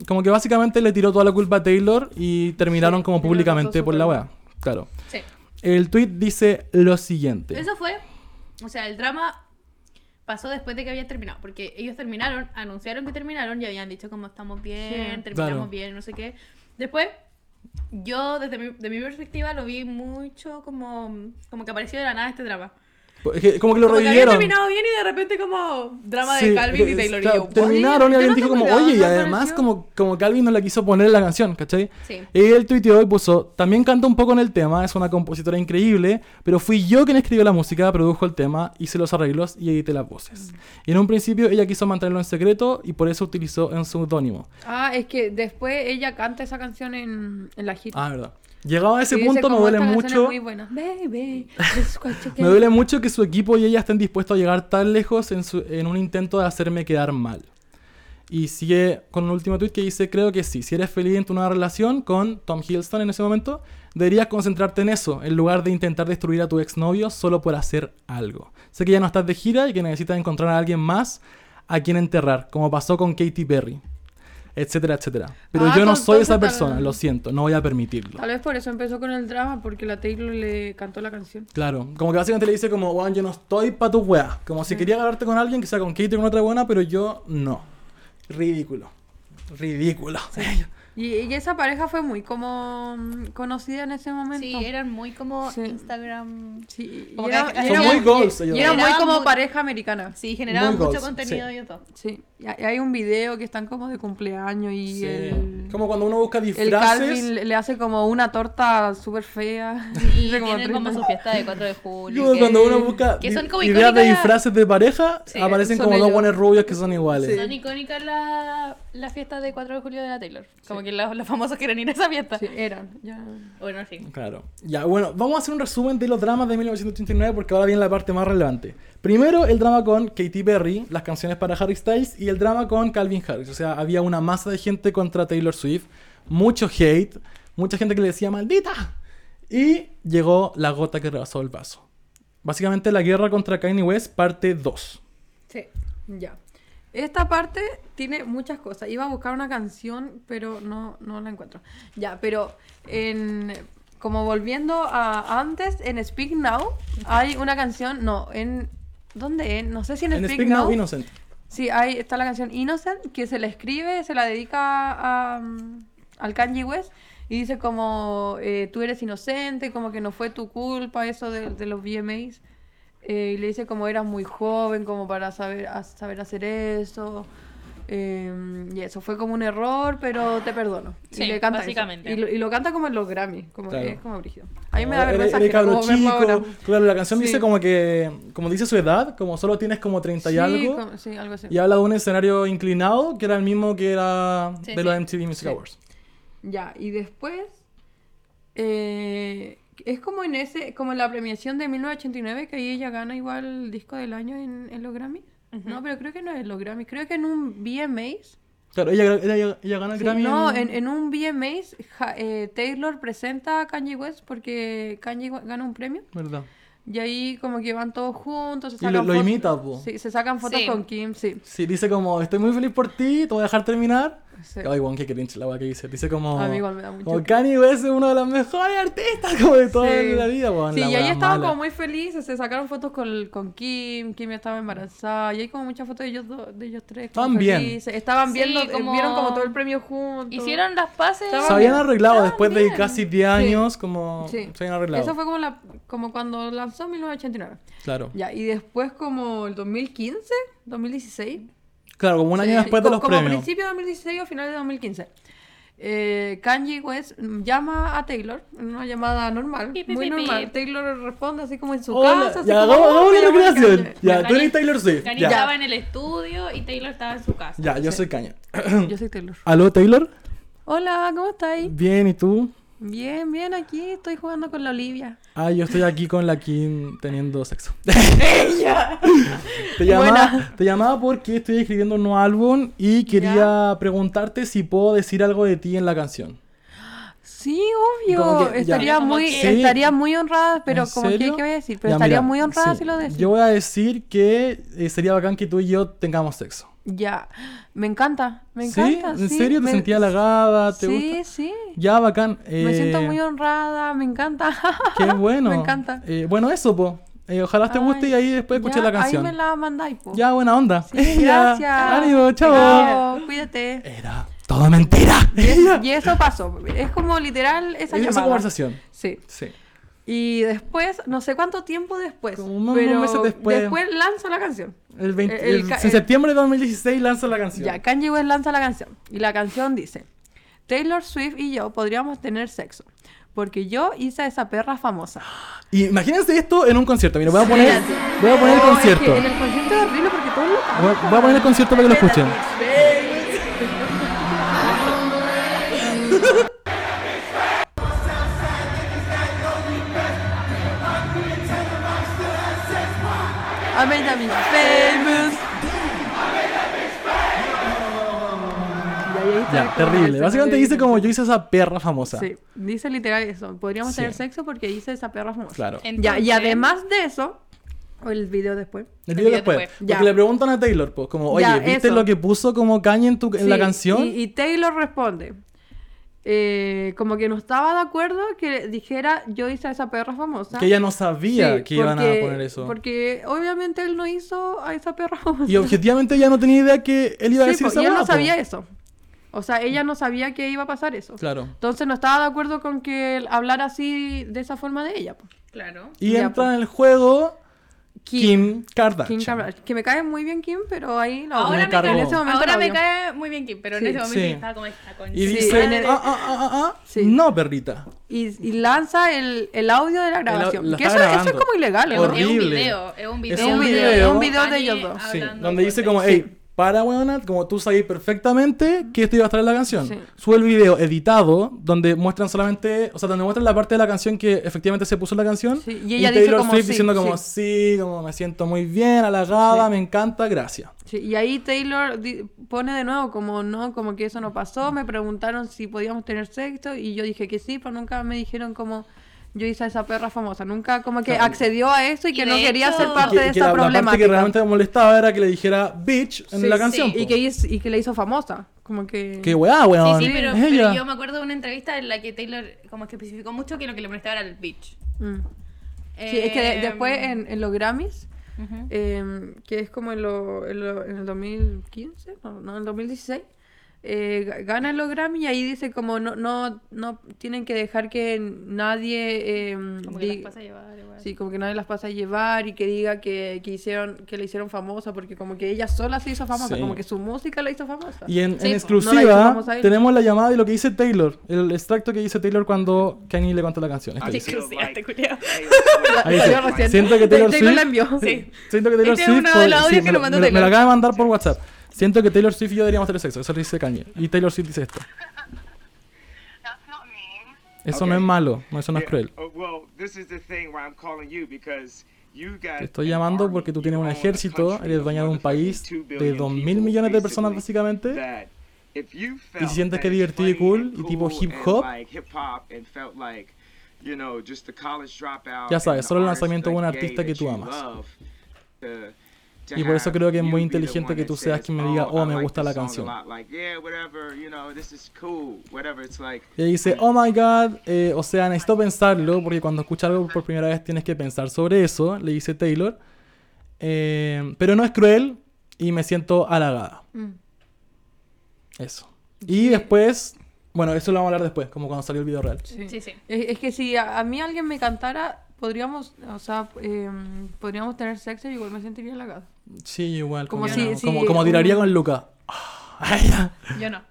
Como que básicamente le tiró toda la culpa a Taylor y terminaron como tiró públicamente todo por la súper weá. Claro. Sí. El tweet dice lo siguiente. Eso fue, o sea, el drama pasó después de que habían terminado, porque ellos terminaron, anunciaron que terminaron y habían dicho como estamos bien, Sí. terminamos Claro. bien, no sé qué. Después, yo desde mi, de mi perspectiva lo vi mucho como, como que apareció de la nada este drama. Es que- Como que lo Como que habían revivieron. terminado bien y de repente como drama Sí, de Calvin y es- Taylor claro, y yo. Terminaron y yo alguien no dijo tengo como, idea, oye, y me además pareció- como, como Calvin no la quiso poner en la canción, ¿cachai? Sí. Y él tuiteó y puso, también canta un poco en el tema, es una compositora increíble, pero fui yo quien escribió la música, produjo el tema, hice los arreglos y edité las voces. Mm. Y en un principio ella quiso mantenerlo en secreto y por eso utilizó un seudónimo. Ah, es que después ella canta esa canción en, en la gira. Ah, verdad. Llegado a ese Y dice punto me como, duele "Esta canción mucho. Es muy buena. Baby, this is what you Me get. duele mucho que su equipo y ella estén dispuestos a llegar tan lejos en, su- en un intento de hacerme quedar mal. Y sigue con un último tweet que dice, creo que sí, si eres feliz en tu nueva relación con Tom Hiddleston en ese momento, deberías concentrarte en eso, en lugar de intentar destruir a tu exnovio solo por hacer algo. Sé que ya no estás de gira y que necesitas encontrar a alguien más a quien enterrar, como pasó con Katy Perry. etcétera, etcétera. Pero Ah, yo no entonces soy esa tal- persona, lo siento, no voy a permitirlo. Tal vez por eso empezó con el drama, porque la Taylor le cantó la canción. Claro, como que básicamente le dice como, weón, yo no estoy pa' tu weá. Como si quería agarrarte con alguien, quizá con Kate o con otra buena, pero yo no. Ridículo. Ridículo. Y, y esa pareja fue muy como mm, conocida en ese momento. Sí, eran muy como Sí. Instagram. Sí, y Como que- era, y [LAUGHS] Son era- muy goals y ellos. era dos. muy Era como muy- pareja americana. Sí, generaban Muy mucho goals, contenido sí. y todo. Sí, y hay- hay un video que están como de cumpleaños y Sí. el, Como cuando uno busca el Calvin disfraces. le- le hace como una torta súper fea. [LAUGHS] [LAUGHS] Y Hace como tienen como 30. su fiesta de 4 de julio. Como que- cuando uno busca que son como di- ideas de icónicas. disfraces de pareja, aparecen son como dos ellos. buenas rubias que son iguales. Son icónicas las la fiestas de 4 de julio de la Taylor. Como que los, los famosos quieren ir a esa fiesta. Sí, eran. ya. Bueno, en fin. Claro. Ya, bueno, vamos a hacer un resumen de los dramas de 1989 porque ahora viene la parte más relevante. Primero, el drama con Katy Perry, las canciones para Harry Styles y el drama con Calvin Harris. O sea, había una masa de gente contra Taylor Swift, mucho hate, mucha gente que le decía maldita. Y llegó la gota que rebasó el vaso. Básicamente la guerra contra Kanye West, parte 2. Sí, ya. Esta parte tiene muchas cosas. Iba a buscar una canción, pero no, no la encuentro. Ya, pero en, como volviendo a antes, en Speak Now hay una canción, no, en... ¿Dónde? En- No sé si en, En Speak, Speak Now. Now Innocent. Sí, ahí está la canción Innocent, que se la escribe, se la dedica a, mm, al Kanye West y dice como, eh, tú eres inocente, como que no fue tu culpa eso de, de los VMAs. Eh, y le dice como eras muy joven, como para saber, a- saber hacer eso. Eh, y eso fue como un error, pero te perdono. Y Sí, le canta eso. básicamente. Y, lo, y lo canta como en los Grammy, como Claro. es como brígido. A mí me da Era- vergüenza era ajena cabro como verlo ahora. chico. Claro, la canción Sí. dice como que, como dice su edad, como solo tienes como 30 y Sí, algo. como- sí, algo así. Y habla de un escenario inclinado que era el mismo que era Sí, de sí. los MTV Music Awards. Ya, y después eh, es como en ese, como en la premiación de 1989 que ahí ella gana igual el disco del año en, en los Grammys. No, pero creo que no es en los Grammys, creo que en un VMAs. Claro, ella, ella, ella gana el Sí, Ah, Grammy. no, en, en un VMAs ja- eh, Taylor presenta a Kanye West porque Kanye West gana un premio. ¿Verdad? Y ahí como que van todos juntos, se Y lo- sacan lo fotos- imita, po. Sí, se sacan fotos Sí. con Kim, sí. Sí, dice como, estoy muy feliz por ti, te voy a dejar terminar. Sí. Ay, weón, qué cringe la weá que dice. Dice como... A mí igual me da mucho Como cringe. Kanye West es uno de los mejores artistas como de toda Sí. la vida, weón. Sí, la y ahí weá estaban mala. como muy felices, se sacaron fotos con, con Kim, Kim estaba embarazada, y hay como muchas fotos de ellos dos, de ellos tres. como Estaban bien. felices, Estaban Sí, viendo, eh, como- vieron como todo el premio juntos. Hicieron las pases. Estaba- Se habían bien. arreglado Estaban después bien. de casi 10 años, como... Sí. Se habían arreglado. Eso fue como, la, como cuando lanzó 1989. Claro. Ya, y después como el 2015, 2016. Claro, como un año Sí, después Este, co- de los como premios. principio de 2016 o final de 2015. Eh, Kanye West llama a Taylor, en una llamada normal, Pip, pip, muy pip, normal. pip. Taylor responde así como en su Hola, casa. así ya, como, hagamos "Oh, hagamos me una llaman recreación. Kanye". Ya, tú Kanye- eres Taylor Swift. Kanye Ya, estaba en el estudio y Taylor estaba en su casa. ya, yo soy Kanye. Yo soy Taylor. ¿Aló, Taylor? Hola, ¿cómo estáis? Bien, ¿y tú? Bien, bien, aquí estoy jugando con la Olivia. Ah, yo estoy aquí con la Kim teniendo [LAUGHS] sexo. te, llamaba, Buena. te llamaba porque estoy escribiendo un nuevo álbum y quería preguntarte si puedo decir algo de ti en la canción. Sí, Como obvio. que- ya. estaría Como muy, que- Sí. estaría muy honrada, pero ¿En como que, ¿qué serio? voy a decir? Pero Ya, estaría mira, muy honrada sí. si lo decís. Yo voy a decir que eh, sería bacán que tú y yo tengamos sexo. Ya, me encanta, me ¿Sí? encanta. ¿En sí, serio? ¿Te me- sentía halagada? ¿Te Sí, gusta? sí. Ya, bacán. Me siento eh, muy honrada, me encanta. [LAUGHS] Qué bueno. Me encanta. Eh, bueno, eso, po. Eh, ojalá te guste Ay, y ahí después escuché ya, la canción. Ahí me la mandáis, po. Ya, buena onda. Sí, [LAUGHS] Ya. gracias. Ánimo, Te chao. quiero, Cuídate. Era todo mentira. [LAUGHS] Ella. Y eso pasó. Es como literal Esa esa llamada. conversación. Sí. Sí. Y después, no sé cuánto tiempo después, Como unos pero meses después. lanzo la canción. El 20, El- el el- ca- en el- septiembre de 2016 lanza la canción. Ya, Kanye West lanza la canción. Y la canción dice, Taylor Swift y yo podríamos tener sexo, porque yo hice a esa perra famosa. Y imagínense esto en un concierto. Mira, voy a poner, voy a poner el Oh, es que concierto. en el concierto es horrible porque todo lo Voy a, voy a poner el concierto para que lo escuchen. I made that bitch famous. Y ahí está Ya, como terrible. ese Básicamente de- dice como yo hice esa perra famosa. Sí, dice literal eso. Podríamos Sí. tener sexo porque hice esa perra famosa. Claro. Entonces- Ya, y además de eso, O el video después. El video después. Ya. Porque le preguntan a Taylor, pues, como, oye, Ya, ¿viste eso. lo que puso como Kanye en, tu, en la Sí, canción? Y, y Taylor responde. eh, como que no estaba de acuerdo que dijera yo hice a esa perra famosa. que ella no sabía Sí, que iban a porque- poner eso. Porque obviamente él no hizo a esa perra famosa. [LAUGHS] Y objetivamente ella no tenía idea que él iba a Sí, decir po, esa pues. y él no hueá, po. sabía eso. O sea, ella no sabía que iba a pasar eso. Claro. Entonces no estaba de acuerdo con que él hablara así de esa forma de ella. pues. po. Claro. Y Ya, entra po. en el juego Ah, Kim, Kardashian. Kim Kardashian. Que me cae muy bien Kim, pero ahí la Ahora Me me, cargó. cae, En ese este momento ahora la me odio. cae muy bien Kim, pero en Sí. ese momento Sí. yo estaba como esta concha. Y Sí, dice, en el- ah, ah, ah, ah, ah, Sí. no, perrita. Y, y lanza el, el audio de la grabación. la que está eso, eso es grabando. como ilegal. ¿eh? ¿no? Horrible. Es un video, es un video. Es un video. de- Es un video de Kanye ellos dos. Sí, hablando donde dice fuerte. como, hey, para, weona, como tú sabes perfectamente que esto iba a estar en la canción. Sí. Sube el video editado, donde muestran solamente, o sea, donde muestran la parte de la canción que efectivamente se puso en la canción. Sí, y ella dice Taylor como, Swift sí, diciendo como, sí. sí. como me siento muy bien, halagada, me encanta, gracias. Sí, y ahí Taylor di- pone de nuevo como no, como que eso no pasó, me preguntaron si podíamos tener sexo y yo dije que sí, pero nunca me dijeron como yo hice a esa perra famosa, nunca como que Claro. accedió a eso y Y que de no quería hecho- ser parte Que- de que la, esa la parte que problemática. realmente me molestaba era que le dijera bitch en Sí, la canción. sí, y, po. que, hizo- y que le hizo famosa, como que... Qué weá, weón. Sí, sí, pero, es pero ella. yo me acuerdo de una entrevista en la que Taylor como que especificó mucho que lo que le molestaba era el Em, bitch. Mm. Sí, es que de- después en, en los Grammys, Ujú. eh, que es como en, lo- en lo- en el 2015, no, no, en el 2016, eh, ga- gana los Grammys y ahí dice como no, no, no tienen que dejar que nadie... eh, Como que las di- pasa a llevar igual. Sí, como que nadie las pasa a llevar y que diga que, que hicieron, que la hicieron famosa, porque como que ella sola se hizo famosa, Sí. como que su música la hizo famosa. [LAUGHS] Y en, en Sí, po. exclusiva No la hizo famosa él. tenemos la llamada y lo que dice Taylor, el extracto que dice Taylor cuando Kanye le cantó la canción. Esta Sí, dice. [LAUGHS] sí, este culiao. Ah, Ahí dice, Yo recién- siento que Taylor Taylor la Swift- envió. Sí. Siento que Taylor Este es Swift. uno de los pod- audios me, que nos lo- me mandó lo- me lo Taylor. acaba de mandar por WhatsApp. Siento que Taylor Swift y yo deberíamos tener sexo. Eso lo dice Kanye. Y Taylor Swift dice esto. That's not mean. Eso Ok. no es malo, no, eso no es Yeah, cruel. oh, well, this is the thing why I'm calling you because you got Te estoy an llamando army, porque tú you tienes un own a ejército, country eres of dueña de un motherfucking país 2 de billion 2.000 people, millones de personas, basically, básicamente. that if you si felt sientes que that es divertido y funny cool, and y tipo cool hip and hop, like hip hop and felt like, you know, just the college dropout Ya sabes, and the solo el artist, lanzamiento de un like, gay artista que that tú you amas. love, uh, to Y por eso creo que es have muy you be the inteligente one que that tú seas says, quien me diga, "Oh, "Oh, I me like gusta this la song a canción". lot", like, "Yeah, whatever, you know, this is cool, whatever, it's like, Y ella dice, oh my god, eh, o sea, necesito pensarlo, porque cuando escuchas algo por primera vez tienes que pensar sobre eso, le dice Taylor. Eh, pero no es cruel y me siento halagada. Mm. Eso. Y después, bueno, eso lo vamos a hablar después, como cuando salió el video real. Sí, sí. Es, es que si a, a mí alguien me cantara, podríamos, o sea, em, podríamos tener sexo y igual me sentiría halagada. Sí, igual. Como, Como si- si como, como tiraría un- con [LAUGHS] Luca. Ay, ya. Yo no.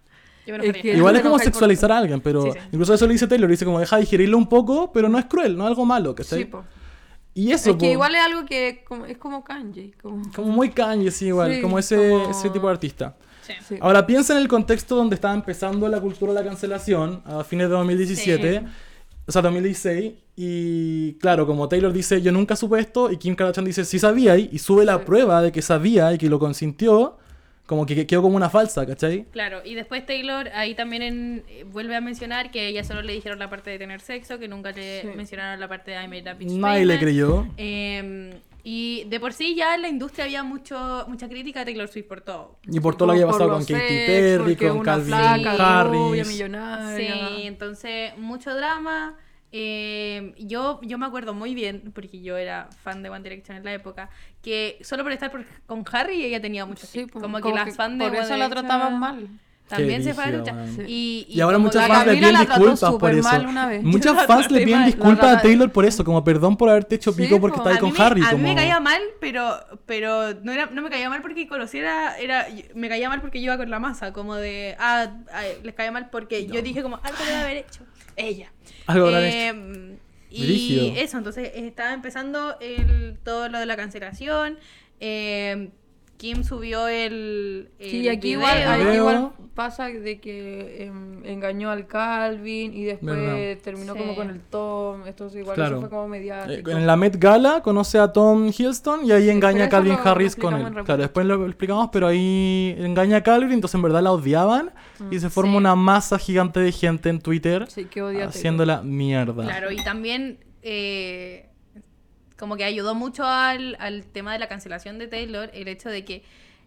Yo me Es lo que- Igual no es te como enojáis por- sexualizar a alguien, pero Sí, sí. incluso eso le dice Taylor, dice como deja digerirlo un poco, pero no es cruel, no es algo malo, que Sí, po. Y eso, Es que po. igual es algo que como- es como kanji. Como, Como muy Kanye, sí, igual, Sí, como, ese, como- ese tipo de artista. sí. Ahora piensa en el contexto donde estaba empezando la cultura de la cancelación, a fines de 2017, o sea, 2016, y claro, como Taylor dice, yo nunca supe esto, y Kim Kardashian dice, sí sabía, y y sube la prueba de que sabía y que lo consintió, como que que quedó como una falsa, ¿cachai? Claro, y después Taylor ahí también en- eh, vuelve a mencionar que ella solo le dijeron la parte de tener sexo, que nunca le Sí. mencionaron la parte de I made that bitch Nadie le famous. creyó. Eh, y de por sí ya en la industria había mucho mucha crítica a Taylor Swift por todo. Y por todo lo que había Por pasado con los Katy sex, Perry, porque con una Calvin flaca, rubia, Harris. millonaria. Sí, entonces mucho drama. Eh, yo, yo me acuerdo muy bien, porque yo era fan de One Direction en la época, que solo por estar por- con Harry ella tenía mucho Sí, hate. po, como, que las fans de por One eso la Direction trataban mal. También se fue a Qué luchar. brígido, weón. Y, Y ahora como muchas la fans le Gabriela piden la trató disculpas por súper eso. mal una vez. Yo Muchas [LAUGHS] la fans le traté piden mal, la disculpas a traté- Taylor por eso, como perdón por haberte hecho Sí, pico porque po. estaba a con mí me- Harry. a mí como... me caía mal, pero, pero no, era, no me caía mal porque conociera, era, me caía mal porque yo iba con la masa, como de, ah, ay, les caía mal porque yo dije como, "Ah, algo debe haber hecho ella. Algo habrán Eh, Y Brígido. eso, entonces eh, estaba empezando el, todo lo de la cancelación. eh, Kim subió el, el Sí, aquí video. igual, ahí Video. igual pasa de que em, engañó al Calvin y después Verdad. terminó Sí. como con el Tom. Esto es igual Claro. eso fue como Eh, mediático. en la Met Gala conoce a Tom Hiddleston y ahí engaña pero a eso Calvin lo- lo Harris con explicamos él. en República. Claro, después lo explicamos, pero ahí engaña a Calvin, entonces en verdad la odiaban y se forma Mm, sí. una masa gigante de gente en Twitter Sí, que odia a Taylor. haciéndola mierda. Claro, y también eh, como que ayudó mucho al, al tema de la cancelación de Taylor, el hecho de que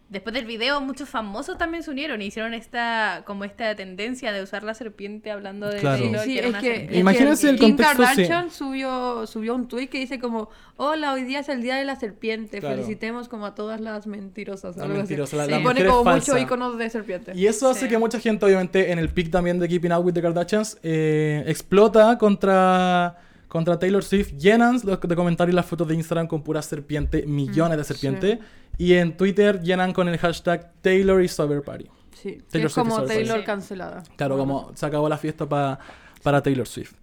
después del video muchos famosos también se unieron y hicieron esta como esta tendencia de usar la serpiente hablando de Claro. Taylor, Sí, que sí, era es una que- serpiente. es Imagínense que el Kim contexto, sí. Kardashian subió, subió un tuit que dice como, hola, hoy día es el día de la serpiente, Claro. felicitemos como a todas las mentirosas. Las algo así. mentirosas, la- Y las pone mujeres como falsas. mucho iconos de serpiente. Y eso hace que mucha gente, obviamente, en el pic también de Keeping Up with the Kardashians, eh, explota contra, contra Taylor Swift. Llenan los de comentarios las fotos de Instagram con pura serpiente, millones de Mm, serpientes. Y en Twitter llenan con el hashtag Taylor is Sober Party. Sí, que Taylor es Swift como es Taylor sorpresa. cancelada. Claro, como se acabó la fiesta pa- para Taylor Swift.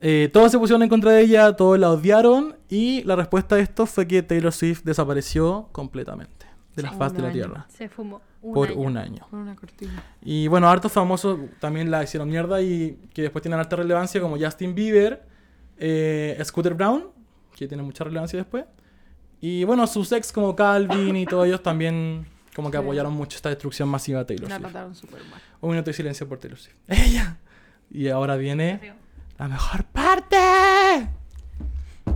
Eh, todos se pusieron en contra de ella, todos la odiaron. Y la respuesta a esto fue que Taylor Swift desapareció completamente de la faz de la tierra. se fumó un Por año. un año. Con una cortina. Y bueno, hartos famosos también la hicieron mierda y que después tienen harta relevancia, como Justin Bieber, eh, Scooter Brown, que tiene mucha relevancia después. Y bueno, sus ex como Calvin y todos ellos también como que apoyaron mucho esta destrucción masiva de Taylor La Swift. trataron súper mal. Un minuto de silencio por Taylor Swift. [LAUGHS] ¡Ella! Y ahora viene la mejor parte.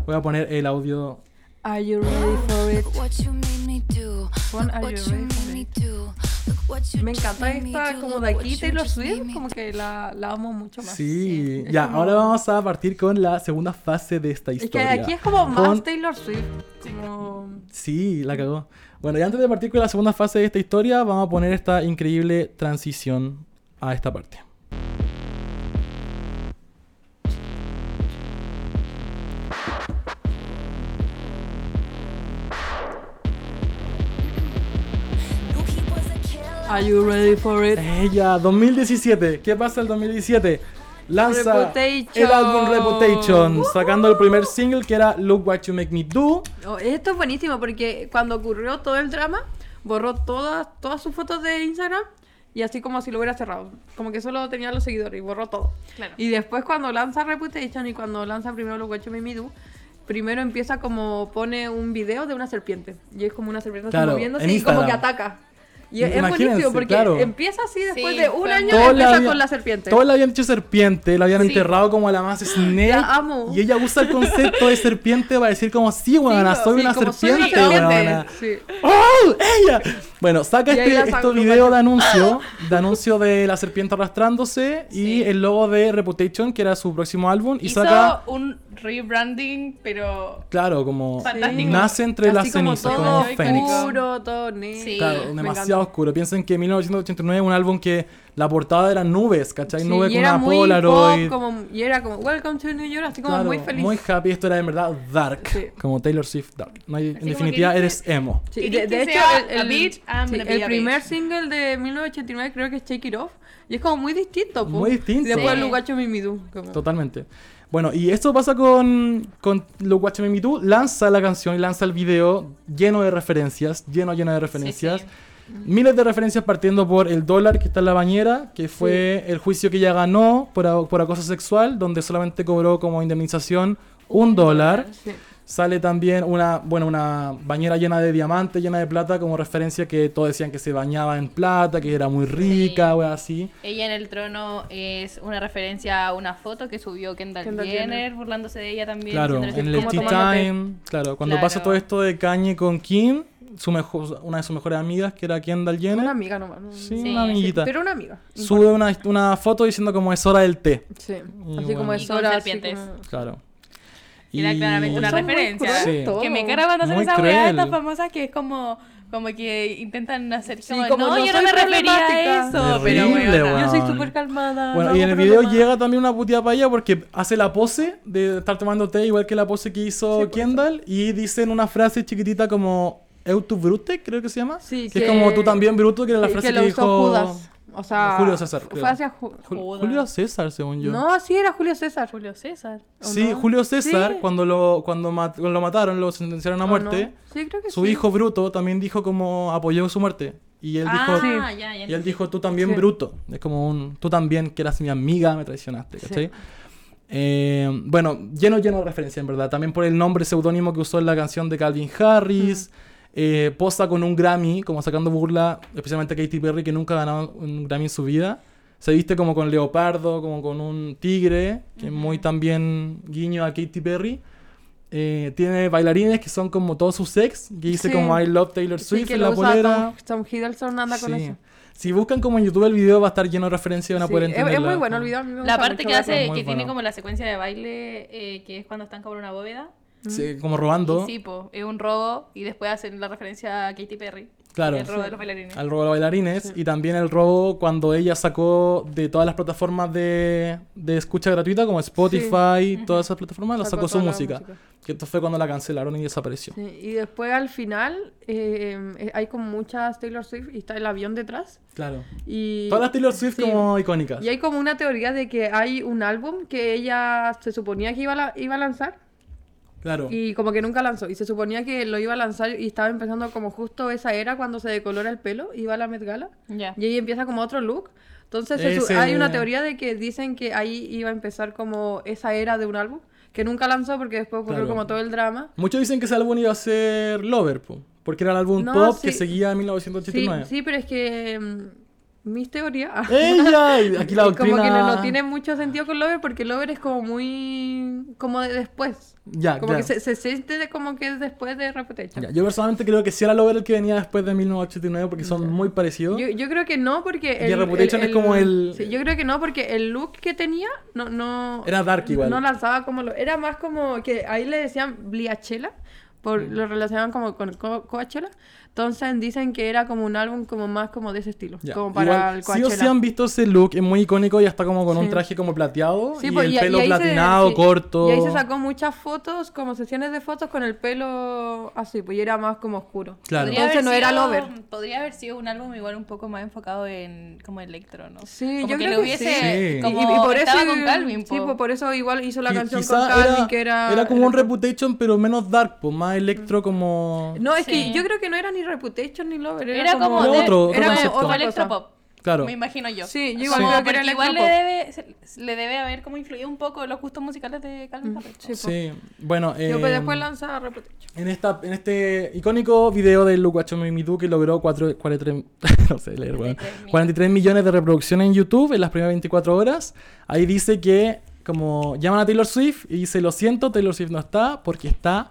Voy a poner el audio. Are you ready for it? Look what you made me do. Pon Look Are what You you Ready made for me It. do. Look what you Me just encanta made me esta do. como Look de what aquí, you Taylor just made Swift, me como do. que la, la amo mucho más. Sí, Es ya, como- ahora vamos a partir con la segunda fase de esta Es que historia. aquí es como más Con- Taylor Swift, como... Sí, la cagó. Bueno, y antes de partir con la segunda fase de esta historia, vamos a poner esta increíble transición a esta parte. No, he was a killer. Are you ready for it? Ella, 2017. ¿Qué pasa el 2017? Lanza Reputation. el álbum Reputation, sacando el primer single que era Look What You Make Me Do. Oh, esto es buenísimo porque cuando ocurrió todo el drama, borró todas todas sus fotos de Instagram y así como si lo hubiera cerrado. Como que solo tenía los seguidores y borró todo. Claro. Y después cuando lanza Reputation y cuando lanza primero Look What You Made Me Do, primero empieza como pone un video de una serpiente. Y es como una serpiente así Claro, moviéndose en y como que Instagram. ataca. Y I- es imagínense, buenísimo porque claro. empieza así después Sí, de un fue año Todos le empieza habían- con la serpiente. Todos le habían dicho serpiente, la habían Sí. enterrado como a la más snake. La amo. Y ella usa el concepto de serpiente para decir como, sí, weona, Sí, soy, una como soy una serpiente, serpiente. weona". Sí. ¡Oh! ¡Ella! Bueno, saca Y ahí este, la saca este un video baño. de [LAUGHS] anuncio, de anuncio de la serpiente arrastrándose y Sí. el logo de Reputation, que era su próximo álbum, y Hizo saca, un rebranding, pero claro, como Fantástico. nace entre las Así como cenizas, como todo un fénix. oscuro, todo negro. Sí. Claro, Me demasiado oscuro. Piensen que 1989 es un álbum que la portada eran nubes, ¿cachai? Sí, nubes y con era una muy Polaroid. pop, como, y era como Welcome to New York, así como Claro, muy feliz. happy. Esto era en verdad dark, Sí. como Taylor Swift dark. No hay- en como definitiva, que eres dice- emo. Sí, ¿Querés de, de que hecho, sea el, a el- bitch? I'm sí, gonna be el a primer bitch. single de 1989 creo que es Shake It Off y es como muy distinto. po. Muy distinto. Y después Sí. Lugacho Mimidú. Como. Totalmente. Bueno, y esto pasa con, con Lo Watch Me Me Do. Lanza la canción y lanza el video lleno de referencias, lleno, lleno de referencias. sí. Miles de referencias partiendo por el dólar que está en la bañera, que fue el juicio que ella ganó por, a- por acoso sexual, donde solamente cobró como indemnización un dólar. Sí. Sale también una, bueno, una bañera llena de diamantes, llena de plata, como referencia que todos decían que se bañaba en plata, que era muy rica, o así. Ella en el trono es una referencia a una foto que subió Kendall, Kendall Jenner, Jenner. burlándose de ella también. Claro, diciéndole en el así como Tea tomándote- Time. Claro, cuando Claro. pasa todo esto de Kanye con Kim, su mejor, una de sus mejores amigas, que era Kendall Jenner. Una amiga nomás. no- sí, sí, una amiguita. Pero una amiga. Sube una, una foto diciendo como es hora del té. Sí. Así bueno. como es Y con hora. así serpientes. como- Claro. Era claramente una Son muy referencia. crueles Sí. Que me cara cuando hacen Muy esa weá cruel. estas famosas que es como, como que intentan hacer Sí, como, como no, no yo no soy me refería a problemática". eso, pero Terrible, weona. weón. Yo soy Weón. súper calmada. Bueno, no y en hago el video problemas. llega también una puteada para ella porque hace la pose de estar tomando té, igual que la pose que hizo Kendall, y dicen una frase chiquitita como Eutu Brute, creo que se llama. Sí, que es que- como tú también, Bruto, que era la Sí, frase que que, lo usó dijo Judas. O sea, Julio César, creo. Fue hacia Ju- Jul- Judas. Julio César, según yo. No, sí, era Julio César. Julio César. ¿o sí, no? Julio César, Sí. cuando, lo, cuando mat- cuando lo mataron, lo sentenciaron a ¿O muerte, no? Sí, creo que su sí. hijo Bruto también dijo como apoyó su muerte. Y él dijo, ah, ya, ya. Y él dijo, tú también, Sí. bruto. Es como un, tú también, que eras mi amiga, me traicionaste, ¿cachai? Eh, bueno, lleno, lleno de referencia, en verdad. También por el nombre seudónimo que usó en la canción de Calvin Harris. Eh, posa con un Grammy, como sacando burla, especialmente a Katy Perry, que nunca ha ganado un Grammy en su vida. Se viste como con leopardo, como con un tigre, que es muy también guiño a Katy Perry. eh, tiene bailarines que son como todos sus ex, que dice Sí. como I love Taylor Swift que en la lo usa polera. Tom, Tom Hiddleston anda con Sí. eso. Si buscan como en YouTube el video va a estar lleno de referencias y van a Sí, poder es- entender. Es muy bueno el video. a mí me La gusta parte mucho que hace, muy que tiene bueno. como la secuencia de baile, eh, que es cuando están como en una bóveda. Sí, como robando Y sí, po, es un robo y después hacen la referencia a Katy Perry. Claro. El robo de los bailarines. al robo de los bailarines y también el robo cuando ella sacó de todas las plataformas de, de escucha gratuita como Spotify, todas esas plataformas, la Sacó sacó, su toda la música. música. Que esto fue cuando la cancelaron y desapareció. Sí, y después al final eh, eh, hay como muchas Taylor Swift y está el avión detrás. Claro. Y, Todas las Taylor Swift Sí. como icónicas. Y hay como una teoría de que hay un álbum que ella se suponía que iba a, la- iba a lanzar Claro. y como que nunca lanzó. Y se suponía que lo iba a lanzar y estaba empezando como justo esa era cuando se decolora el pelo, iba a la Met Gala. Ya. Y ahí empieza como otro look. Entonces se su- Ese- hay una teoría de que dicen que ahí iba a empezar como esa era de un álbum que nunca lanzó porque después ocurrió Claro. como todo el drama. Muchos dicen que ese álbum iba a ser Lover, po, porque era el álbum No, pop que sí. seguía en Sí, 1989. sí, pero es que mm, mis teorías... [LAUGHS] ¡Ella! Y Aquí la Es doctrina... Como que no, no tiene mucho sentido con Lover porque Lover es como muy... como de después. Ya, como claro. que se, se siente de- como que es después de Reputation. Ya, yo personalmente creo que sí era Lover el que venía después de 1989 porque son muy parecidos. Yo, yo creo que no porque... Y Reputation es como el- sí, yo creo que no porque el look que tenía no... no Era dark igual. No lanzaba como... Lo, era más como que ahí le decían Bliachela. Por, Mm. Lo relacionaban como con Co- Coachella. Entonces dicen que era como un álbum como más como de ese estilo. Ya, Como para igual, el sí Coachella. o sí han visto ese look, es muy icónico y está como con un Sí. traje como plateado Sí, y pues, el a- pelo ahí se- platinado, sí. corto. Y ahí se sacó muchas fotos, como sesiones de fotos con el pelo así, pues y era más como oscuro. Claro. Podría haber Entonces no era sido- Lover. Podría haber sido un álbum igual un poco más enfocado en como electro, ¿no? Sí, Como yo que creo le que hubiese sí. como y, y por eso estaba con Calvin, sí, po. pues, por eso igual hizo la Qui- canción con quizá Calvin era, que era Mm. era como un Reputation pero menos dark, pues, más electro como... No, es Sí. que yo creo que no era ni Reputation ni Lover, era, Era como, Era de- otro- otro era como concepto. como otra cosa. electropop. Claro. Me imagino yo. Sí, yo igual Como creo que porque era igual le electropop. debe, se- le debe haber como influido un poco los gustos musicales de Calvin Harris. ¿no? Sí, pues. Sí, bueno... Yo, eh, pues, después lanza Reputation. En, esta, en este icónico video de Lukacho Mimidu que logró cuatro- 43, [LAUGHS] no sé leer, weón. 43 millones de reproducciones en YouTube en las primeras 24 horas, ahí dice que como llaman a Taylor Swift y dice lo siento, Taylor Swift no está porque está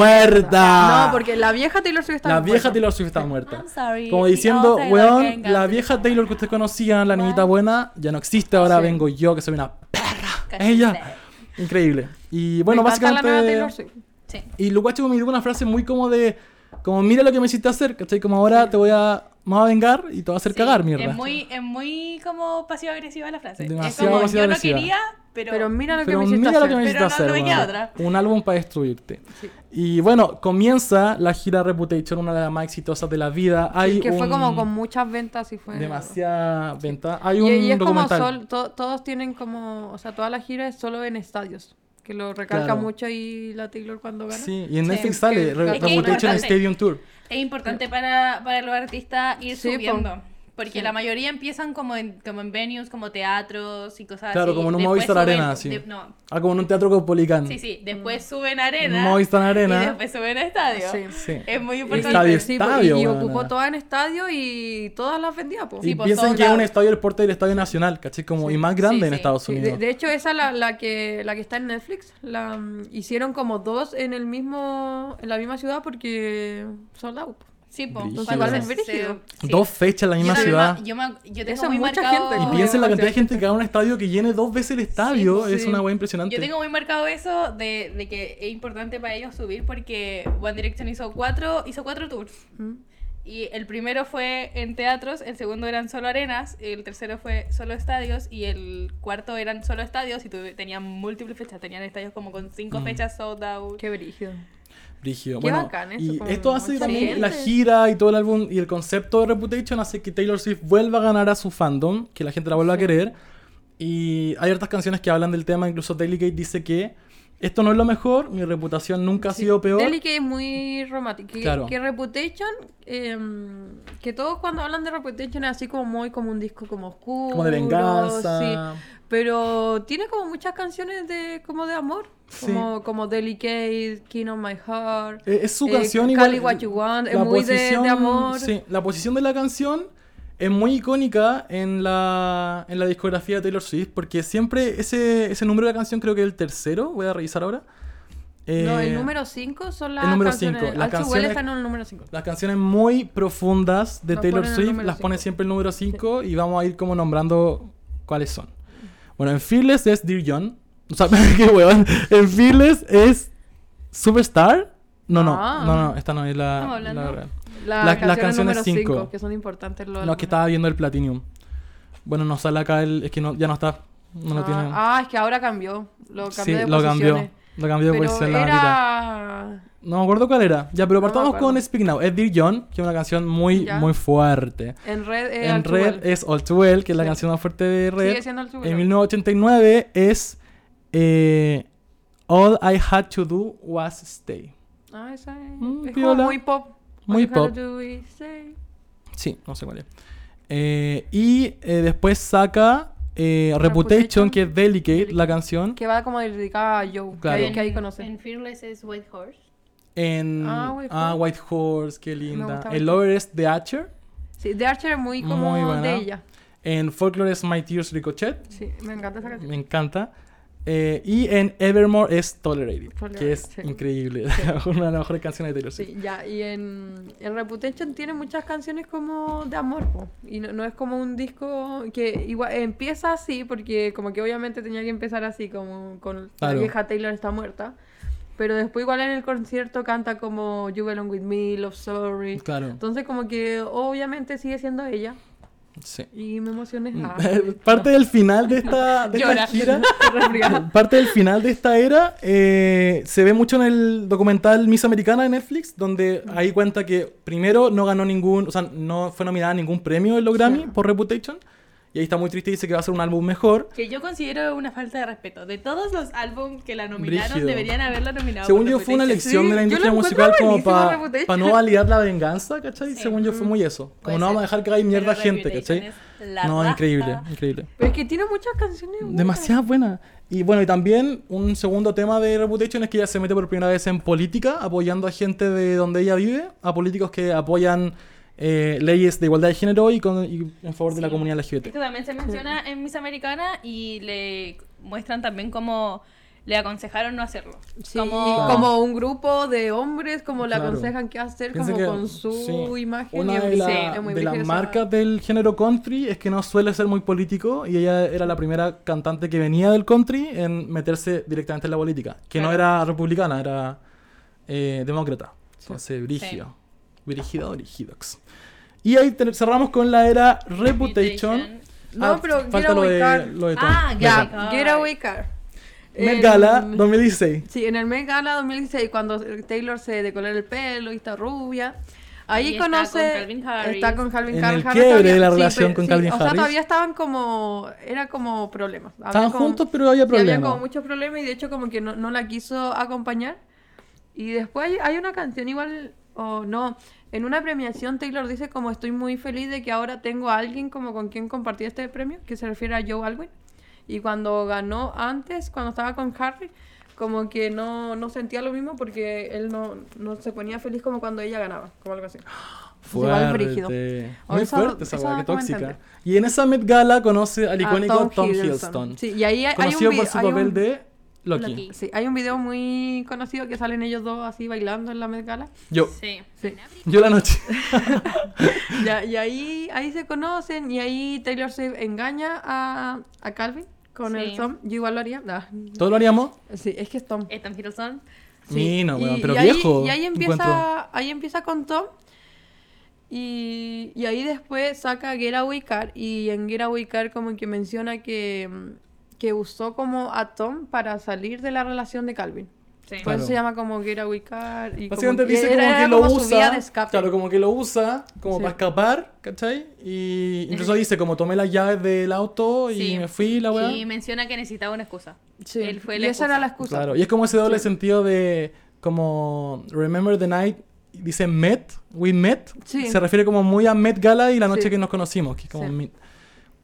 muerta. No, porque la vieja Taylor Swift estaba la vieja muerta. Taylor Swift está muerta. I'm sorry, Como the diciendo, old Taylor weón, can't la go". vieja Taylor que ustedes conocían, la niñita buena, ya no existe, ahora Sí. vengo yo que soy una perra. Ella. Increíble. Y bueno, Me encanta básicamente... la nueva Taylor Swift. Sí. Y Lukachu me dijo una frase muy como de, como mira lo que me hiciste hacer, ¿cachai? Como ahora te voy a, me voy a vengar y te voy a hacer Sí, cagar, mierda. Es muy, es muy como pasivo-agresiva la frase. Demasiado es como, yo no pasivo-agresiva. quería, pero... Pero mira lo que Pero me hiciste mira lo que me hacer. hiciste Pero no, hacer. no me queda weón. otra. Un álbum para destruirte. Y bueno, comienza la gira Reputation, una de las más exitosas de la vida. Hay Que fue un- como con muchas ventas y fue demasiada venta. Hay Y, un y es como documental. sol, to- todos tienen como, o sea, toda la gira es solo en estadios, que lo recalca Claro. mucho y la Taylor cuando gana. Sí, y en Sí, Netflix que- sale Re- que- Es que es Reputation importante. Stadium Tour. Es importante para, para los artistas ir Sí, po. subiendo. Porque Sí. la mayoría empiezan como en, como en venues, como teatros y cosas así. Claro, como en un Después Movistar suben- Arena, sí. de- no, Ah, como en un teatro copolicán. sí, sí. Después suben a arena. Movistar Arena. Y después suben a estadio. Mm. Sí. Sí. Es muy Y- importante. Estadio, sí, po, estadio, y, y weona. ocupó todas en estadio y todas las vendía, po. y por piensen todos que es un lados. estadio del porte del Estadio Nacional, ¿cachai? Como, y más grande Sí, en sí. Estados Sí, Unidos. de, de hecho, esa la, la que la que está en Netflix, la mm, hicieron como dos en el mismo en la misma ciudad porque sold out. po. Sí, po. Brígido. Cuando Igual es se- brígido. se- sí. Dos fechas en la misma yo ciudad. Yo, me- yo tengo Eso es muy mucha marcado... gente. Y Oh, piensen la demasiada cantidad de gente que va a un estadio que llene dos veces el estadio. pues, es sí. una wea impresionante. Yo tengo muy marcado eso de, de que es importante para ellos subir porque One Direction hizo cuatro, hizo cuatro tours. Y el primero fue en teatros, el segundo eran solo arenas, el tercero fue solo estadios y el cuarto eran solo estadios y tuve- tenían múltiples fechas, tenían estadios como con Mm. cinco fechas sold out. Qué brígido. Brígido. Qué bueno, bacán eso, y como esto hace mucha también gente. la gira y todo el álbum y el concepto de Reputation hace que Taylor Swift vuelva a ganar a su fandom, que la gente la vuelva a querer. Y hay hartas canciones que hablan del tema, incluso Delicate dice que esto no es lo mejor, mi reputación nunca ha sido peor. Deli que es muy romántico. Que, Claro. que Reputation, em, que todos cuando hablan de Reputation es así como muy como un disco como oscuro. Como de venganza. sí. Pero tiene como muchas canciones de como de amor. Sí. Como, como Delicate, King of My Heart. Eh, Es su eh, canción igual. Call It What You Want, es muy de- de amor. Sí, la posición de la canción es muy icónica en la, en la discografía de Taylor Swift porque siempre ese, ese número de la canción creo que es el tercero, voy a revisar ahora. No, Eh, el número 5 son las el número canciones. cinco, las Archie Well canciones- está en el número 5. Las canciones muy profundas de Las Taylor ponen al Swift número las pone cinco. siempre el número 5 y vamos a ir como nombrando cuáles son. Bueno, en Fearless es Dear John. O sea, [LAUGHS] qué huevón. En Fearless es Superstar. No, no, Ah. no, no, esta no es Estamos la, hablando la real. La, Las- las canción canciones número cinco. 5, que son importantes. Los No, es que estaba viendo el Platinum. Bueno, no sale acá el. Es que no, ya no está. No lo ah, tiene. ah, es que ahora cambió. Lo cambió sí, de lo cambió. posiciones. Lo cambió de Pero posición la mitad. era... No me acuerdo cuál era. Ya, pero No me partamos acuerdo. con Speak Now. Es Dear John, que es una canción muy, Ya. muy fuerte. En red eh, era en Archie Red Well. es All Too Well, que es la Sí. canción más fuerte de Red. Sigue siendo el en tuyo. 1989 es eh, All I Had to Do Was Stay. Ah, esa es... Mm, es como piola. muy pop. Muy What you gotta pop. do is say. Sí, no sé cuál es. Eh, y eh, después saca eh, Reputation, Reputation. que es Delicate, la canción. Que va como dedicada a Joe. Claro. Que, ahí- que ahí conoce. En Fearless es White Horse. En Ah, White ah, Horse. White Horse, qué linda. gusta White El Lover es The Archer. Sí, The Archer es muy como Muy buena. de ella. En Folklore es My Tears Ricochet. Sí, me encanta esa canción. Me encanta. Eh, y en Evermore es Tolerated, que Tolerated, es sí. increíble. [LAUGHS] Una de las mejores canciones de Taylor Swift. Sí, ya, y en, en Reputation tiene muchas canciones como de amor, po. y no, no es como un disco que igual empieza así, porque como que obviamente tenía que empezar así, como con Claro. la vieja Taylor está muerta, pero después igual en el concierto canta como You Belong With Me, Love Sorry, Claro. entonces como que obviamente sigue siendo ella, Sí. y me emocioné. [LAUGHS] Ah, Parte del final de esta, de esta Llora. Mm. [LAUGHS] gira. Estoy resfriada. Parte del final de esta era eh, se ve mucho en el documental Miss Americana de Netflix, donde ahí cuenta que primero no ganó ningún, o sea, no fue nominada a ningún premio en los Grammy por Reputation. Y ahí está muy triste y dice que va a ser un álbum mejor. Que yo considero una falta de respeto. De todos los álbumes que la nominaron, Brígido. deberían haberla nominado. Según por yo fue una Reputation. elección Sí, de la yo lo industria encuentro musical como buenísimo, para Reputation. no validar la venganza, ¿cachai? Según yo fue muy eso. Como Puede no vamos ser. a dejar que haga mierda Pero gente, Reputation ¿cachai? es la No, raja. increíble, increíble. Pero es que tiene muchas canciones buenas. Demasiado buena. Y bueno, y también un segundo tema de Reputation es que ella se mete por primera vez en política, apoyando a gente de donde ella vive, a políticos que apoyan eh, leyes de igualdad de género y, con- y en favor de la comunidad LGBT. Esto también se menciona en Miss Americana y le muestran también cómo le aconsejaron no hacerlo. Sí, Como- como, Claro. un grupo de hombres, como le Claro. aconsejan qué hacer, Piensa como que- con su sí. imagen. Una y de, la- sí, es muy de las brígido esa- marcas del género country es que no suele ser muy político y ella era la primera cantante que venía del country en meterse directamente en la política, que no era republicana, era eh, demócrata. Entonces, brígido. Brígido, brígidox. Y ahí te- cerramos con la era Reputation. No, pero ah, falta quiero lo de, ubicar- lo de Tom. Ah, Ya, Venga. Ay. Getaway Car. Met En- Gala 2016. Sí, en el Met Gala 2016, cuando Taylor se decolora el pelo y está rubia. Ahí Y está conoce. con Calvin Harris. Está con Calvin En Har- el Harris quiebre todavía. de la Sí, relación pero- con sí, Calvin O sea, Harris. todavía estaban como. Era como problemas. Había Estaban como- juntos, pero había Sí, había problemas. como muchos problemas y de hecho como que no, no la quiso acompañar. Y después hay, hay una canción igual, o no, en una premiación Taylor dice como estoy muy feliz de que ahora tengo a alguien como con quien compartir este premio, que se refiere a Joe Alwyn. Y cuando ganó antes, cuando estaba con Harry, como que no, no sentía lo mismo porque él no, no se ponía feliz como cuando ella ganaba, como algo así. Igual brígido. Fuerte. O Muy esa- fuerte esa esa weá, qué como tóxica. entender. Y en esa Met Gala conoce al A icónico Tom, Hiddleston. Ah, Sí, y ahí hay, hay conocido un por vi- su hay un- papel de Loki. Loki. Sí, hay un video muy conocido que salen ellos dos así bailando en la Met Gala. Yo, Sí. Sí. yo la noche. [LAUGHS] Ya, y ahí, ahí se conocen y ahí Taylor Swift engaña a, a Calvin con el Sí. Eh, Tom. Yo igual lo haría. Nah. ¿Todo lo haríamos? Sí, es que es Tom. Ethan Hiddleston. Sí. Mino, Y- weón, pero y ahí- viejo. y ahí encuentro. empieza, ahí empieza con Tom. Y, y ahí después saca Getaway Car y en Getaway Car como que menciona que, mm, que usó como a Tom para salir de la relación de Calvin. Sí. Por Claro. eso se llama como Getaway Car. Y como Básicamente que dice como era- que era lo como su usa. vía de escape. Claro, como que lo usa como Sí. para escapar, ¿cachai? Y incluso dice como tomé las llaves del auto y Sí. me fui, la weá. Y menciona que necesitaba una excusa. Sí. Él fue y la esa era la excusa. Claro, y es como ese doble sentido de como Remember the Night, dice Met, we met, Sí. se refiere como muy a Met Gala y la noche Sí. que nos conocimos, que es como Sí. Met.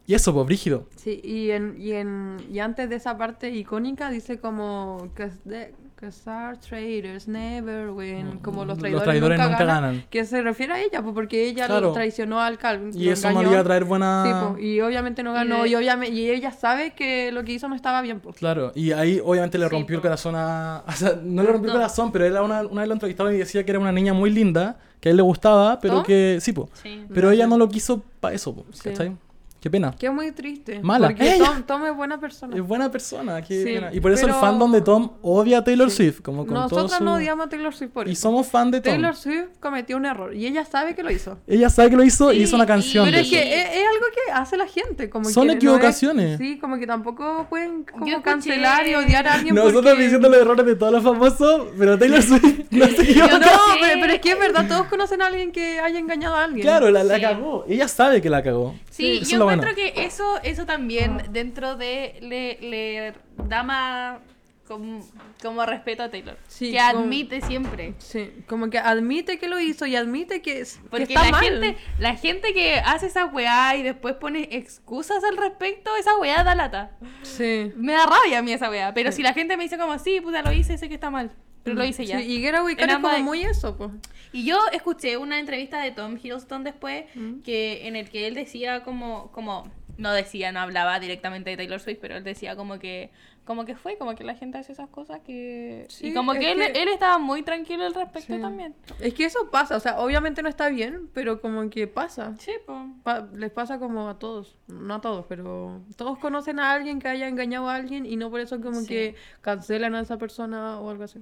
Y eso, pues, brígido. Sí, y, en, y, en, y antes de esa parte icónica dice como que es de- Cause our traitors never win. Como los Mm, Los traidores, traidores nunca, nunca ganan. ganan. Que se refiere a ella, pues porque ella Claro. lo traicionó al Calvin. Y lo eso no Ah. engañó. le iba a traer Sí, buena. po, y obviamente no ganó. de- Y, obviamente, y ella sabe que lo que hizo no estaba bien. pues. po. Claro, y ahí obviamente le rompió el corazón a... [LAUGHS] O sea, no le rompió el corazón, pero él a una, una vez lo entrevistaron y decía que era una niña muy linda, que a él le gustaba, pero ¿Tom? que... Sí, po. Sí. Pero ella no lo quiso para eso, po, Sí. ¿cachai? Qué pena. Que es muy triste. Mala. Porque ¡Ella! Tom, Tom es buena persona. Es buena persona, qué Sí, pena. Y por eso pero- el fandom de Tom odia a Taylor Swift, como con todo Nosotros su... no odiamos a Taylor Swift por y eso. somos fan de Tom. Taylor Swift cometió un error y ella sabe que lo hizo. Ella sabe que lo hizo y Sí, hizo una y- canción. Pero de es eso. que es, es algo que hace la gente. Como Son que no es- equivocaciones. sí, como que tampoco pueden como escuché- cancelar y odiar a alguien. Nosotros porque- diciendo los errores de todos los famosos, pero [LAUGHS] Taylor Swift no se No, equivoca. pero, pero es que es verdad, todos conocen a alguien que haya engañado a alguien. Claro, la, la cagó. Ella sabe que la cagó. Sí, Eso es yo lo bueno. encuentro que eso, eso también dentro de le, le da más com- como respeto a Taylor. Sí, que como- admite siempre. Sí, como que admite que lo hizo y admite que, es- que Porque está la mal. gente, la gente que hace esa weá y después pone excusas al respecto, esa weá da lata. Sí. Me da rabia a mí esa weá. Pero si la gente me dice como, sí, puta, lo hice, sé que está mal. Pero lo hice ya. Sí, y Getaway Car Era es como muy- muy eso, pues. Y yo escuché una entrevista de Tom Hiddleston después que en el que él decía como como no decía, no hablaba directamente de Taylor Swift, pero él decía como que como que fue, como que la gente hace esas cosas que Sí, y como es que él, que- él estaba muy tranquilo al respecto Sí. también. Es que eso pasa, o sea, obviamente no está bien, pero como que pasa. Sí, pues. Pa- les pasa como a todos, no a todos, pero todos conocen a alguien que haya engañado a alguien y no por eso como Sí. que cancelan a esa persona o algo así.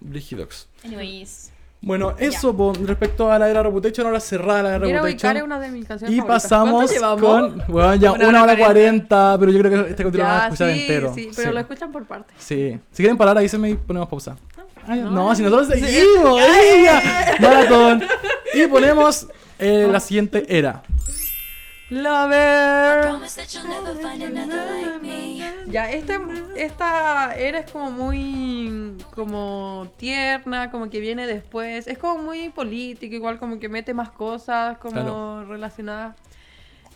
Brigidox. Anyways. Bueno, eso po, respecto a la era Reputation, ahora cerrada la era Getaway Car es Reputation. una de mis canciones Y favoritas. pasamos ¿Cuánto llevamos? con. [LAUGHS] Bueno, ya Una una, hora hora cuarenta, pero yo creo que este capítulo lo van a Ya, escuchar sí, entero. sí, pero lo escuchan por partes. Sí. Si quieren parar, avísenme y ponemos pausa. Ah, ya. no, si nosotros seguimos, [LAUGHS] ella, maratón. Y ponemos eh, la siguiente era. Lover. Promise that you'll never find another like me. Ya, esta, esta era es como muy como tierna, como que viene después. Es como muy política, igual como que mete más cosas como Claro. relacionadas.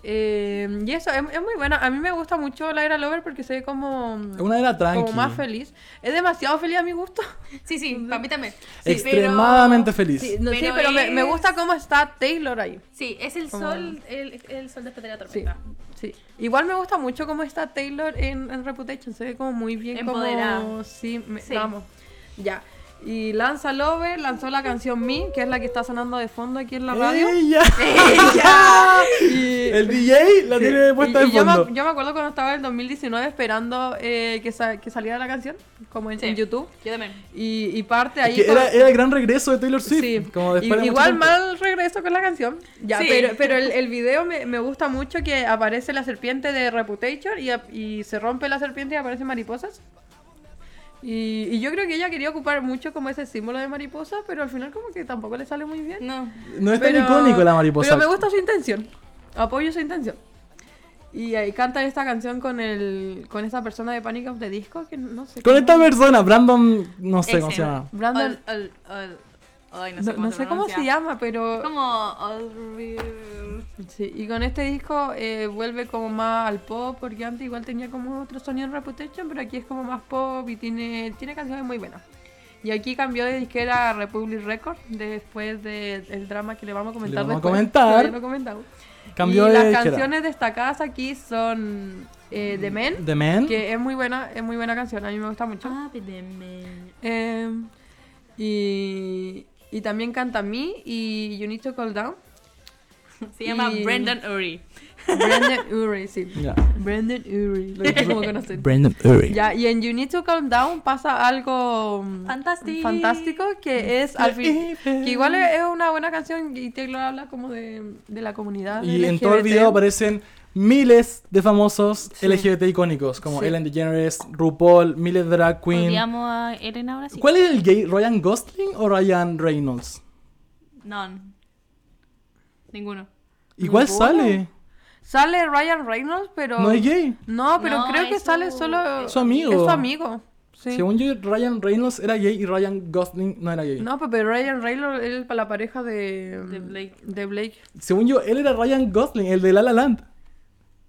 Eh, y eso, es, es muy buena. A mí me gusta mucho la era Lover porque se ve como, Una era tranqui. como más feliz. Es demasiado feliz a mi gusto. Sí, sí, para mí también. Extremadamente feliz. Sí, no, sí, Pero pero, me, me es- gusta cómo está Taylor ahí. Sí, es el sol, el, el sol después de la Sí, tormenta. sí. Igual me gusta mucho cómo está Taylor en, en Reputation. Se ve como muy bien. Como, Empoderada. sí, me, Sí. vamos. Ya. Y Lanza Lover lanzó la canción Me, que es la que está sonando de fondo aquí en la radio. [LAUGHS] [LAUGHS] Ella. Y, El DJ la tiene y- puesta de y yo, fondo. me, yo me acuerdo cuando estaba en el 2019 esperando eh, que, sa- que saliera la canción, como en, Sí. en YouTube. Yo también. Y, y parte Es ahí. que con- era, era el gran regreso de Taylor Swift. Sí. Como después I- de mucho igual tiempo. mal regreso con la canción. Ya, Sí. pero, pero el, el video me, me gusta mucho que aparece la serpiente de Reputation y, ap- y se rompe la serpiente y aparecen mariposas. Y, y yo creo que ella quería ocupar mucho como ese símbolo de mariposa, pero al final como que tampoco le sale muy bien. No. No es tan Pero- icónico la mariposa. Pero me gusta su intención. Apoyo su intención. Y ahí canta esta canción con el con esa persona de Panic of the Disco que no Con sé. cómo- esta persona, Brandon, no sé cómo Ese, se llama. Brandon, Ol- ol- ol- ay, no, no sé cómo se pronuncia. llama, pero Como ol- re- Sí, y con este disco eh, vuelve como más al pop, porque antes igual tenía como otro sonido en Reputation, pero aquí es como más pop y tiene, tiene canciones muy buenas. Y aquí cambió de disquera a Republic Records después del drama que le vamos a comentar vamos a después, comentar. que ya lo comentamos. Cambió y de las disquera. Mm, canciones destacadas aquí son eh, The Men, The Man. que es muy buena, es muy buena canción, a mí me gusta mucho. Ah. Eh, y, y también canta Me y You Need to [LAUGHS] Call Down. Se llama Y- Brendan Uri. Brandon Urie, sí. Ya. Brandon Urie, [LAUGHS] lo que como conocen. Brandon Urie. Ya, y en You Need to Calm Down pasa algo mm, Fantástico. fantástico que es al fin, que igual es es una buena canción y Taylor habla como de, de la comunidad. Y en todo el LGBT. video aparecen miles de famosos LGBT icónicos, como Sí. Ellen DeGeneres, RuPaul, miles de drag queen. Odiamos a Elena ahora sí. ¿Cuál es el gay? ¿Ryan Gosling o Ryan Reynolds? No. Ninguno. ¿Y cuál Ninguno. sale? Sale Ryan Reynolds, pero ¿No es gay? No, pero No, creo que es sale su- solo es su amigo. Es su amigo. Sí. Según yo, Ryan Reynolds era gay y Ryan Gosling no era gay. No, pero Ryan Reynolds es la pareja de De Blake. de Blake. Según yo, él era Ryan Gosling, el de La La Land.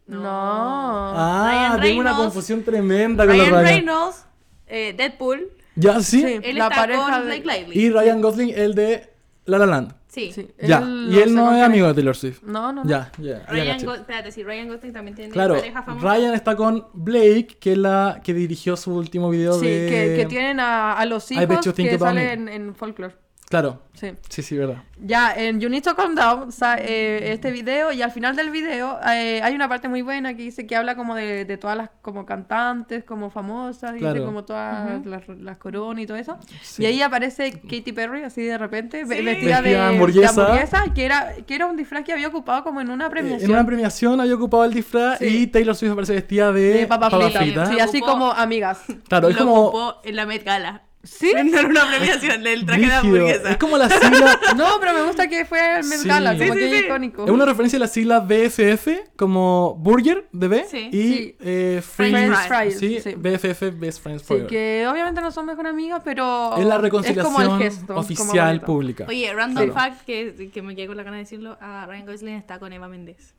No. Ah, Ryan tengo una Reynolds. confusión tremenda con los Ryan Ryan. Reynolds, eh, Deadpool. ¿Ya sí? Sí. Él La está pareja con de- Blake Lively. Y Ryan Gosling, el de La La Land. Sí. Sí, ya. él Y él se no es contiene. amigo de Taylor Swift. No, no, no. Ya, ya. ya Ryan caché. Go- Espérate, sí, Ryan Gosling también tiene Claro, pareja famosa. Ryan está con Blake, que es la que dirigió su último video Sí, de... que, que tienen a, a los I bet hijos you think que about me. salen en folklore. Claro, Sí. sí, sí, verdad. Eh, Ya, en You Need to Calm Down, sa- eh, este video, y al final del video eh, hay una parte muy buena que dice que habla como de, de todas las como cantantes, como famosas, Claro. dice como todas las, las coronas y todo eso. Sí. Y ahí aparece Katy Perry, así de repente, ve- vestida de, Vestida de de hamburguesa. Eh, hamburguesa, que era, que era un disfraz que había ocupado como en una premiación. En una premiación había ocupado el disfraz Sí. y Taylor Swift aparece vestida de, de papa frita. frita. Sí, así como amigas. Claro, es Lo como... ocupó en la Met Gala. [LAUGHS] ¿Sí? No era una premiación del traje de brígido. hamburguesa. Es como la [LAUGHS] sigla... No, pero me gusta que fue al Met Sí. Gala, como Sí, que sí, sí. icónico. Es una referencia a la sigla BFF, como Burger, de B, Sí. y Sí. eh, French Friends, fries, sí, sí. BFF, Best Friends Sí, Forever. que obviamente no son mejor amigas, pero es la es como reconciliación el gesto, como oficial bonito. pública. Oye, random Claro. fact que, que me quedé con la gana de decirlo, a Ryan Gosling está con Eva Méndez.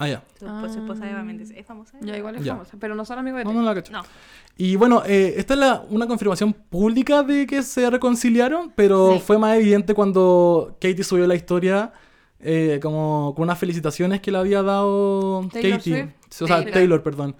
Ah, ya. Su, esp- su esposa Eva Méndez. ¿Es famosa? Ya igual es Ya. famosa, pero no son amigos de No, ti. no la cacho. No. Y bueno, eh, esta es la- una confirmación pública de que se reconciliaron, pero Sí. fue más evidente cuando Katie subió la historia eh, como con unas felicitaciones que le había dado Taylor Katie. Swift. O sea, Taylor. Taylor, perdón.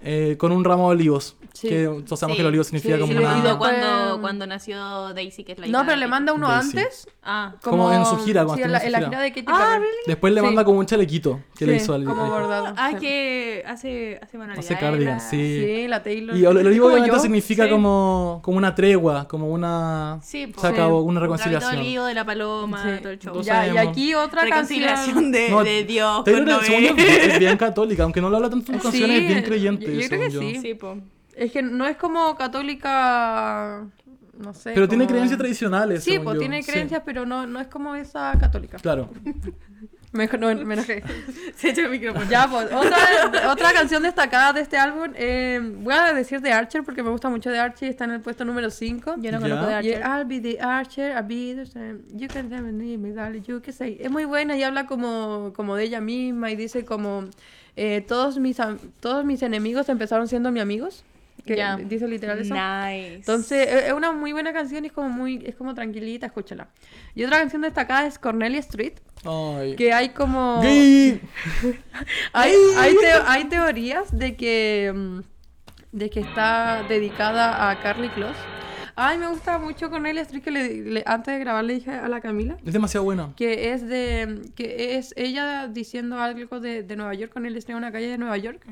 Eh, con un ramo de olivos. Sí. Que todos sabemos Sí, que el olivo significa sí, como Y sí, lo- una... y lo- cuando, Fue- cuando nació Daisy, que es la hija No, pero de le Katy. manda uno Daisy. antes. Ah, Como en su gira, cuando sí, estuvo en en la, su en la gira. gira de Katy Ah, Perry. Después le Sí. manda como un chalequito que le Sí, hizo al como bordado. ah, sí. que hace, hace manualidades. Hace cardigan, la- sí. Sí, la Taylor. Y el el olivo Como obviamente yo. significa sí. como, como una tregua, como una... Sí, pues. se acabó, una Reconciliación. El reconciliación. lío de la paloma, todo el show. Dos- Ya, y sabemos. aquí otra canción. Reconciliación de, No, de Dios Taylor, con según yo, es [LAUGHS] Noé. bien- es bien católica, aunque no lo habla tanto en sus Sí, canciones, es bien yo- creyente. yo creo que según sí. [LAUGHS] Sí, po. Es que no es como católica. No sé. Pero tiene como- creencias tradicionales. Sí, según pues yo, tiene sí. creencias, pero no, no es como esa católica. Claro. Me, no, me enojé. Se echó el micrófono. Ya, pues, otra, otra canción destacada de este álbum. eh, voy a decir de Archer porque me gusta mucho de Archer. Está en el puesto número 5. Yo Ya. no conozco de Archer. I'll be the Archer, I'll be the same. You can never need me, darling, you can say. Es muy buena y habla como, como de ella misma y dice como eh, todos, mis, am- todos mis enemigos empezaron siendo mis amigos. Que Ya. dice literal eso. Nice. Entonces, e- es una muy buena canción y es como muy, es como tranquilita, escúchala. Y otra canción destacada es Cornelia Street, Ay. que hay como... Gay. Hay, hay, teo- hay teorías de que, mm, de que está dedicada a Carly Close. Ay, me gusta mucho con él, que le, le- antes de grabar le dije a la Camila. Es demasiado buena. Que es de que es ella diciendo algo de, de Nueva York, con él en una calle de Nueva York.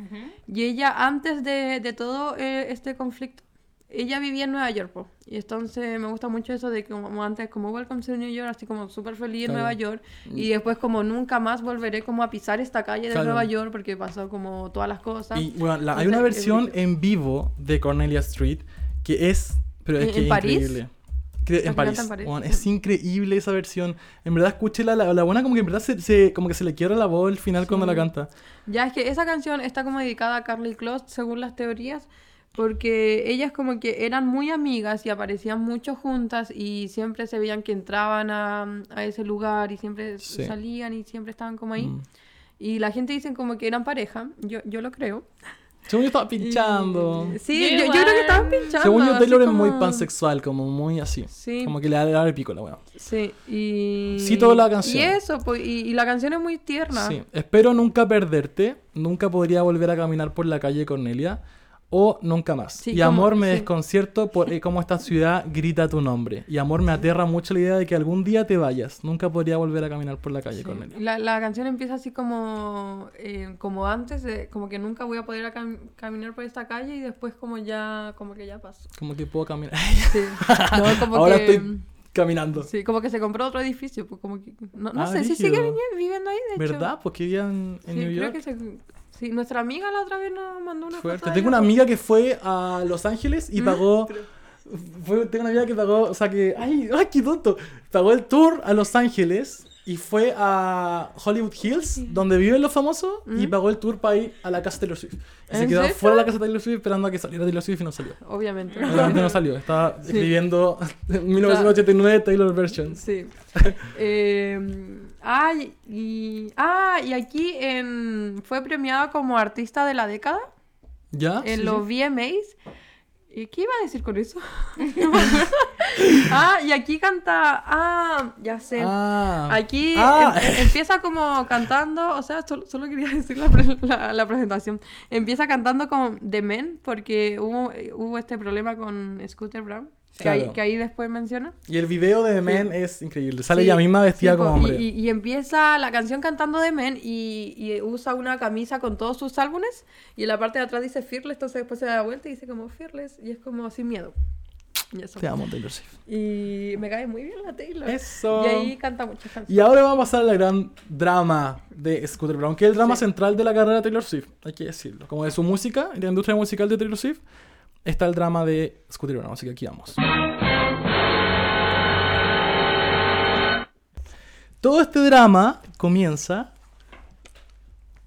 Y ella, antes de, de todo eh, este conflicto, ella vivía en Nueva York. po. Y entonces me gusta mucho eso de que como antes, como Welcome to New York, así como súper feliz en Claro. Mm. Nueva York. Y después como nunca más volveré como a pisar esta calle de Claro. Nueva York porque pasó como todas las cosas. Y bueno, la- hay Entonces, una es versión difícil. en vivo de Cornelia Street que es. Pero es ¿En- que en es París? increíble. Que- canta En en París. París, Bueno, sí. es increíble esa versión. En verdad, escúchela. La, la buena, como que en verdad se, se- como que se le quiebra la voz al final cuando la canta. Ya es que esa canción está como dedicada a Carly Close, según las teorías, porque ellas como que eran muy amigas y aparecían mucho juntas y siempre se veían que entraban a, a ese lugar y siempre Sí. salían y siempre estaban como ahí. Mm. Y la gente dicen como que eran pareja, yo, yo lo creo. Según yo estaba pinchando. Sí, Yo yo, yo igual. creo que estaban pinchando. Según yo, así Taylor es muy como- pansexual, como muy así. Sí. Como que le da le da el pico la weá. Sí, y... Cito la canción. Y eso, pues, y, y la canción es muy tierna. Sí. Espero nunca perderte. Nunca podría volver a caminar por la calle Cornelia. O nunca más. Sí, y como- amor me sí. desconcierto por eh, cómo esta ciudad grita tu nombre. Y amor me aterra mucho la idea de que algún día te vayas. Nunca podría volver a caminar por la calle Cornelia. La, la canción empieza así como, eh, como antes, de- como que nunca voy a poder a cam- caminar por esta calle y después como ya, como que ya [LAUGHS] pasó. Como que puedo caminar. Sí. No, [LAUGHS] como Ahora que, estoy caminando. sí, como que se compró otro edificio, pues como que, no, no Ah, sé si brígido. sigue vi- viviendo ahí, de hecho. ¿Verdad? Porque vivía en, en Sí, New creo York. que se- sí, nuestra amiga la otra vez nos mandó una Fuerte. foto de Tengo una ella. amiga que fue a Los Ángeles Mm, y pagó. fue- tengo una amiga que pagó. O sea que. ¡Ay, ay qué tonto! Pagó el tour a Los Ángeles y fue a Hollywood Hills, donde viven los famosos, y pagó el tour para ir a la casa de Taylor Swift. Y se Mm. ¿En quedó serio? fuera de la casa de Taylor Swift esperando a que saliera Taylor Swift y no [LAUGHS] salió. Obviamente. Obviamente no salió. Estaba escribiendo [LAUGHS] 1989 Taylor Versions. [LAUGHS] Sí. Eh, ah, y, ah, y aquí en, fue premiado como artista de la década ¿Ya? en Ah, Sí, los sí. VMAs. ¿Y qué iba a decir [LAUGHS] con eso? No me acuerdo. ah, y aquí canta. Ah, ya sé. Ah. Aquí Ah. em- em- empieza como cantando, o sea, sol- solo, quería [LAUGHS] decir la, pre- la- la presentación. Empieza cantando con The Men, porque hubo, hubo este problema con Scooter Brown, que, ahí, Claro. que ahí después menciona. Y el video de The Man es increíble. Sale Sí, ella misma vestida sí, po, como y- hombre. Y, y empieza la canción cantando de Men y, y usa una camisa con todos sus álbumes y en la parte de atrás dice Fearless, entonces después se da la vuelta y dice como Fearless y es como sin miedo. Y eso. Te amo, Taylor Swift. Y me cae muy bien la Taylor. Eso. Y ahí canta muchas [LAUGHS] canciones. Y ahora vamos a pasar a la gran drama de Scooter Brown, que es el drama central de la carrera de Taylor Swift, hay que decirlo. Como de su música, de la industria musical de Taylor Swift, está el drama de Scooter Brown, así que aquí vamos. Todo este drama comienza...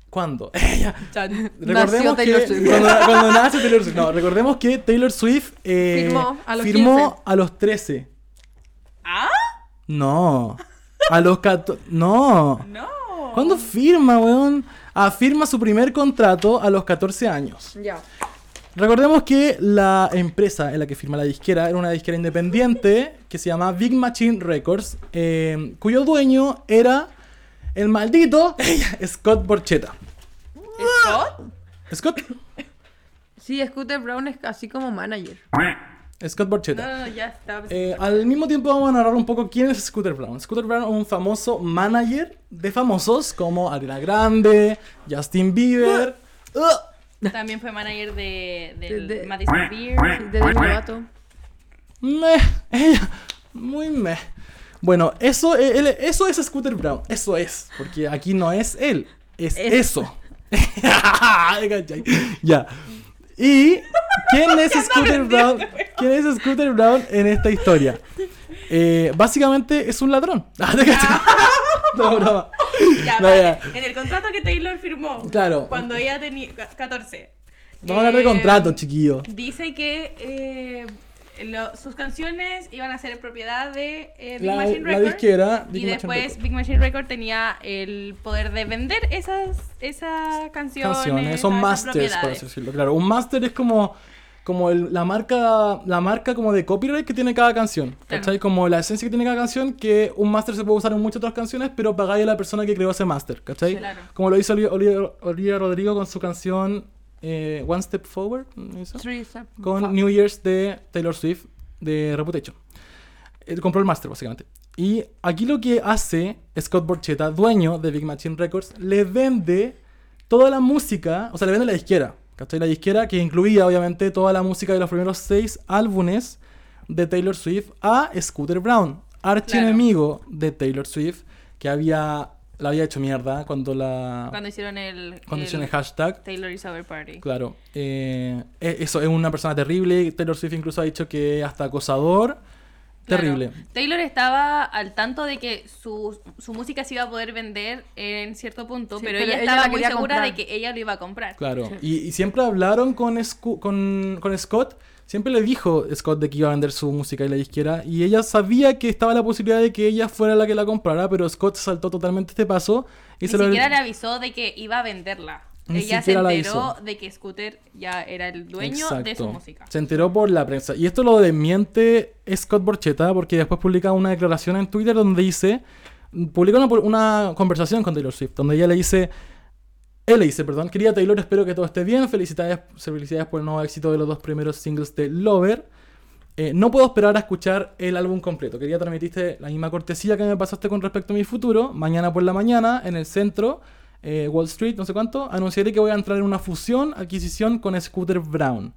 ¿Cuándo? Ya. [LAUGHS] Nació [LAUGHS] Recordemos Taylor que Swift. cuando, [LAUGHS] cuando nace Taylor Swift. No, recordemos que Taylor Swift eh, Firmó a los ¿Ah? firmó 15. a los 13. No. A los 14. No. No. ¿Cuándo firma, weón? Afirma su primer contrato a los 14 años. Ya. Recordemos que la empresa en la que firma la disquera era una disquera independiente que se llama Big Machine Records, eh, cuyo dueño era el maldito Scott Borchetta. ¿Scott? Scott. Sí, Scooter Brown es así como manager. Scott Borchetta. Ah. No, ya está. pues, Eh, al mismo tiempo vamos a narrar un poco quién es Scooter Brown. Scooter Brown es un famoso manager de famosos como Ariana Grande, Justin Bieber. Uh, También fue manager de, del De- de- Madison Beer. Sí, De Demi Lovato. meh, ella, muy meh. Bueno, eso, eh, él- eso es Scooter Brown, eso es, porque aquí no es él, es eso. [LAUGHS] ¿Cachai? ya. ¿Y quién [LAUGHS] es Scooter Brown? ¿Quién es Scooter Brown en esta historia? Eh, básicamente es un ladrón. [LAUGHS] Ah, te cachai. No, broma. Ya, No, vale. ya. En el contrato que Taylor firmó Claro. cuando ella tenía ca- 14. Vamos a hablar de eh, contrato, chiquillo. Dice que eh, lo- sus canciones iban a ser propiedad de eh, Big La- Machine la Records. disquera, Big y Machine después Records. Big Machine Records tenía el poder de vender esas, esas canciones. Canciones, son esas masters, por propiedades. así decirlo. Claro, un master es como, como el- la marca la marca como de copyright que tiene cada canción. Claro. ¿Cachai? Como la esencia que tiene cada canción, que un master se puede usar en muchas otras canciones, pero pagáis a la persona que creó ese master, ¿cachai? Claro. Como lo hizo Olivia- Olivia Olivia Rodrigo con su canción eh, One Step Forward, ¿no hizo? Three Step con Back. New Year's de Taylor Swift de Reputation. Él compró el master, básicamente. Y aquí lo que hace Scott Borchetta, dueño de Big Machine Records, le vende toda la música, o sea, le vende la disquera. ¿Cachai? La disquera que incluía, obviamente, toda la música de los primeros seis álbumes de Taylor Swift a Scooter Brown, archienemigo de Taylor Swift, que había, la había hecho mierda cuando la. Cuando hicieron el, cuando hicieron el el hashtag. Taylor is Over Party. Claro, eh, e- eso es una persona terrible. Taylor Swift incluso ha dicho que hasta acosador. Claro. Terrible. Taylor estaba al tanto de que su, su música se iba a poder vender en cierto punto, Sí, pero, pero ella ella estaba la muy quería segura de comprar. que ella lo iba a comprar. Claro. Y, y siempre hablaron con, Scu- con, con Scott. Siempre le dijo Scott de que iba a vender su música y la disquera. Y ella sabía que estaba la posibilidad de que ella fuera la que la comprara, pero Scott saltó totalmente este paso y Ni se lo. siquiera le avisó de que iba a venderla. Ni ella se siquiera la enteró hizo. de que Scooter ya era el dueño de su Exacto. música. Se enteró por la prensa. Y esto lo desmiente Scott Borchetta porque después publica una declaración en Twitter donde dice, publica una, una conversación con Taylor Swift, donde ella le dice, él le dice, perdón, querida Taylor, espero que todo esté bien, felicidades, felicidades por el nuevo éxito de los dos primeros singles de Lover. Eh, no puedo esperar a escuchar el álbum completo. Quería transmitirte la misma cortesía que me pasaste con respecto a mi futuro. Mañana por la mañana, en el centro, eh, Wall Street, no sé cuánto, anunciaré que voy a entrar en una fusión, adquisición con Scooter Brown.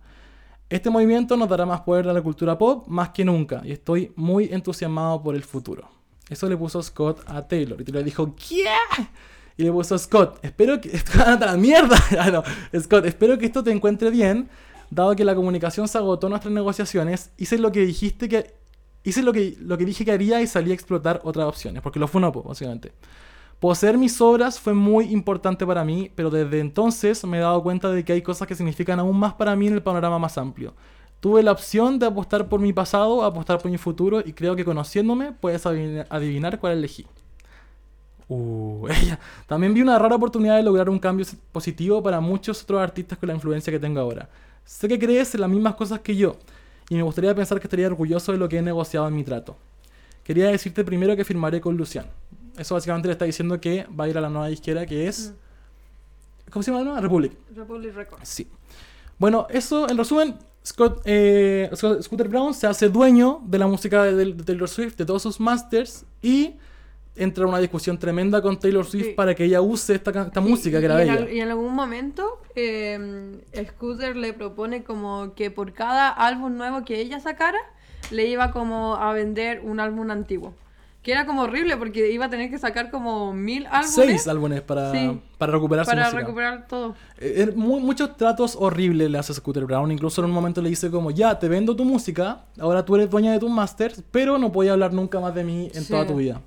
Este movimiento nos dará más poder a la cultura pop más que nunca y estoy muy entusiasmado por el futuro. Eso le puso Scott a Taylor y Taylor dijo ¿qué? Y le puso Scott, espero que... [LAUGHS] ¡Anda la mierda! [LAUGHS] Ah, no. Scott, espero que esto te encuentre bien, dado que la comunicación se agotó en nuestras negociaciones, hice lo que dijiste que... Hice lo que, lo que dije que haría y salí a explotar otras opciones, porque lo fue una básicamente. Poseer mis obras fue muy importante para mí, pero desde entonces me he dado cuenta de que hay cosas que significan aún más para mí en el panorama más amplio. Tuve la opción de apostar por mi pasado, apostar por mi futuro y creo que conociéndome puedes adivina- adivinar cuál elegí. Uh, [LAUGHS] ella. También vi una rara oportunidad de lograr un cambio positivo para muchos otros artistas con la influencia que tengo ahora. Sé que crees en las mismas cosas que yo y me gustaría pensar que estaría orgulloso de lo que he negociado en mi trato. Quería decirte primero que firmaré con Lucian. Eso básicamente le está diciendo que va a ir a la nueva disquera que es... ¿Cómo se llama la nueva? Republic. Republic Records. Sí. Bueno, eso en resumen, Scott, eh, Scott- Scooter Brown se hace dueño de la música de, de Taylor Swift, de todos sus masters, y entra una discusión tremenda con Taylor Swift Sí. para que ella use esta, ca- esta música que era de y, en, ella. al- y en algún momento eh, Scooter le propone como que por cada álbum nuevo que ella sacara le iba como a vender un álbum antiguo. Que era como horrible porque iba a tener que sacar como mil álbumes Seis álbumes para, Sí. para recuperar para su música. recuperar todo. Eh, eh, mu- muchos tratos horribles le hace Scooter Brown. Incluso en un momento le dice como, ya, te vendo tu música, ahora tú eres dueña de tus masters, pero no podías hablar nunca más de mí en Sí. toda tu vida.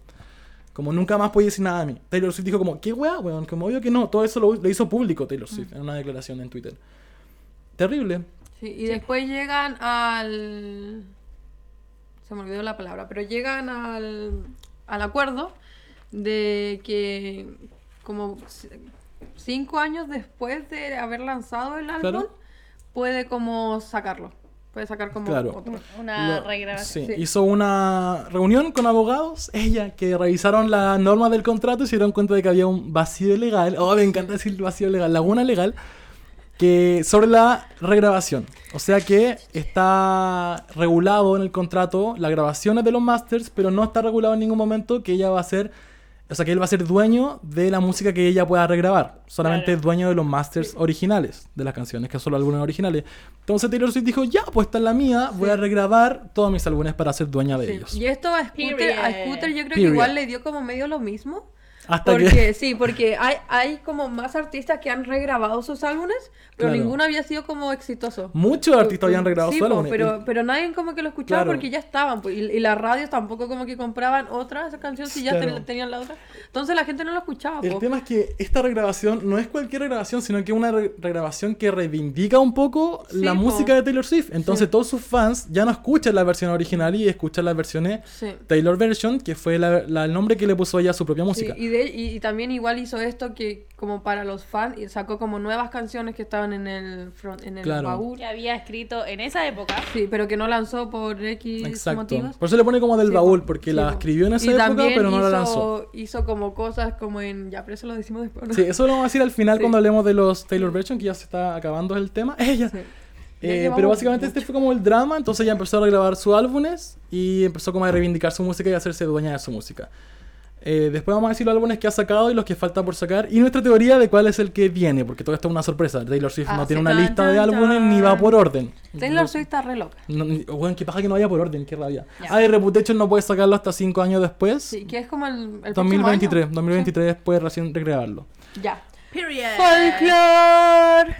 Como nunca más podías decir nada de mí. Taylor Swift dijo como, ¿qué weá, weón? Como obvio que no. Todo eso lo, lo hizo público Taylor Swift en una declaración en Twitter. Terrible. Sí, y después llegan al... Se me olvidó la palabra, pero llegan al, al acuerdo de que como c- cinco años después de haber lanzado el álbum, Claro. puede como sacarlo. Puede sacar como Claro. otro. Una Lo- regrabación. sí, Sí. Hizo una reunión con abogados, ella, que revisaron las normas del contrato y se dieron cuenta de que había un vacío legal, oh, me encanta decir vacío legal, laguna legal, que sobre la regrabación. O sea que está regulado en el contrato las grabaciones de los masters, pero no está regulado en ningún momento que ella va a ser, o sea que él va a ser dueño de la música que ella pueda regrabar. Solamente Claro. es dueño de los masters originales, de las canciones, que solo algunas originales. Entonces Taylor Swift dijo, ya, pues esta es la mía, voy a regrabar todos mis álbumes para ser dueña de Sí. ellos. Y esto a Scooter, a Period. Scooter yo creo Period. que igual le dio como medio lo mismo. Hasta Porque, que... sí, porque hay, hay como más artistas que han regrabado sus álbumes, pero Claro. ninguno había sido como exitoso. [LAUGHS] Muchos artistas habían regrabado Sí, su po, álbum. Pero, pero nadie como que lo escuchaba Claro. porque ya estaban. po, y, y las radios tampoco como que compraban otra esa canción si ya te- Claro. tenían la otra. Entonces la gente no lo escuchaba. El po. tema es que esta regrabación no es cualquier regrabación, sino que una re- regrabación que reivindica un poco Sí, la po. música de Taylor Swift. Entonces Sí. todos sus fans ya no escuchan la versión original y escuchan las versiones Sí. Taylor Version, que fue la- la- el nombre que le puso ella a su propia Sí, música. y, de- y- y también igual hizo esto que como para los fans y sacó como nuevas canciones que estaban en el, front- en el Claro. baúl. Que había escrito en esa época. Sí, pero que no lanzó por X motivos. Por eso le pone como del Sí, baúl, po. porque Sí, la po. escribió en esa Y época, también pero no la hizo- [LAUGHS] lanzó. Hizo como cosas como en... Ya, pero eso lo decimos después. ¿no? Sí, eso lo vamos a decir al final Sí. cuando hablemos de los Taylor Version, que ya se está acabando el tema. [LAUGHS] Ella. Sí. Ya Eh, llevamos pero básicamente mucho. este fue como el drama, entonces ella empezó a grabar sus álbumes y empezó como a reivindicar su música y a hacerse dueña de su música. Eh, después vamos a decir los álbumes que ha sacado y los que faltan por sacar y nuestra teoría de cuál es el que viene, porque todo esto es una sorpresa. Taylor Swift Ah, no sí. tiene una Tan, lista de tan, álbumes tan. ni va por orden. Taylor Swift está re loca. No, ni- bueno, qué paja que no vaya por orden, qué rabia. Ah, y Reputation no puede sacarlo hasta 5 años después. Sí, que es como el, el próximo año. 2023, 2023 puede recién recrearlo. Ya. Period. Eh. Folklore.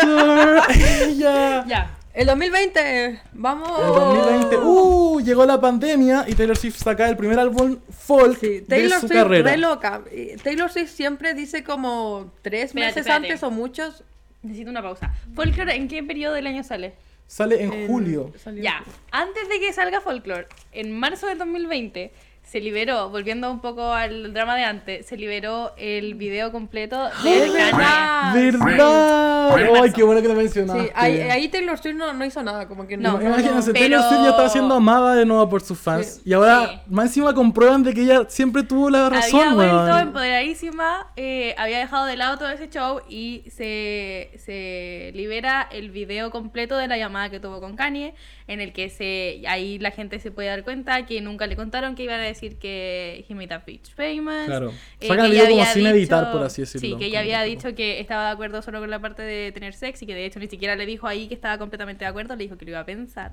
Folklore, [LAUGHS] ella. Ya. El 2020. Vamos. El 2020, Oh. uh, llegó la pandemia y Taylor Swift saca el primer álbum folk Sí, de Taylor su Swift carrera. re loca. Eh, Taylor Swift siempre dice como tres Espérate, meses espérate. antes o muchos. Necesito una pausa. Folklore, ¿en qué periodo del año sale? Sale en julio. Salió. Ya. Antes de que salga Folklore, en marzo del 2020, se liberó, volviendo un poco al drama de antes, se liberó el video completo [GASPS] Oh, de Kanye. Ah, ¡Verdad! ¡Ay, qué bueno que lo mencionaste! Sí, ahí, ahí Taylor Swift no, no hizo nada, como que no. No, Imagínense, pero- Taylor Swift ya estaba siendo amada de nuevo por sus fans. Y ahora, más encima, comprueban de que ella siempre tuvo la Había razón, vuelto weón. empoderadísima, eh, había dejado de lado todo ese show y se, se libera el video completo de la llamada que tuvo con Kanye, en el que se ahí la gente se puede dar cuenta que nunca le contaron que iban a decir que he made a bitch famous. Claro. eh, Sacan que el ella video como había sin dicho- editar, por así decirlo, Sí, que como ella había tipo. dicho que estaba de acuerdo solo con la parte de tener sexo y que de hecho ni siquiera le dijo ahí que estaba completamente de acuerdo, le dijo que lo iba a pensar.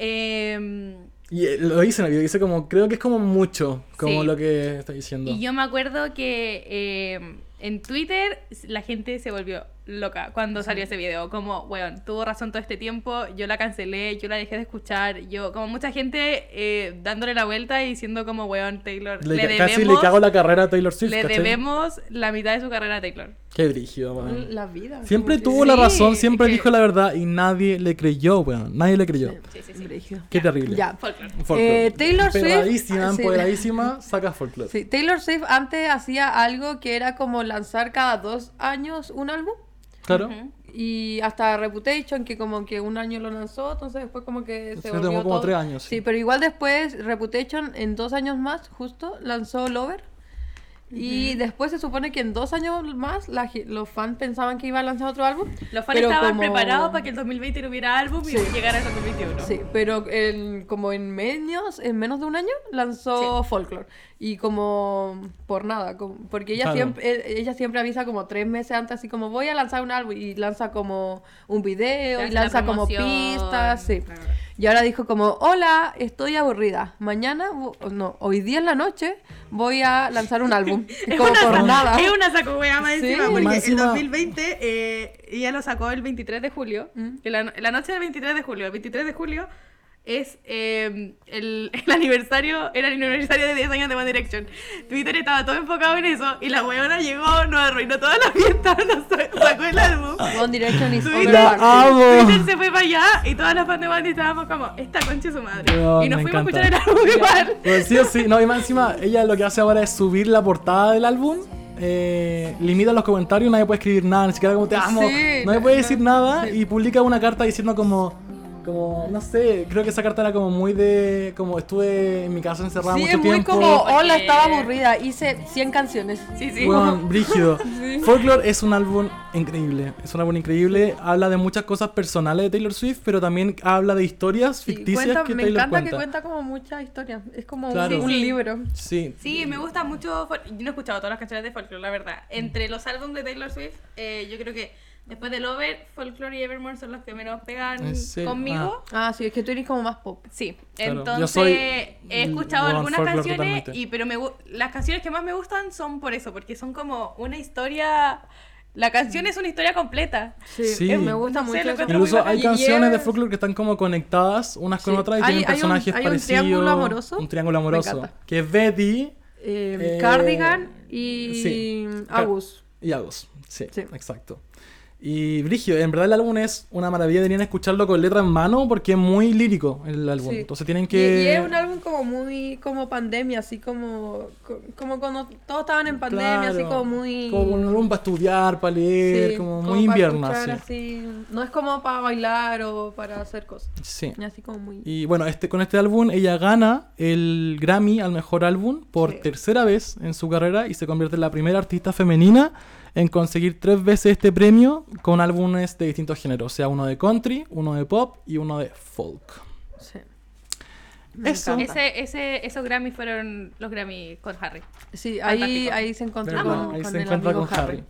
Eh, Y eh, lo dice en el video, dice como, creo que es como mucho, como Sí. lo que está diciendo. Y yo me acuerdo que eh, en Twitter la gente se volvió loca cuando salió ese video. Como, weón, tuvo razón todo este tiempo, yo la cancelé, yo la dejé de escuchar. Yo, como mucha gente eh, dándole la vuelta y diciendo como, weón, Taylor, Le le, ca- debemos, casi le cago la carrera a Taylor Swift, le ¿cachai? debemos la mitad de su carrera a Taylor. Qué brígido, weón. La vida. Siempre como tuvo la Sí, razón, siempre es que- dijo la verdad y nadie le creyó, weón. Nadie le creyó. Sí, sí, que- sí. Brígido. Qué terrible. Ya. Folklore. Folklore. Eh, Taylor Swift- eh, Empoderadísima, sí. empoderadísima, saca folklore. Sí, Taylor Swift antes hacía algo que era como lanzar cada dos años un álbum. Claro. Y Y hasta Reputation, que como que un año lo lanzó, entonces después como que se Sí, volvió tomó como todo- tres años, sí. Sí, pero igual después Reputation en dos años más, justo, lanzó Lover. Y después se supone que en dos años más la ge- los fans pensaban que iba a lanzar otro álbum. Los fans pero estaban como- preparados para que el 2020 no hubiera álbum y Sí. llegara el 2021. Sí, pero en- como en menos, en menos de un año lanzó Folklore. Y como por nada, como- porque ella, Claro. siempre, eh, ella siempre avisa como tres meses antes, así como voy a lanzar un álbum y lanza como un video Lanza y la lanza como promoción, pistas. Sí. claro. Y ahora dijo como, hola, estoy aburrida. Mañana, vo- no, hoy día en la noche voy a lanzar un [LAUGHS] álbum. Y como por nada. Es una saco wea más Sí. encima, porque Más encima- el 2020 eh, ella lo sacó el 23 de julio. Mm. que La, la noche del 23 de julio. El 23 de julio es eh, el, [LAUGHS] el aniversario, era el aniversario de 10 años de One Direction. Twitter estaba todo enfocado en eso y la weona llegó, nos arruinó toda la fiesta, [LAUGHS] nos sa- sacó el álbum. One Direction is Twitter- overrated. La amo. Twitter se fue para allá y todas las fans de One estábamos como, esta concha es su madre. Weón, y nos me fuimos encanta. a escuchar el álbum igual. Pues sí o sí. No, y más encima, ella lo que hace ahora es subir la portada del álbum. eh, limita los comentarios, nadie puede escribir nada, ni siquiera como te amo. Sí, nadie no, puede no, decir nada y publica una carta diciendo como. Como, no sé, creo que esa carta era como muy de. Como estuve en mi casa encerrada Sí, mucho es muy tiempo. como, hola, porque- estaba aburrida, hice 100 canciones. Sí, sí. Weón, [LAUGHS] brígido. Folklore es un álbum increíble. Es un álbum increíble. Habla de muchas cosas personales de Taylor Swift, pero también habla de historias Sí, ficticias cuenta- que me Taylor encanta cuenta. que cuenta como mucha historia. Es como un- Claro. un, Sí, sí. libro. Sí. Sí, me gusta mucho. fol- Yo no he escuchado todas las canciones de Folklore, la verdad. Entre los álbumes de Taylor Swift, eh, yo creo que después de Lover, Folklore y Evermore son los que menos pegan ¿En serio? conmigo. Ah, sí, es que tú eres como más pop. Sí, Claro, entonces yo soy he escuchado One algunas Folklore canciones, totalmente. y, pero me, gu- las canciones que más me gustan son por eso, porque son como una historia. La Mm. canción es una historia completa. Sí. eh, me gusta mucho. No sé, lo eso. encuentro muy Incluso hay Y canciones de es- Folklore que están como conectadas unas con Sí. otras y Hay- tienen hay un- parecidos hay un parecidos. triángulo amoroso. Un triángulo Me amoroso. encanta. Que es Betty Eh, Eh, Cardigan y sí. Car- Agus. y Agos. Sí, Sí. exacto. Y Brigio, en verdad el álbum es una maravilla. Deberían escucharlo con letra en mano porque es muy lírico el álbum. Sí. Entonces tienen Y, que. y es un álbum como muy como pandemia, así como co- como cuando todos estaban en pandemia, así Claro. como muy Como un álbum para estudiar, para leer, sí, como, como muy para invierno. escuchar, así. así. No es como para bailar o para hacer cosas. Sí. Así como muy Y bueno, este, con este álbum ella gana el Grammy al mejor álbum por tercera vez en su carrera y se convierte en la primera artista femenina en conseguir tres veces este premio con álbumes de distintos géneros, o sea, uno de country, uno de pop y uno de folk. sí. Eso. Ese, ese, esos Grammys fueron los Grammys con Harry. Sí, ahí, Fantástico. ahí se encontró Verdad, con, ahí con se el encuentra amigo con Harry. Harry.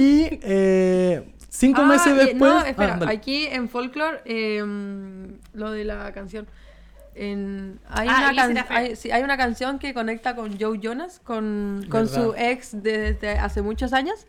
Y eh, cinco Ah, meses eh, después... no, ah, espera, dale. aquí en Folklore, em, lo de la canción. En, hay, Ah, una Lizzie can- Laffer. hay, sí, hay una canción que conecta con Joe Jonas, con, con Verdad. su ex de- desde hace muchos años.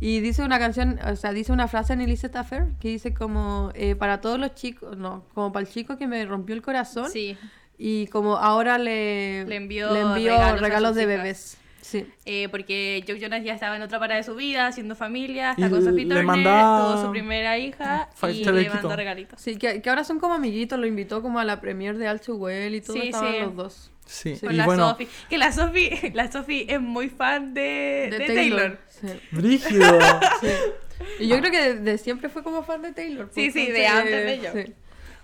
Y dice una canción, o sea, dice una frase en Elizabeth Affair que dice como, eh, para todos los chicos, no, como para el chico que me rompió el corazón. Sí. Y como ahora le, Le envió envió regalos regalos, a sus de hijas. bebés. Sí. Eh, porque Joe Jonas ya estaba en otra parada de su vida, haciendo familia, Y está con Sophie le Turner, mandaba- tuvo su primera hija Fue y le chalequito. mandó regalitos. Sí, que, que ahora son como amiguitos, lo invitó como a la premier de All Too Well y todo, Sí, estaban sí. los dos. Sí, Sí. Con y la bueno, Sophie. Que la Sophie, [LAUGHS] la Sophie es muy fan de, de Taylor. Ah. Sí, Brígido. [LAUGHS] sí. Y yo creo que de, de siempre fue como fan de Taylor. Sí, pues, sí, de entonces, antes de yo. sí.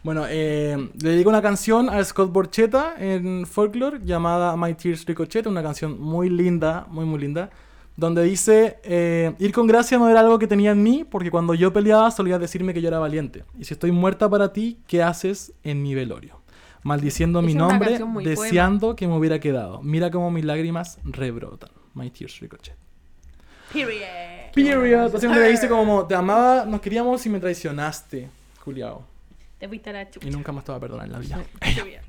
Bueno, eh, le dedico una canción a Scott Borchetta en Folklore llamada My Tears Ricochet, una canción muy linda, muy muy linda, donde dice, eh, ir con gracia no era algo que tenía en mí, porque cuando yo peleaba solía decirme que yo era valiente, y si estoy muerta para ti, ¿qué haces en mi velorio? Maldiciendo Es mi una nombre, canción muy poema. deseando que me hubiera quedado. Mira cómo mis lágrimas rebrotan. My Tears Ricochet. Period. Period. Así donde le dice como, te amaba, nos queríamos y me traicionaste, Juliao. Te fuiste a la chucha. Y nunca más te va a perdonar en la vida. [LAUGHS] Period.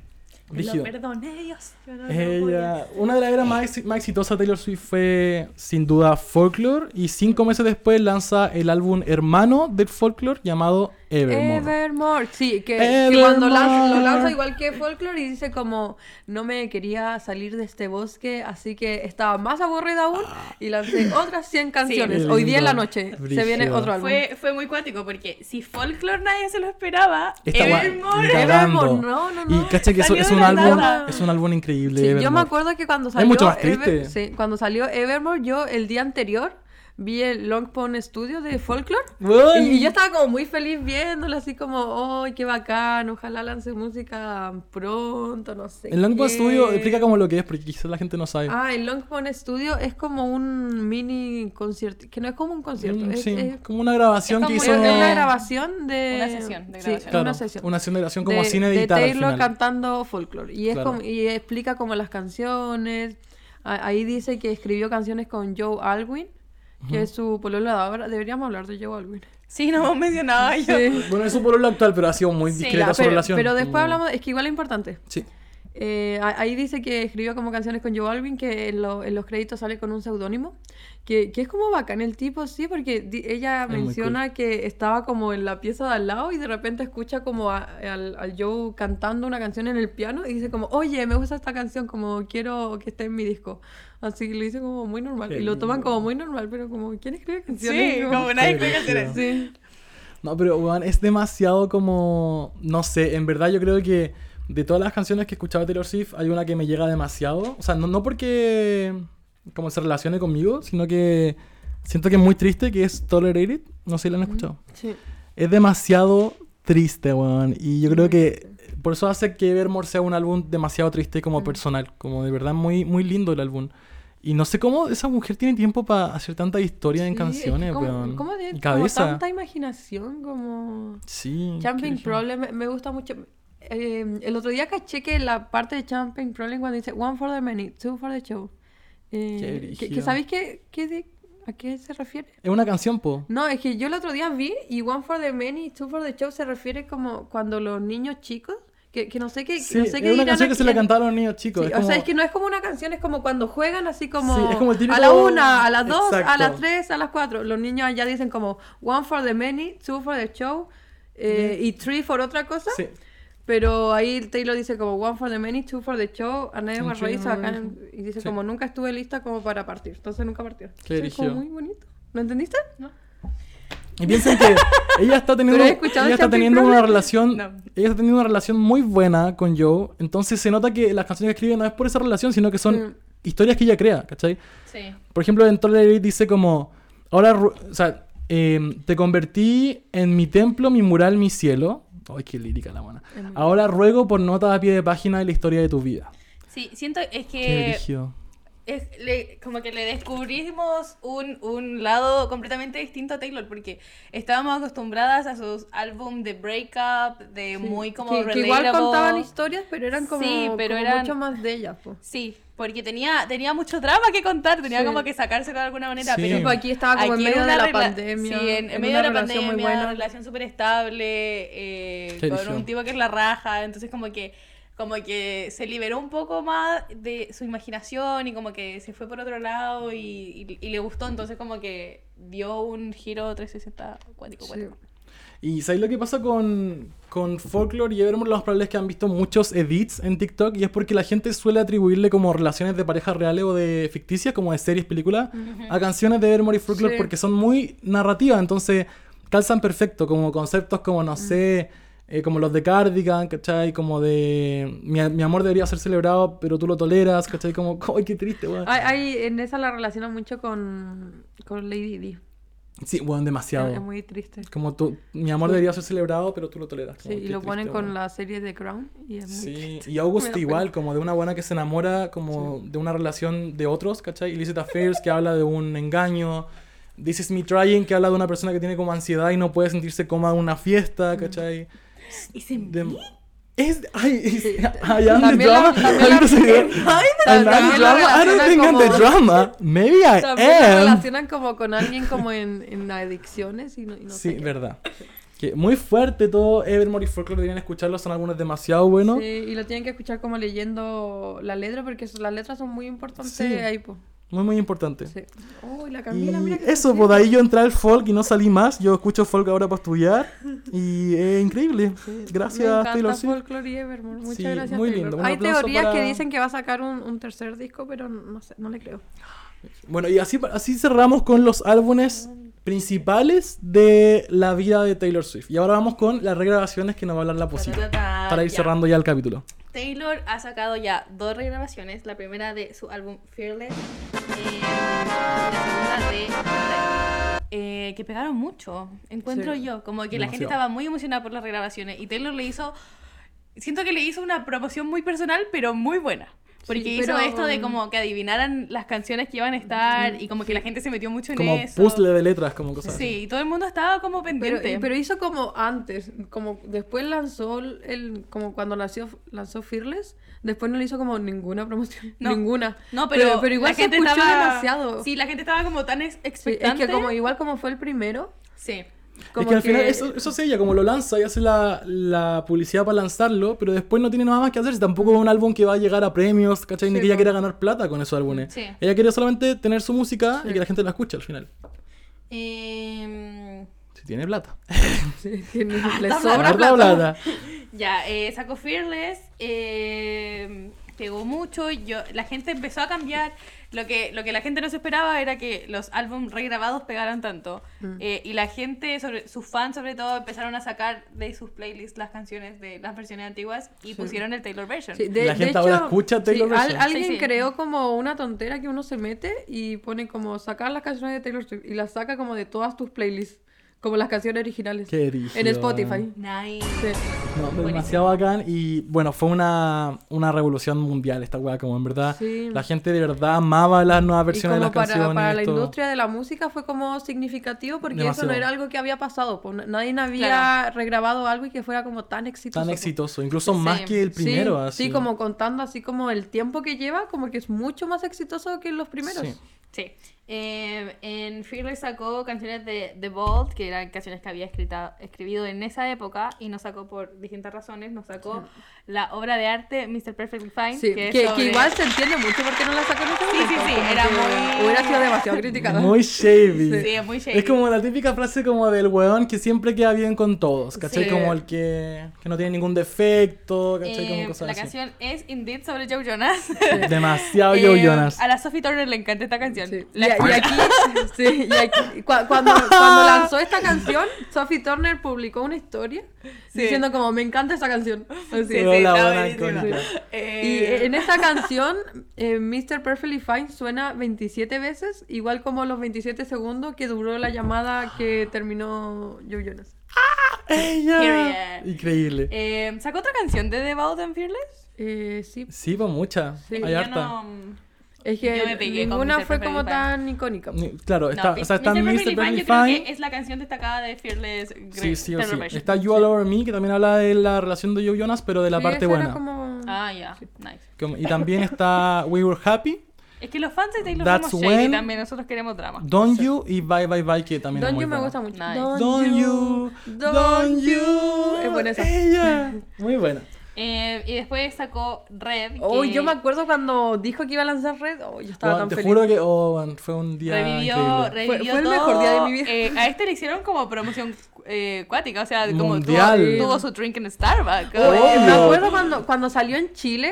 Lo Brígido. perdoné, Dios. Yo no lo podía. Ella, una de las eras más, exi- más exitosas de Taylor Swift fue sin duda Folklore y cinco meses después lanza el álbum hermano del Folklore llamado Evermore. Evermore. Sí, que, que Evermore. cuando lanza- lo lanza igual que Folklore y dice como, no me quería salir de este bosque, así que estaba más aburrida aún y lancé otras 100 canciones. Ah. Qué Hoy día en la lindo. noche Brígido. se viene otro álbum. Fue, fue muy cuático porque si Folklore nadie se lo esperaba, Esta guay- Evermore- ni cagando. Evermore, no, no, no. Y caché que eso- Salió es de un la álbum, nada. es un álbum increíble. Sí, yo me Evermore. acuerdo que cuando salió mucho más triste. sí, cuando salió Evermore, yo el día anterior vi el Long Pond Studio de Folklore. Weón. Y, y yo estaba como muy feliz viéndolo, así como, ¡ay, qué bacán! Ojalá lance música pronto, no sé. El Long Pond qué". Studio explica como lo que es, porque quizás la gente no sabe. Ah, el Long Pond Studio es como un mini concierto, que no es como un concierto, Mm, es, sí, es- como una grabación es que como hizo. es una una- grabación de... una sesión de sí, grabación. Claro, una sesión. de grabación como de, cine de digital. al Taylor final. cantando folklore. Y, es Claro. como- y explica como las canciones. A- Ahí dice que escribió canciones con Joe Alwyn, que es su pololo de ahora. Deberíamos hablar de [LAUGHS] Joe Alwyn. Sí, no hemos mencionado [LAUGHS] yo. Sí. Bueno, es un pololo actual, pero ha sido muy discreta Ya, su pero, relación. pero después Mm. hablamos, de- es que igual es importante. Sí. Eh, a- ahí dice que escribió como canciones con Joe Alwyn, que en, lo- en los créditos sale con un seudónimo, que, que es como bacán el tipo, sí, porque di- ella Es muy menciona que estaba como en la pieza de al lado y de repente escucha como a- al, al Joe cantando una canción en el piano y dice como, oye, me gusta esta canción, como quiero que esté en mi disco. Así que lo dice como muy normal. Qué Y lo toman lindo. como muy normal, pero como, ¿quién escribe canciones? Sí, Como- como nadie cree que brígido. hacer eso. Sí. No, pero weón, es demasiado como. No sé, en verdad yo creo que de todas las canciones que escuchaba Taylor Swift, hay una que me llega demasiado. O sea, no, no porque como se relacione conmigo, sino que siento que es muy triste, que es Tolerated. No sé si la han escuchado. Sí. Es demasiado triste, weón. Y yo creo que por eso hace que Evermore sea un álbum demasiado triste como personal. Como de verdad muy, muy lindo el álbum. Y no sé cómo esa mujer tiene tiempo para hacer tanta historia en Sí, es que canciones, como- weón. ¿Cómo tiene Y como cabeza. tanta imaginación como... Sí. Champagne qué Problem me- me gusta mucho. Eh, el otro día caché que la parte de Champagne Problem cuando dice One for the many, two for the show. Eh, Qué que, que brígido. ¿Sabéis qué, qué de- a qué se refiere? Es una canción, po. No, es que yo el otro día vi y One for the many, two for the show se refiere como cuando los niños chicos, que, que no sé qué, Sí, no sé qué es una dirán canción que aquí se le en- cantaba a los niños chicos. Sí, es O sea, como- es que no es como una canción, es como cuando juegan así como, Sí, es como el típico- a la una, a las dos, a Exacto. las tres, a las cuatro. Los niños allá dicen como one for the many, two for the show eh, y three for otra cosa. Sí. Pero ahí Tayllo dice como one for the many, two for the show, a nadie Sí, más sí, raíz no, acá. no, en- Y dice sí. como nunca estuve lista como para partir. Entonces nunca partió. Qué Eso es como brígido. muy bonito. ¿Lo entendiste? Y piensen [LAUGHS] que ella está teniendo, ¿Pero has escuchado ella está Champagne teniendo Problem? una relación, No. ella está teniendo una relación muy buena con Joe. Entonces se nota que las canciones que escribe no es por esa relación, sino que Mm. son historias que ella crea, ¿cachai? Sí. Por ejemplo, en Tolerate dice como, ahora, ru- o sea, eh, te convertí en mi templo, mi mural, mi cielo. Ay, qué lírica la buena. Ahora ruego por notas a pie de página de la historia de tu vida. Sí, siento es Eh, Qué que brígido. es, le- como que le descubrimos un, un lado completamente distinto a Taylor porque estábamos acostumbradas a sus álbum de breakup, de muy como que, que igual relatable. contaban historias, pero eran como, Sí, pero como eran- mucho más de ellas. po. Sí, porque tenía tenía mucho drama que contar, tenía Sí. como que sacárselo de alguna manera, Sí. pero Tipo, aquí estaba Ah, como Aquí en medio una de la rela- pandemia. Sí, en, en medio una de la relación pandemia, muy una buena. relación súper estable, eh, Qué con brígido. un tipo que es la raja, entonces como que como que se liberó un poco más de su imaginación y como que se fue por otro lado y, y- y le gustó, entonces como que dio un giro 360 cuántico. Sí. Y ¿sabéis lo que pasa con, con Folklore y Evermore? Lo más probable es que han visto muchos edits en TikTok y es porque la gente suele atribuirle como relaciones de parejas reales o de ficticias, como de series, películas, a canciones de Evermore y Folklore Sí. porque son muy narrativas, entonces calzan perfecto, como conceptos como, Mm. no sé, eh, como los de Cardigan, ¿cachai? Como de mi, mi amor debería ser celebrado, pero tú lo toleras, ¿cachai? Como, [LAUGHS] ¡ay, qué triste, weón! Hay, hay- en esa la relaciono mucho con, con Lady Di. Sí, weón, demasiado. Es, es muy triste. Como tú, mi amor debería ser celebrado, pero tú lo toleras. Sí, Como, y qué lo ponen triste, con weón. la serie de Crown y es muy Sí, triste. y Me August da igual, como de una buena que se enamora, como de una relación de otros, ¿cachai? Illicit Affairs, que habla de un engaño. This is me trying, que habla de una persona que tiene como ansiedad y no puede sentirse cómoda en una fiesta, ¿cachai? De- Es, ay, is- I am the También la- drama. también la- I'm the [LAUGHS] singer. Ay, I'm también the la drama. Ah, I don't relaciona think I'm the como- drama. Em. Maybe I También la am. relacionan como con alguien como en, en adicciones y no, y no Sí, sé qué. verdad. Que muy fuerte todo. Evermore y Folklore deberían escucharlo, son algunos demasiado buenos. Sí, y lo tienen que escuchar como leyendo la letra porque eso- las letras son muy importantes Sí. ahí, po. Muy, muy importante. Sí. Uy, la Y Camila, mira que eso, por ahí yo entré al folk y no salí más. Yo escucho folk ahora para estudiar y es increíble. Me Gracias, encanta Taylor Swift. Folklore y Evermore. Muchas Sí, gracias. muy Taylor. lindo. Un Hay aplauso teorías para- que dicen que va a sacar un, un tercer disco, pero no sé, no le creo. Bueno, y así, así cerramos con los álbumes principales de la vida de Taylor Swift. Y ahora vamos con las regrabaciones que nos va a hablar la posible. Para Para ir cerrando ya el capítulo. Taylor ha sacado ya dos regrabaciones, la primera de su álbum Fearless eh, y la segunda de Titanic. eh, que pegaron mucho, encuentro Sí. yo. Como que la gente Demasiado. estaba muy emocionada por las regrabaciones y Taylor le hizo, siento que le hizo una promoción muy personal, pero muy buena. Porque Sí, hizo pero- um, esto de como que adivinaran las canciones que iban a estar y como que la gente se metió mucho en Como eso. puzzle de letras, como cosas así. Sí, y todo el mundo estaba como Pero, pendiente. pero hizo como antes, como después lanzó el, como cuando nació, lanzó Fearless, después no le hizo como ninguna promoción, [LAUGHS] No. ninguna. no, pero, pero igual la se gente escuchó estaba- demasiado. Sí, la gente estaba como tan ex- Sí, es expectante. que como igual como fue el primero, Sí. como es que al final que- eso, eso sí, ella como lo lanza y hace la, la publicidad para lanzarlo, pero después no tiene nada más que hacer. Tampoco es un álbum que va a llegar a premios, ¿cachai? Ni que ella quiera ganar plata con esos álbumes. Sí. Ella quiere solamente tener su música y que la gente la escuche al final. Em, Si tiene [LAUGHS] plata. [LAUGHS] sí, que ni- Ah, le La sobra verdad, plata. plata. Ya, eh, sacó Fearless, eh, pegó mucho, yo, la gente empezó a cambiar, lo que, lo que la gente no se esperaba era que los álbumes regrabados pegaran tanto, Eh, y la gente, sobre, sus fans sobre todo, empezaron a sacar de sus playlists las canciones de las versiones antiguas y pusieron el Taylor [LAUGHS] Version. Sí, de, La de gente hecho, ahora escucha Taylor sí, al- Version. alguien Sí, sí. creó como una tontera que uno se mete y pone como sacar las canciones de Taylor Swift y las saca como de todas tus playlists, como las canciones originales Qué en brígido. Spotify. Nice. Sí. No, demasiado bacán y bueno, fue una, una revolución mundial esta weá, como en verdad Sí. la gente de verdad amaba las nuevas Y versiones de como las para, canciones. para la todo. industria de la música fue como significativo porque Demasiado. eso no era algo que había pasado. pues, na- nadie había Claro. regrabado algo y que fuera como tan exitoso. Tan pues. exitoso, incluso más Sí. que el Sí, primero. sí, así. como contando así como el tiempo que lleva, como que es mucho más exitoso que los primeros. Sí. Sí. Eh, en Fearless sacó canciones de The Vault, que eran canciones que había escrita, escribido en esa época, y nos sacó por distintas razones, nos sacó la obra de arte Mr. Perfectly Fine. Sí, que que, es que sobre- igual se entiende mucho porque no la sacó en ese Sí, momento, sí, sí, como era que muy- Hubiera sido demasiado criticada. Muy shady. Sí, es muy shady. Es como la típica frase como del weón que siempre queda bien con todos, ¿cachai? Sí. Como el que, que no tiene ningún defecto, ¿cachai? Eh, Como cosas la así. canción es Indeed sobre Joe Jonas. Demasiado [LAUGHS] Joe Eh, Jonas. A la Sophie Turner le encanta esta canción. Sí. Y, La- y aquí, sí, y aquí- cua- [LAUGHS] cuando, cuando lanzó esta canción, Sophie Turner publicó una historia diciendo como, me encanta esta canción. Así. Sí, sí, Hola, está hola, buenísima. icónica. Y Eh, en esta canción, eh, Mr. Perfectly Fine suena 27 veces, igual como los 27 segundos que duró la llamada que terminó Joe Jonas. Period. Increíble. eh, ¿Sacó otra canción de The Vault and Fearless? Eh, sí, Sí, pues mucha. Hay Yo harta. no- es Yo me que pegué con ninguna Mr. fue como Perfectly Fine. tan icónica. Ni- Claro, está, No, o sea, está Mr. Mr. Perfectly Fine, Perfectly yo creo Fine. que es la canción destacada de Fearless Sí, sí o Taylor sí. Version. Está You All Over Me, que también habla de la relación de Joe Jonas, pero de la Sí, parte esa buena. Era como... Ah, ya. Nice. Como- Y también está We Were Happy, Es que los fans de Taylor That's somos shady when- también. Nosotros queremos drama. Don't You y Bye Bye Bye, que también es Don't muy You me buena. gusta mucho. Nice. Don't You, Don't You. Es buena esa. Ella. [LAUGHS] Muy buena. Eh, y después sacó Red. Oh, que yo me acuerdo cuando dijo que iba a lanzar Red, oh, yo estaba Juan, tan te feliz. juro que oh, Juan, fue un día Revivió, increíble. revivió Fue- fue el todo. mejor día de mi vida. Eh, a este le hicieron como promoción eh, cuática, o sea, como Mundial. Tuvo, tuvo su drink en Starbucks. Oh, eh, me Obvio. acuerdo cuando, cuando salió en Chile,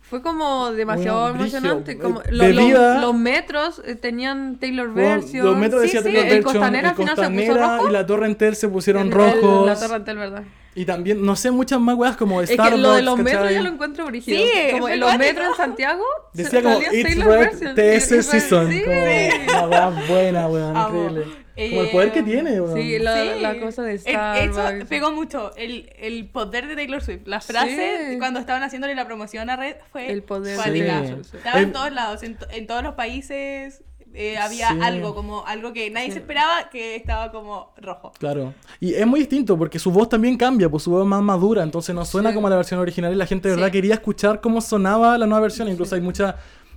fue como demasiado Bueno, brígido. emocionante. Como, Eh, lo- lo- bebida. los metros eh, tenían Taylor Juan, Version. los metros Sí, decía sí, Taylor El Version, Costanera al el final se Costanera puso rojo. y la Torre Entel se pusieron El- rojos. el- La torrente, el verdad. Y también, no sé, muchas más weas como de Es que Starbucks. lo de los metros ¿cachai? ya lo encuentro brígido. Sí, como fue en los cuático. metros en Santiago. se- Decía como salía It's Taylor Red Version", y- y- TS Season. Sí, como una wea buena, weón, Amo. increíble. Eh, Como el poder que tiene, weón. sí, la, Sí. la cosa de Eh, Starbucks. Eso pegó mucho. El, el poder de Taylor Swift. Las frases Sí. cuando estaban haciéndole la promoción a Red fue. El poder de cuática. Taylor Swift. Estaba Eh, en todos lados, en, to- en todos los países. eh, había Sí. algo, como algo que nadie se esperaba que estaba como rojo. Claro. Y es muy distinto porque su voz también cambia, pues su voz es más madura, entonces no suena como la versión original y la gente de verdad quería escuchar cómo sonaba la nueva versión. Incluso hay muchas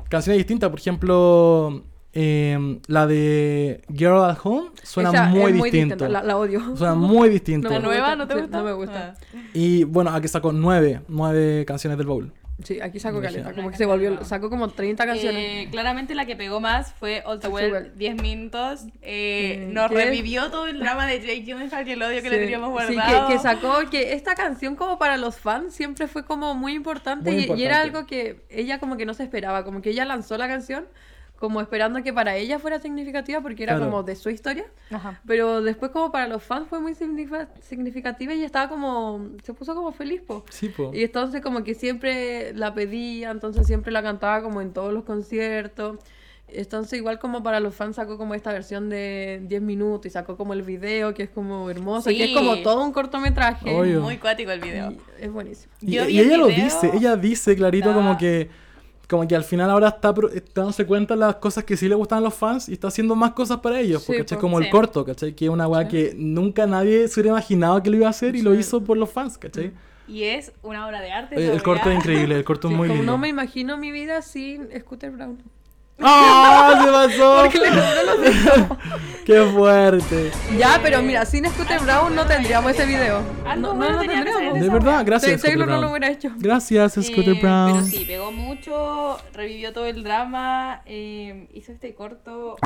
canciones distintas, por ejemplo, eh, la de Girl at Home suena Esa es muy, distinta, distinto. La, la odio. Suena muy distinto. me gusta, nueva no te sí, gusta? No me gusta. Ah. Y bueno, aquí sacó nueve, nueve canciones del bowl. Sí, aquí saco Imagina. caleta. Como que se volvió. Saco como 30 canciones. Eh, claramente la que pegó más fue All Too All Too Well, Well. 10 minutos. Eh, Mm, nos ¿qué? revivió todo el drama de Jake Gyllenhaal y el odio que le Sí, teníamos sí, guardado. que, que sacó que esta canción como para los fans siempre fue como muy importante, Muy y- Y, era importante. algo que ella como que no se esperaba, como que ella lanzó la canción como esperando que para ella fuera significativa porque era Claro. como de su historia, Ajá. pero después como para los fans fue muy signifa- significativa y estaba como se puso como feliz, po. Sí, po. Y entonces como que siempre la pedía, entonces siempre la cantaba como en todos los conciertos. Entonces, igual como para los fans sacó como esta versión de 10 minutos y sacó como el video que es como hermoso, que es Sí. como todo un cortometraje. Obvio. Muy cuático el video. Y es buenísimo. Y, Yo vi y el ella lo video. dice, ella dice clarito Está- como que como que al final ahora está, pro- está dándose cuenta de las cosas que sí le gustan a los fans y está haciendo más cosas para ellos, Sí, porque es po. como el Sí. corto, ¿cachai? Que es una weá que nunca nadie se hubiera imaginado que lo iba a hacer y lo hizo por los fans, ¿cachai? Y es una obra de arte. Oye, esa Eh, el corto weá. es increíble, el corto es muy como lindo. no me imagino mi vida sin Scooter Brown. [LAUGHS] ¡Ah! ¡Se [LAUGHS] pasó! Porque le compré los [LAUGHS] ¡Qué fuerte! Ya, pero mira, sin Scooter Brown no tendríamos ese video. No, Algo no bueno lo tenía que ser tendríamos. De verdad, gracias, Scooter Taylor no lo Brown. hubiera hecho. Gracias, Eh, Scooter Brown. Pero sí, pegó mucho, revivió todo el drama, eh, hizo este corto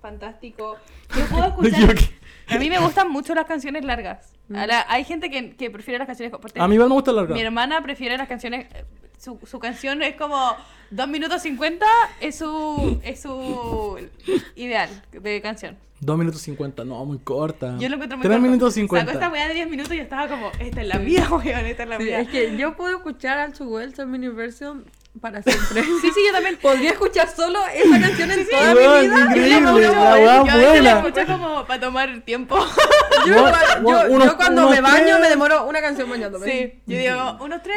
fantástico. Yo puedo [LAUGHS] Yo escuchar. qué- A mí me gustan mucho las canciones largas. A la- hay gente que, que prefiere las canciones cortas. A mí igual me gusta larga. Mi hermana prefiere las canciones. Su, su canción es como 2 minutos 50 es su, es su ideal de canción. 2 minutos 50, no, muy Ah. corta. Yo lo encuentro muy 3 corto. minutos Sacó esta 50. weá de 10 minutos y yo estaba como, esta es la mía, weón, esta es la Sí, mía. es que yo puedo escuchar al Wells en Universal para siempre. Sí, sí, yo también. [LAUGHS] Podría escuchar solo esa canción en toda Weón, mi vida. increíble, Yo la escucho, la weá yo a veces la buena. escucho como para tomar [LAUGHS] tiempo. Yo, Weón, yo- weón, yo unos- cuando unos me baño tres. me demoro una canción bañándome. Sí, yo digo, unos tres.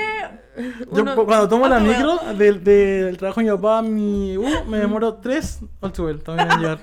Yo Uno- po- cuando tomo la otro micro del, del trabajo de mi papá, a mi U, me demoro 3 al subel también en [LAUGHS] llegar.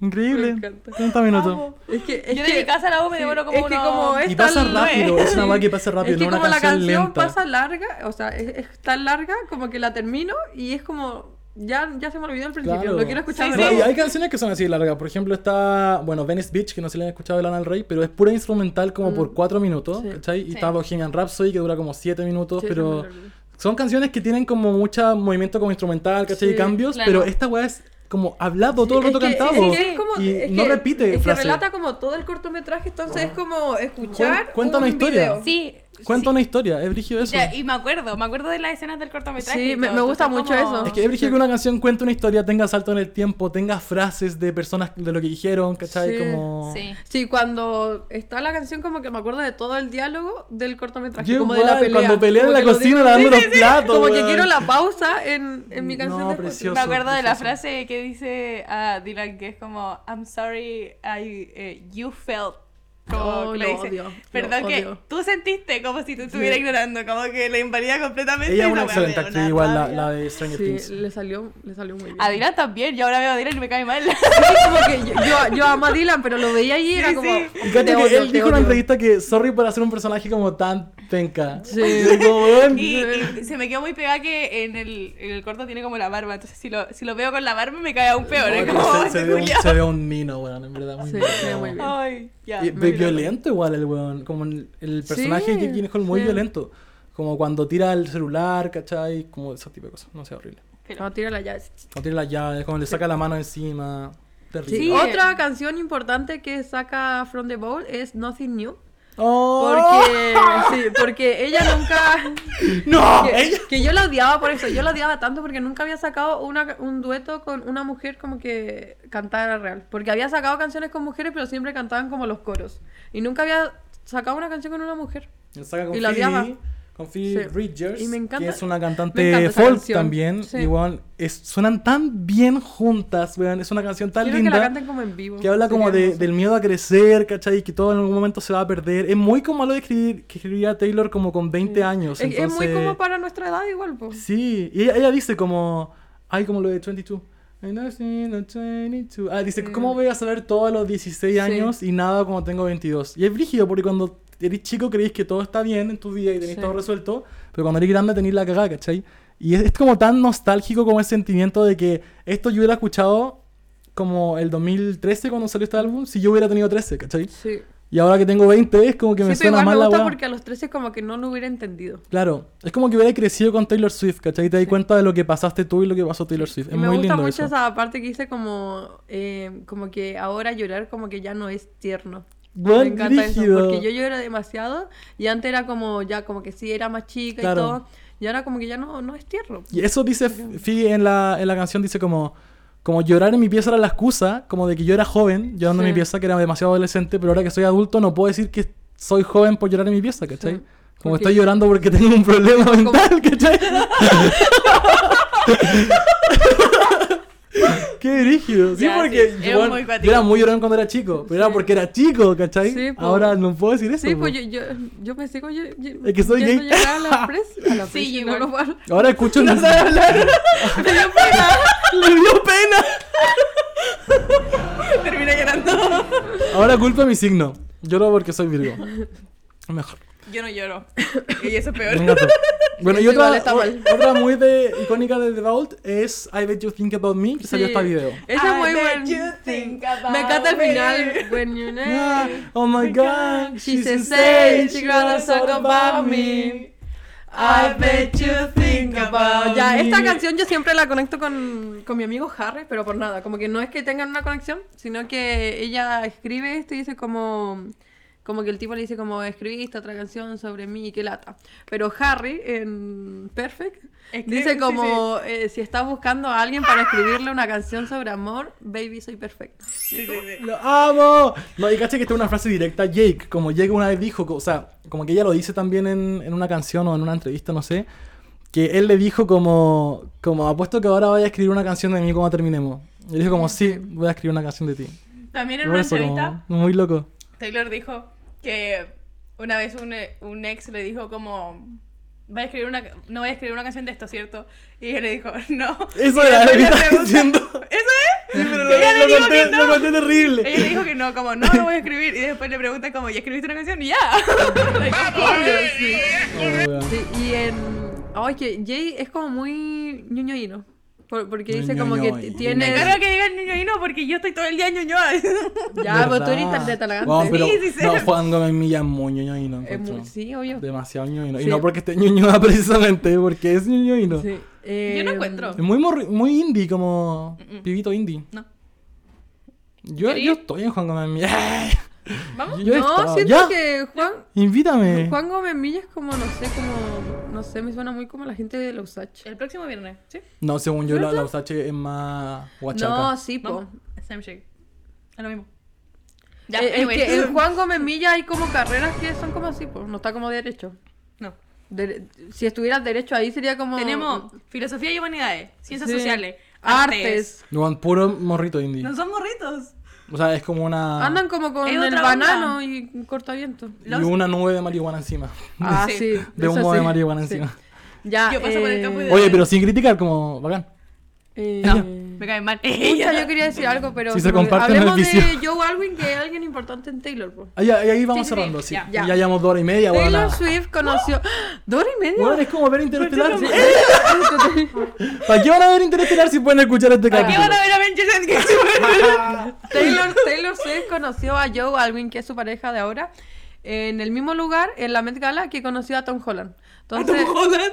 Increíble. Me encanta. 30 minutos. amo. Es que, es Yo que- de mi casa a la U me sí, demoro como es que unos- como es Y pasa tan- rápido, es una weá que pasa rápido, es que no una como la canción, canción lenta. pasa larga, o sea, es, es tan larga como que la termino y es como ya, ya se me olvidó al principio, Claro. lo quiero escuchar Sí, de Pero hay- nuevo. hay canciones que son así largas. Por ejemplo, está, bueno, Venice Beach, que no se le han escuchado de Lana del Rey, pero es pura instrumental como por 4 minutos, Mm. Sí. ¿cachai? Y Sí. está Bohemian Rhapsody, que dura como 7 minutos, Sí, pero se me olvidó. son canciones que tienen como mucho movimiento como instrumental, ¿cachai? Sí, y cambios, claro. pero esta weá es como hablado todo el Es rato que- cantado. es que es como- y es no que- repite Es que frases. relata como todo el cortometraje, entonces es como escuchar. Cuen- cuenta una historia. video. Sí. Cuenta una historia, es brígido eso. Ya, y me acuerdo, me acuerdo de las escenas del cortometraje. Sí, y me- todo, me gusta entonces mucho como- eso. Es que es brígido que una canción cuente una historia, tenga salto en el tiempo, tenga frases de personas de lo que dijeron, ¿cachai? Sí. Como... Sí. Sí, cuando está la canción, como que me acuerdo de todo el diálogo del cortometraje, Yo como de igual, la pelea. cuando pelean como en la que lo cocina digo- lavando Sí, los sí, sí. platos, Como que weón. quiero la pausa en, en mi No, canción. de- precioso. Me acuerdo de la precioso. frase que dice a Dylan que es como I'm sorry I eh, you felt como Oh, que le lo dice, odio, lo perdón que odio. tú sentiste como si tú estuvieras ignorando como que le invalida completamente Ella es esa una weá, me excelente da actriz, una igual la, rabia. la de Stranger Things. Sí, le salió, le salió muy bien. a Dylan también yo ahora veo a Dylan y me [LAUGHS] cae mal Sí, como que yo, yo, yo amo a Dylan, pero lo veía allí y era Sí, como. sí. Y cacha te que odio, él dijo te en una odio. entrevista que sorry por hacer un personaje como tan penca. Sí. Y como, weón, y, y se me quedó muy pegada que en el, en el corto tiene como la barba entonces si lo, si lo veo con la barba me cae aún peor es como Oh, se, se este ve un, culiao. se ve un mino, weón, en verdad. Muy Sí, mino. se ve muy bien. ay Oh, ya Y me ve vino. violento igual el weón. Como el, el personaje Sí, que tiene es como muy sí. violento. Como cuando tira el celular, ¿cachai? Como ese tipo de cosas. No sé, horrible. No, tira la llave. Cuando tira las llaves, cuando le saca la mano encima. Terrible. Sí, Otra canción importante que saca From the Bowl es Nothing New. ¡Oh! Porque, sí, porque ella nunca. [LAUGHS] ¡No! que, Ella- que yo la odiaba por eso, yo la odiaba tanto porque nunca había sacado una- un dueto con una mujer como que cantara real. Porque había sacado canciones con mujeres, pero siempre cantaban como los coros. Y nunca había sacado una canción con una mujer. Le saca con Y la odiaba. Phoebe, con Phoebe Sí. Bridgers, Y me encanta- que es una me cantante encanta esa folk canción. también. Sí. Igual, es- suenan tan bien juntas, weón. Es una canción tan Quiero que linda. la canten como en vivo. que habla como Sería de- hermoso. del miedo a crecer, ¿cachai? Que todo en algún momento se va a perder. Es muy como lo de escribir, que escribía Taylor como con 20 años. Es, es muy entonces- como para nuestra edad igual, po. Sí, y ella, ella dice como... Ay, como lo de 22. And I've seen the 22. Ah, Mm. dice, ¿cómo voy a saber todo a los 16 años y nada cuando tengo 22? Y es brígido porque cuando eres chico creéis que todo está bien en tu vida y tenéis Sí. todo resuelto, pero cuando eres grande tenéis la cagada, ¿cachai? Y es, es como tan nostálgico como el sentimiento de que esto yo hubiera escuchado como el 2013 cuando salió este álbum, si yo hubiera tenido 13, ¿cachai? Sí. Y ahora que tengo 20 es como que me Sí, pero suena igual mal me la gusta weá. porque a los 13 como que no lo hubiera entendido. Claro, es como que hubiera crecido con Taylor Swift, ¿cachai? Y te das cuenta de lo que pasaste tú y lo que pasó Taylor Swift. Es y me muy gusta lindo mucho eso. esa parte que dice como, eh, como que ahora llorar como que ya no es tierno. Buen me encanta brígido. eso, porque yo lloré demasiado y antes era como, ya como que sí, era más chica Claro. y todo. Y ahora como que ya no, no es tierno. Y eso dice F- Phoebe en la, en la canción, dice como... Como llorar en mi pieza era la excusa, como de que yo era joven, llorando en mi Sí. pieza, que era demasiado adolescente, pero ahora que soy adulto no puedo decir que soy joven por llorar en mi pieza, ¿cachai? Sí. Como Porque- estoy llorando porque tengo un [LAUGHS] problema mental, ¿cachai? Qué rígido. Sí, Ya, porque sí, yo, era igual- muy yo cuático. era muy llorón cuando era chico. Pero era porque era chico, ¿cachai? Sí, po. Ahora no puedo decir eso. Sí, po. pues yo, yo, yo pensé que yo, yo- Es que soy yendo gay. a llegar a [LAUGHS] la pres, a la Sí, pres, igual. no, no, [LAUGHS] no. Ahora escucho un. [LAUGHS] ¡Le dio pena! Termina llorando. Ahora culpa mi signo. Lloro porque soy Virgo. Mejor. Yo no lloro. Y eso es Me peor. encanta. Bueno, y Igual otra, está mal. o- otra muy de, icónica de The Vault es I Bet You Think About Me, que salió Sí. este video. Esa es muy I bet buena. you think about Me encanta el final. it. When you know. Ah, oh my god, She's she's insane, insane, she she gonna gotta suck talk about about me. me. I bet you think about Ya, esta me. canción yo siempre la conecto con, con mi amigo Harry, pero por nada. Como que no es que tengan una conexión, sino que ella escribe esto y dice como... Como que el tipo le dice como, escribiste otra canción sobre mí y qué lata. Pero Harry, en Perfect, Escribe- dice sí, como, eh, si estás buscando a alguien para escribirle una canción sobre amor, baby, soy perfecta. Sí, sí, sí. ¡Lo amo! No, y caché que esta es una frase directa a Jake. Como Jake una vez dijo, co- o sea, como que ella lo dice también en, en una canción o en una entrevista, no sé. Que él le dijo como, como apuesto que ahora vaya a escribir una canción de mí cuando terminemos. Y él dijo como, sí, voy a escribir una canción de ti. También en Por una eso, como, entrevista, muy loco. Taylor dijo que una vez un, un ex le dijo como... Va a escribir una, no voy a escribir una canción de esto, ¿cierto? Y ella le dijo, no. Eso Y era después lo que le estaba pregunta, [LAUGHS] diciendo. ¿Eso es? Sí, [LAUGHS] pero Ella le lo, lo dijo conté, que no. lo conté terrible. Ella le [LAUGHS] dijo que no, como, no, no voy a escribir. Y después le pregunta como, ¿ya escribiste una canción? Y ya. [LAUGHS] Like, obvio, sí. Oh, weón. Sí, y en. Ay, que Jay es como muy ñoñoíno. Por- porque Muy dice como que ñoñoíno. tiene. Me Claro que digan niño y no, porque yo estoy todo el día ñoñoa. [LAUGHS] Ya, pero tú eres ¿Verdad? tan detalagante. Weón, pero, Sí, sí, sí. No, Juan Gómez Milla es muy ñoño y no. Es muy- encuentro. sí, obvio. Demasiado ñoño. Y Sí. no porque esté ñoño [LAUGHS] precisamente, porque es ñoño y no. Sí, Yo no eh, encuentro. Es muy, morri- muy indie, como Mm-mm. pibito indie. No. Yo, ¿Querí? yo estoy en Juan Gómez Milla. [LAUGHS] ¿Vamos? Yo No, estaba- siento ya, que Juan. invítame. Juan Gómez Milla es como, no sé, como. No sé, me suena muy como la gente de los H. El próximo viernes, ¿sí? No, según yo, la, la Usache es más guachaca. No, sí, po. Vamos. Sam Shake. Es lo mismo. Eh, es anyway. [LAUGHS] que en Juan Gómez Milla hay como carreras que son como así, po. No está como derecho. No. Dere- si estuvieras derecho ahí sería como. Tenemos filosofía y humanidades, ciencias Ah, Sí. sociales, artes. Artes. Juan, puro morrito indie. No son morritos. O sea, es como una. Andan como con Es el otra banano onda. y un cortaviento. Ah. Y los- una nube de marihuana encima. Ah, sí. [LAUGHS] sí. De eso humo de sí, marihuana sí. encima. Ya. Yo paso por el eh, campo y de- Oye, pero sin criticar, como bacán. eh, No, me caen mal. [LAUGHS] pucha, yo quería decir algo, pero. Si se me olvidó. comparten el Hablemos de vicio. Joe Alwin, que es alguien importante en Taylor. [LAUGHS] po. Ahí, ahí, ahí vamos Sí, sí, cerrando, sí, sí. ya. Ya. Ya. llevamos dos horas y media, weón. Taylor Swift conoció. ¡Ah! [GASPS] ¿Dos horas y media? Weón, es como ver Interestelar. sí. ¿Para qué van a ver Interestelar si pueden escuchar este ¿Para qué capítulo? van a ver Avengers [LAUGHS] Endgame? [LAUGHS] Taylor, Taylor Swift conoció a Joe Alwin, que es su pareja de ahora, en el mismo lugar, en la Met Gala, que conoció a Tom Holland. Entonces, Holland,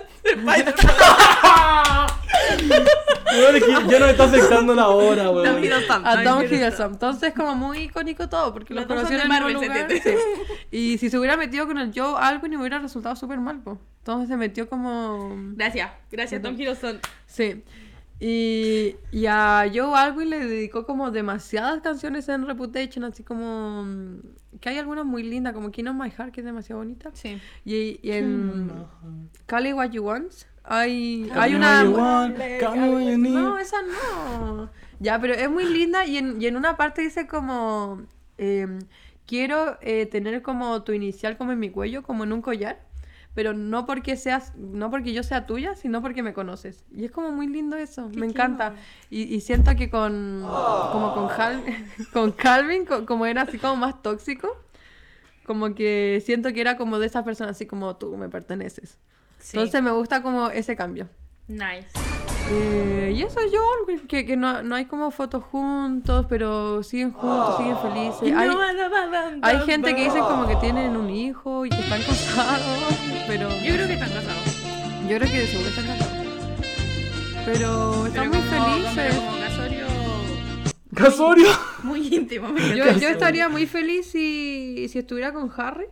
Weón, es que ya nos está afectando la hora, [LAUGHS] weón. A Tom Hiddleston. Entonces, como muy icónico todo, porque los Los dos conocí en son el de mismo Marvel, lugar. se entiende. sí. Y si se hubiera metido con el Joe Alwyn, hubiera resultado súper mal, po. Entonces se metió como. Gracias, gracias Tom Hiddleston. Sí. Y, y a Joe Alwyn le dedicó como demasiadas canciones en Reputation, así como. mm, Que hay algunas muy lindas, como King of My Heart, que es demasiado bonita. Sí. Y, y en. Call It What You Want. Hay, Call hay Me una. What You Want, Call Me What You Need. No, esa no. Ya, pero es muy linda y en, y en una parte dice como, em, quiero eh, tener como tu inicial como en mi cuello, como en un collar, pero no porque seas, no porque yo sea tuya, sino porque me conoces. Y es como muy lindo eso, me encanta. Y, y siento que con, como con, Hal- [LAUGHS] con Calvin, co- como era así como más tóxico, como que siento que era como de esas personas así como tú me perteneces. Entonces me gusta como ese cambio. nice. Eh, y eso yo, que, que no, no hay como fotos juntos, pero siguen juntos, siguen felices. Hay, hay gente que dice como que tienen un hijo y que están casados, pero Yo creo que están casados. yo creo que de seguro están casados. Pero están Pero muy como- como- felices. pero como casorio Casorio. muy [LAUGHS] íntimo. me Yo, encanta. yo estaría muy feliz si, si estuviera con Harry,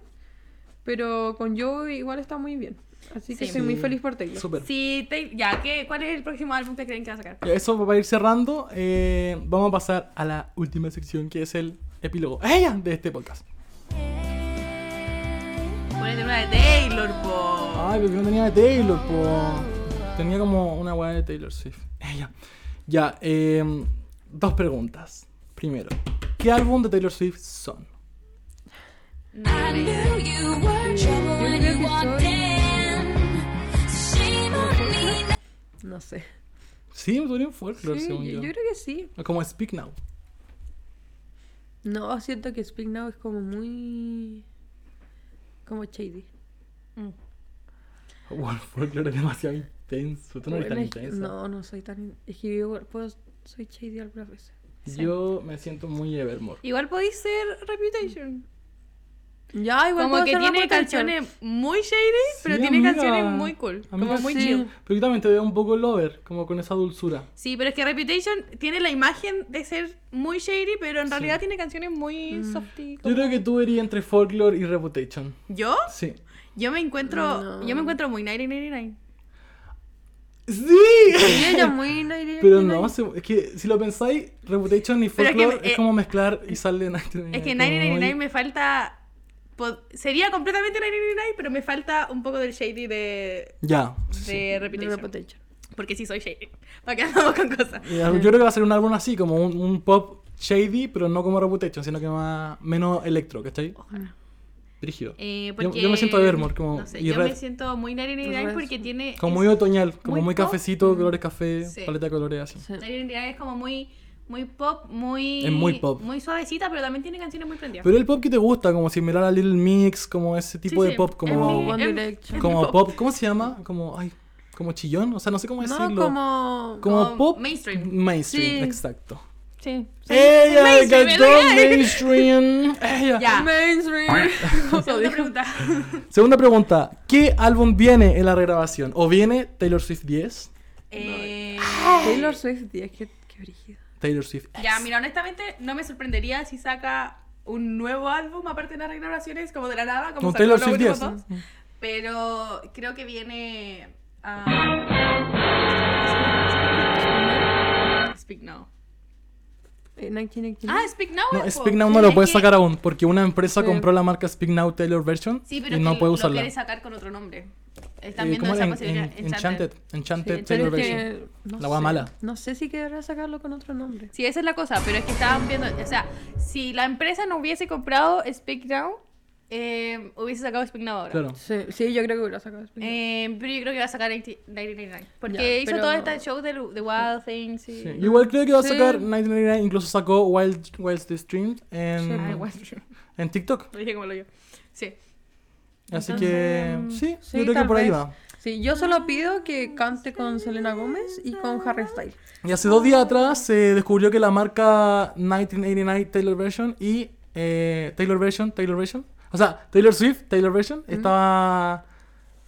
pero con Joe igual está muy bien. Así que Sí. soy muy feliz por Taylor. Súper. Sí, te- ya, ¿qué, ¿cuál es el próximo álbum que creen que va a sacar? Eso para ir cerrando, eh, vamos a pasar a la última sección que es el epílogo ¡Ay, ya! de este podcast. Ponete una de Taylor, po. [LAUGHS] Ay, pero yo no tenía de Taylor, po. Tenía como una weá de Taylor Swift. Ella. Eh, Ya, em, dos preguntas. Primero, ¿qué álbum de Taylor Swift son? I knew you were trouble when you walked in. Shame on me. No sé. Sí, son folklore, Sí, según yo, yo. yo creo que sí. Como Speak Now. No, siento que Speak Now es como muy... Como shady. Wow, el folklore es demasiado intenso. Tú no eres tan Bueno, es que- intenso. no, no soy tan... in- Es que yo igual puedo, soy shady algunas veces. Yo me siento muy Evermore. Igual podéis ser Reputation. Ya, igual Como puedo que ser tiene Reputation. canciones muy shady, pero Sí, tiene amiga. canciones muy cool. Amiga, como muy sí. chill. Pero yo también te veo un poco lover, como con esa dulzura. Sí, pero es que Reputation tiene la imagen de ser muy shady, pero en realidad tiene canciones muy softy. Yo como- creo que tú irías entre folklore y reputation. ¿Yo? Sí. Yo me encuentro, yo me encuentro muy 1999. ¡Sí! Sí, ella [LAUGHS] muy... nairi- Pero nairi- no, se- es que si lo pensáis, Reputation y Pero es que, Folklore es, eh, como mezclar y sale este 1999. Es que como 1999 muy- me falta... po- Sería completamente 1999, pero me falta un poco del shady de, Ya. de sí, sí. de Reputation. Reputation. Porque sí soy shady. [LAUGHS] ¿Para qué andamos con cosas? Y Eh, Yo creo que va a ser un álbum así, como un, un pop shady, pero no como Reputation, sino que más, menos electro, ¿cachai? Ojalá. Dirigido. Eh, Yo- porque- yo me siento Evermore, como- No sé, y yo Red. me siento muy 1999 Red. porque tiene... como es- muy otoñal, como muy, muy pop. Mm. cafecito, colores café, Sí. paleta de colores así. [LAUGHS] Sí. 1999 es como muy... Muy pop, muy... Es muy pop. Muy suavecita, pero también tiene canciones muy prendidas. Pero el pop que te gusta, como similar a Little Mix, como ese tipo Sí, de sí. pop, Como como, One em- Direction. como pop. ¿cómo se llama? Como, ay, como chillón, o sea, no sé cómo em, No, decirlo. como... como, como pop mainstream. mainstream, Sí. exacto. Sí. Ella mainstream, cantó mainstream. [LAUGHS] Ella. [LAUGHS] Ya. Mainstream. Ah. Segunda [LAUGHS] pregunta. Segunda pregunta, ¿qué álbum viene en la regrabación? ¿O viene Taylor Swift 10? Eh, Taylor Swift 10, qué, qué brígido. Taylor Swift Ya, mira, honestamente no me sorprendería si saca un nuevo álbum, aparte de las regrabaciones, como de la nada, como Con sacó Taylor los Swift últimos 10. dos. Pero creo que viene ah, a... Speak Now. Eh, 1989. Ah, Speak Now. No, es Speak po. Now no lo Es puedes que- sacar aún porque una empresa Sí. compró la marca Speak Now Taylor Version Sí, pero y que no puede lo usarla. quiere sacar con otro nombre. Están Eh, viendo ¿cómo esa era? En- posibilidad. en- Enchanted, Enchanted Ah, Sí, Taylor pero es que Version. no La guá sé. mala. No sé si querrá sacarlo con otro nombre. Sí, esa es la cosa, pero es que estaban viendo, o sea, si la empresa no hubiese comprado Speak Now, eh, hubiese sacado Speak Now ahora. Claro. Sí, sí, yo creo que hubiera sacado. Speak Now. Eh, pero yo creo que va a sacar 90 1999. Porque Ya, hizo pero- todo este show de, de Wild Things. Y... Sí, yo Igual creo que va a Sí. sacar 1999, incluso sacó Wild, Wild the Stream Sí. en, Ay, Wild Things. en TikTok. [LAUGHS] Lo dije como lo yo. Sí. Así Entonces, que mm, sí, sí, yo creo que tal por ahí vez. va. Sí, yo solo pido que cante con Selena Gómez y con Harry Styles. Y hace dos días atrás se descubrió que la marca 1989 Taylor Version y eh, Taylor Version, Taylor Version, o sea, Taylor Swift, Taylor Version, estaba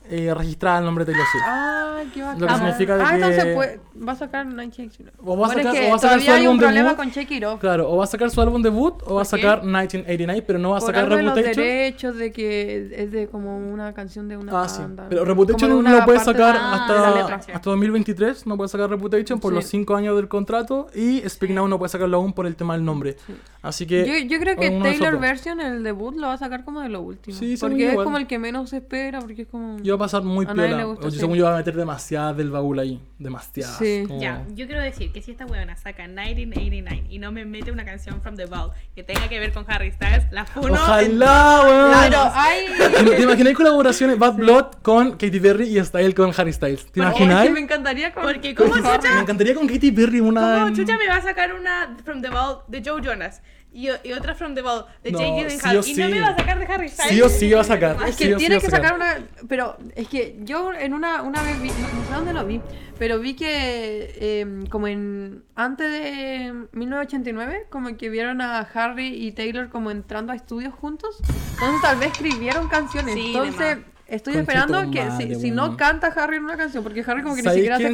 eh, registrada el nombre de Taylor Swift. Ah, qué bacán. Lo que significa de ah, que- entonces puede- va a sacar 1989. O va a Bueno, es sacar- que o va a sacar su todavía hay álbum un problema debut. con Check It Off. Claro, o va a sacar su álbum debut o va a ¿Por qué? sacar 1989, pero no va a Por sacar algo de los Reputation. derechos de que es de como una canción de una Ah, sí. banda. Pero ¿no? Reputation Como de no una lo puede parte de sacar la- de la hasta, letra. hasta 2023, no puede sacar Reputation por Sí. los 5 años del contrato y Speak Now no puede sacarlo aún por el tema del nombre. Así que... Yo, yo creo que uno de esos Taylor dos. Version, el debut, lo va a sacar como de lo último. Sí, según yo porque es igual. como el que menos se espera, porque es como... Yo va a pasar muy A nadie piola. le gusta, Oye, sí. Según yo va a meter demasiadas del baúl ahí. Demasiadas. Sí. como- Ya, yo quiero decir que si esta huevona saca 1989 y no me mete una canción from the vault que tenga que ver con Harry Styles, la funo. Ojalá, weón. Pero hay. [LAUGHS] ¿Te te imagináis colaboraciones Bad Blood con Katy Perry y Style con Harry Styles? ¿Te Porque imagináis? me encantaría con... [LAUGHS] Porque como chucha. Me encantaría con Katy Perry una. Como chucha me va a sacar una from the vault de Joe Jonas y, y otra from the vault de No, Jake sí Gyllenhaal o y no sí. me va a sacar de Harry Styles. Sí o sí va a sacar. Es que sí o sí tiene va a que sacar una... Pero es que yo en una, una vez vi, no, no sé dónde lo vi, pero vi que eh, como en... Antes de 1989, como que vieron a Harry y Taylor como entrando a estudios juntos. Entonces tal vez escribieron canciones. Sí, de Entonces... Estoy Conche esperando tu que si, madre, si weón. no canta Harry en una canción, porque Harry como que ni ¿Sabéis siquiera hace quién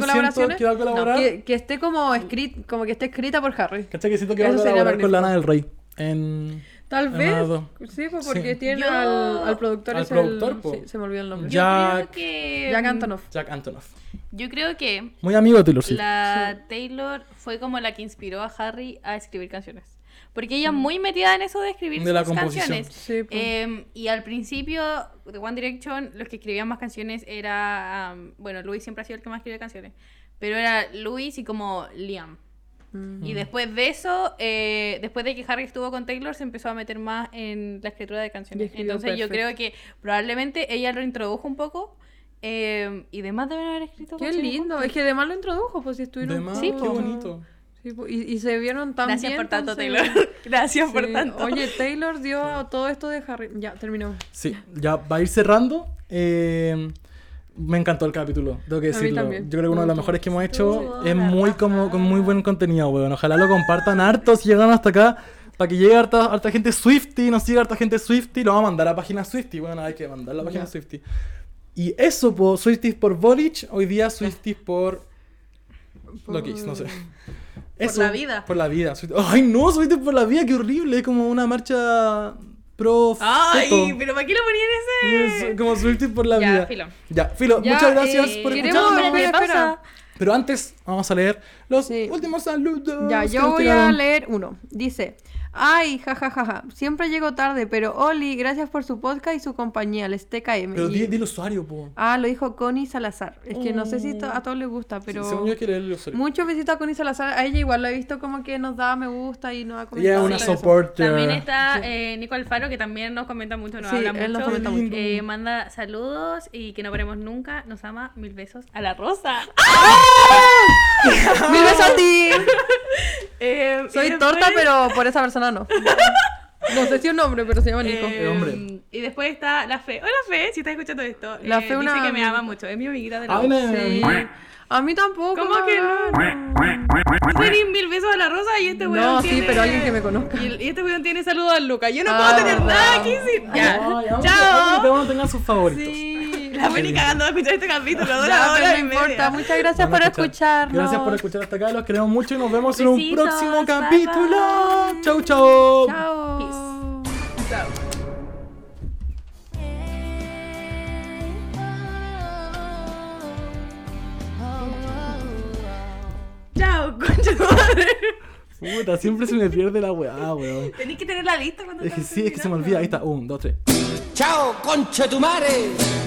siento colaboraciones, que va a colaborar? que, que esté como escrita, como que esté escrita por Harry. ¿Cachai que siento que va a Eso sería colaborar con magnífico. Lana del Rey? En. Tal En vez. Manado. Sí, pues porque Sí. tiene Yo- al, al productor. Al es el- productor, po. sí, se me olvidó el nombre. Ya. Jack- Yo creo que. Jack Antonoff. Jack Antonoff. Yo creo que Muy amigo de Taylor Swift. la Taylor fue como la que inspiró a Harry a escribir canciones. Porque ella muy metida en eso de escribir Mm. De la sus composición. canciones. Sí, pues. Eh, y al principio de One Direction, los que escribían más canciones era. um, bueno, Louis siempre ha sido el que más escribe canciones. Pero era Luis y como Liam. Y después de eso, eh, después de que Harry estuvo con Taylor, se empezó a meter más en la escritura de Y canciones. escribió Entonces yo Perfect. creo que probablemente ella lo introdujo un poco. eh, y además deben haber escrito Qué canciones lindo. juntos. Es que de más lo introdujo, pues si estuvieron. De más, juntos. qué bonito. Sí, po, y, y se vieron tan Gracias bien. por tanto, entonces- Taylor. [LAUGHS] Gracias por Sí. tanto. Oye, Taylor dio a todo esto de Harry. Ya, terminó. Sí, ya va a ir cerrando. Eh, me encantó el capítulo, tengo que mí decirlo. Yo también. creo que uno de los mejores que hemos hecho. Estuvo Es la muy como con muy buen contenido, weón. Ojalá lo compartan hartos si llegan hasta acá. Para que llegue harta, harta gente Swifty, nos siga harta gente Swifty, lo vamos a mandar a página Swifty. Bueno, hay que mandar la página Swifty. Y eso, po, Swifties por Boric, hoy día Swifties por. Lo que es, no sé. Eso, la vida. Por la vida. Swifties- Ay, no, Swifties por la vida, qué horrible. Es como una marcha pro. feto. Ay, pero ¿para qué lo ponían ese? Es como Swifty por la Ya, vida. filo. Ya, filo. Ya, Muchas gracias eh, por queremos- escucharnos. espera, Pausa. espera. Pero antes, vamos a leer los Sí. últimos saludos. Ya, que yo nos voy a llegaron. leer uno. Dice, ay, jajajaja, siempre llego tarde, pero Oli, gracias por su podcast y su compañía, les TKM. Pero Y- di, di el usuario, po. Ah, lo dijo Connie Salazar. Es que no sé si to- a todos les gusta, pero... Oh. Sí, según yo quiero leer el usuario. Muchos besitos a Connie Salazar. A ella igual la he visto como que nos da me gusta y nos ha Ella es comentado. una sobre eso. supporter. También está eh, Nico Alfaro, que también nos comenta mucho, nos Sí, habla él nos mucho. comenta mucho. Eh, manda saludos y que no paremos nunca. Nos ama. Mil besos a la rosa. [LAUGHS] ¡Mil besos a ti! [LAUGHS] Eh, y Soy después, torta, pero por esa persona [LAUGHS] no. No sé si un nombre, pero se llama Nico. eh, Eh, hombre. Y después está la Fe. Hola Fe, si estás escuchando esto. La Eh, Fe, una- Dice que me ama mucho. Es mi amiguita de la Ay, U. no. Sí. A mí tampoco. ¿Cómo que no? cabrón. Poní mil besos a la rosa y este No, weón sí, tiene... pero alguien que me conozca. Y, el- y este weón tiene saludos a Luca. Yo no Ah, puedo tener wow. nada que decir. Ya. Ay, vamos, espero que Chao. cada uno tenga sus favoritos. Sí. La Fe ni cagando va a escuchar este capítulo. Dura Ya, hora pero no y media. importa. Muchas gracias Van a por escuchar. escucharnos. Gracias por escuchar hasta acá. Los queremos mucho y nos vemos en un Besitos, próximo bye, capítulo. bye. Chau, chau. Chao. Chao, concha tu madre. Puta, siempre se me pierde la weá, weón. Tenéis que tenerla lista cuando Es que estamos sí, es que se me terminando. olvida. Ahí está. Un, dos, tres. Ciao, conce tu mare!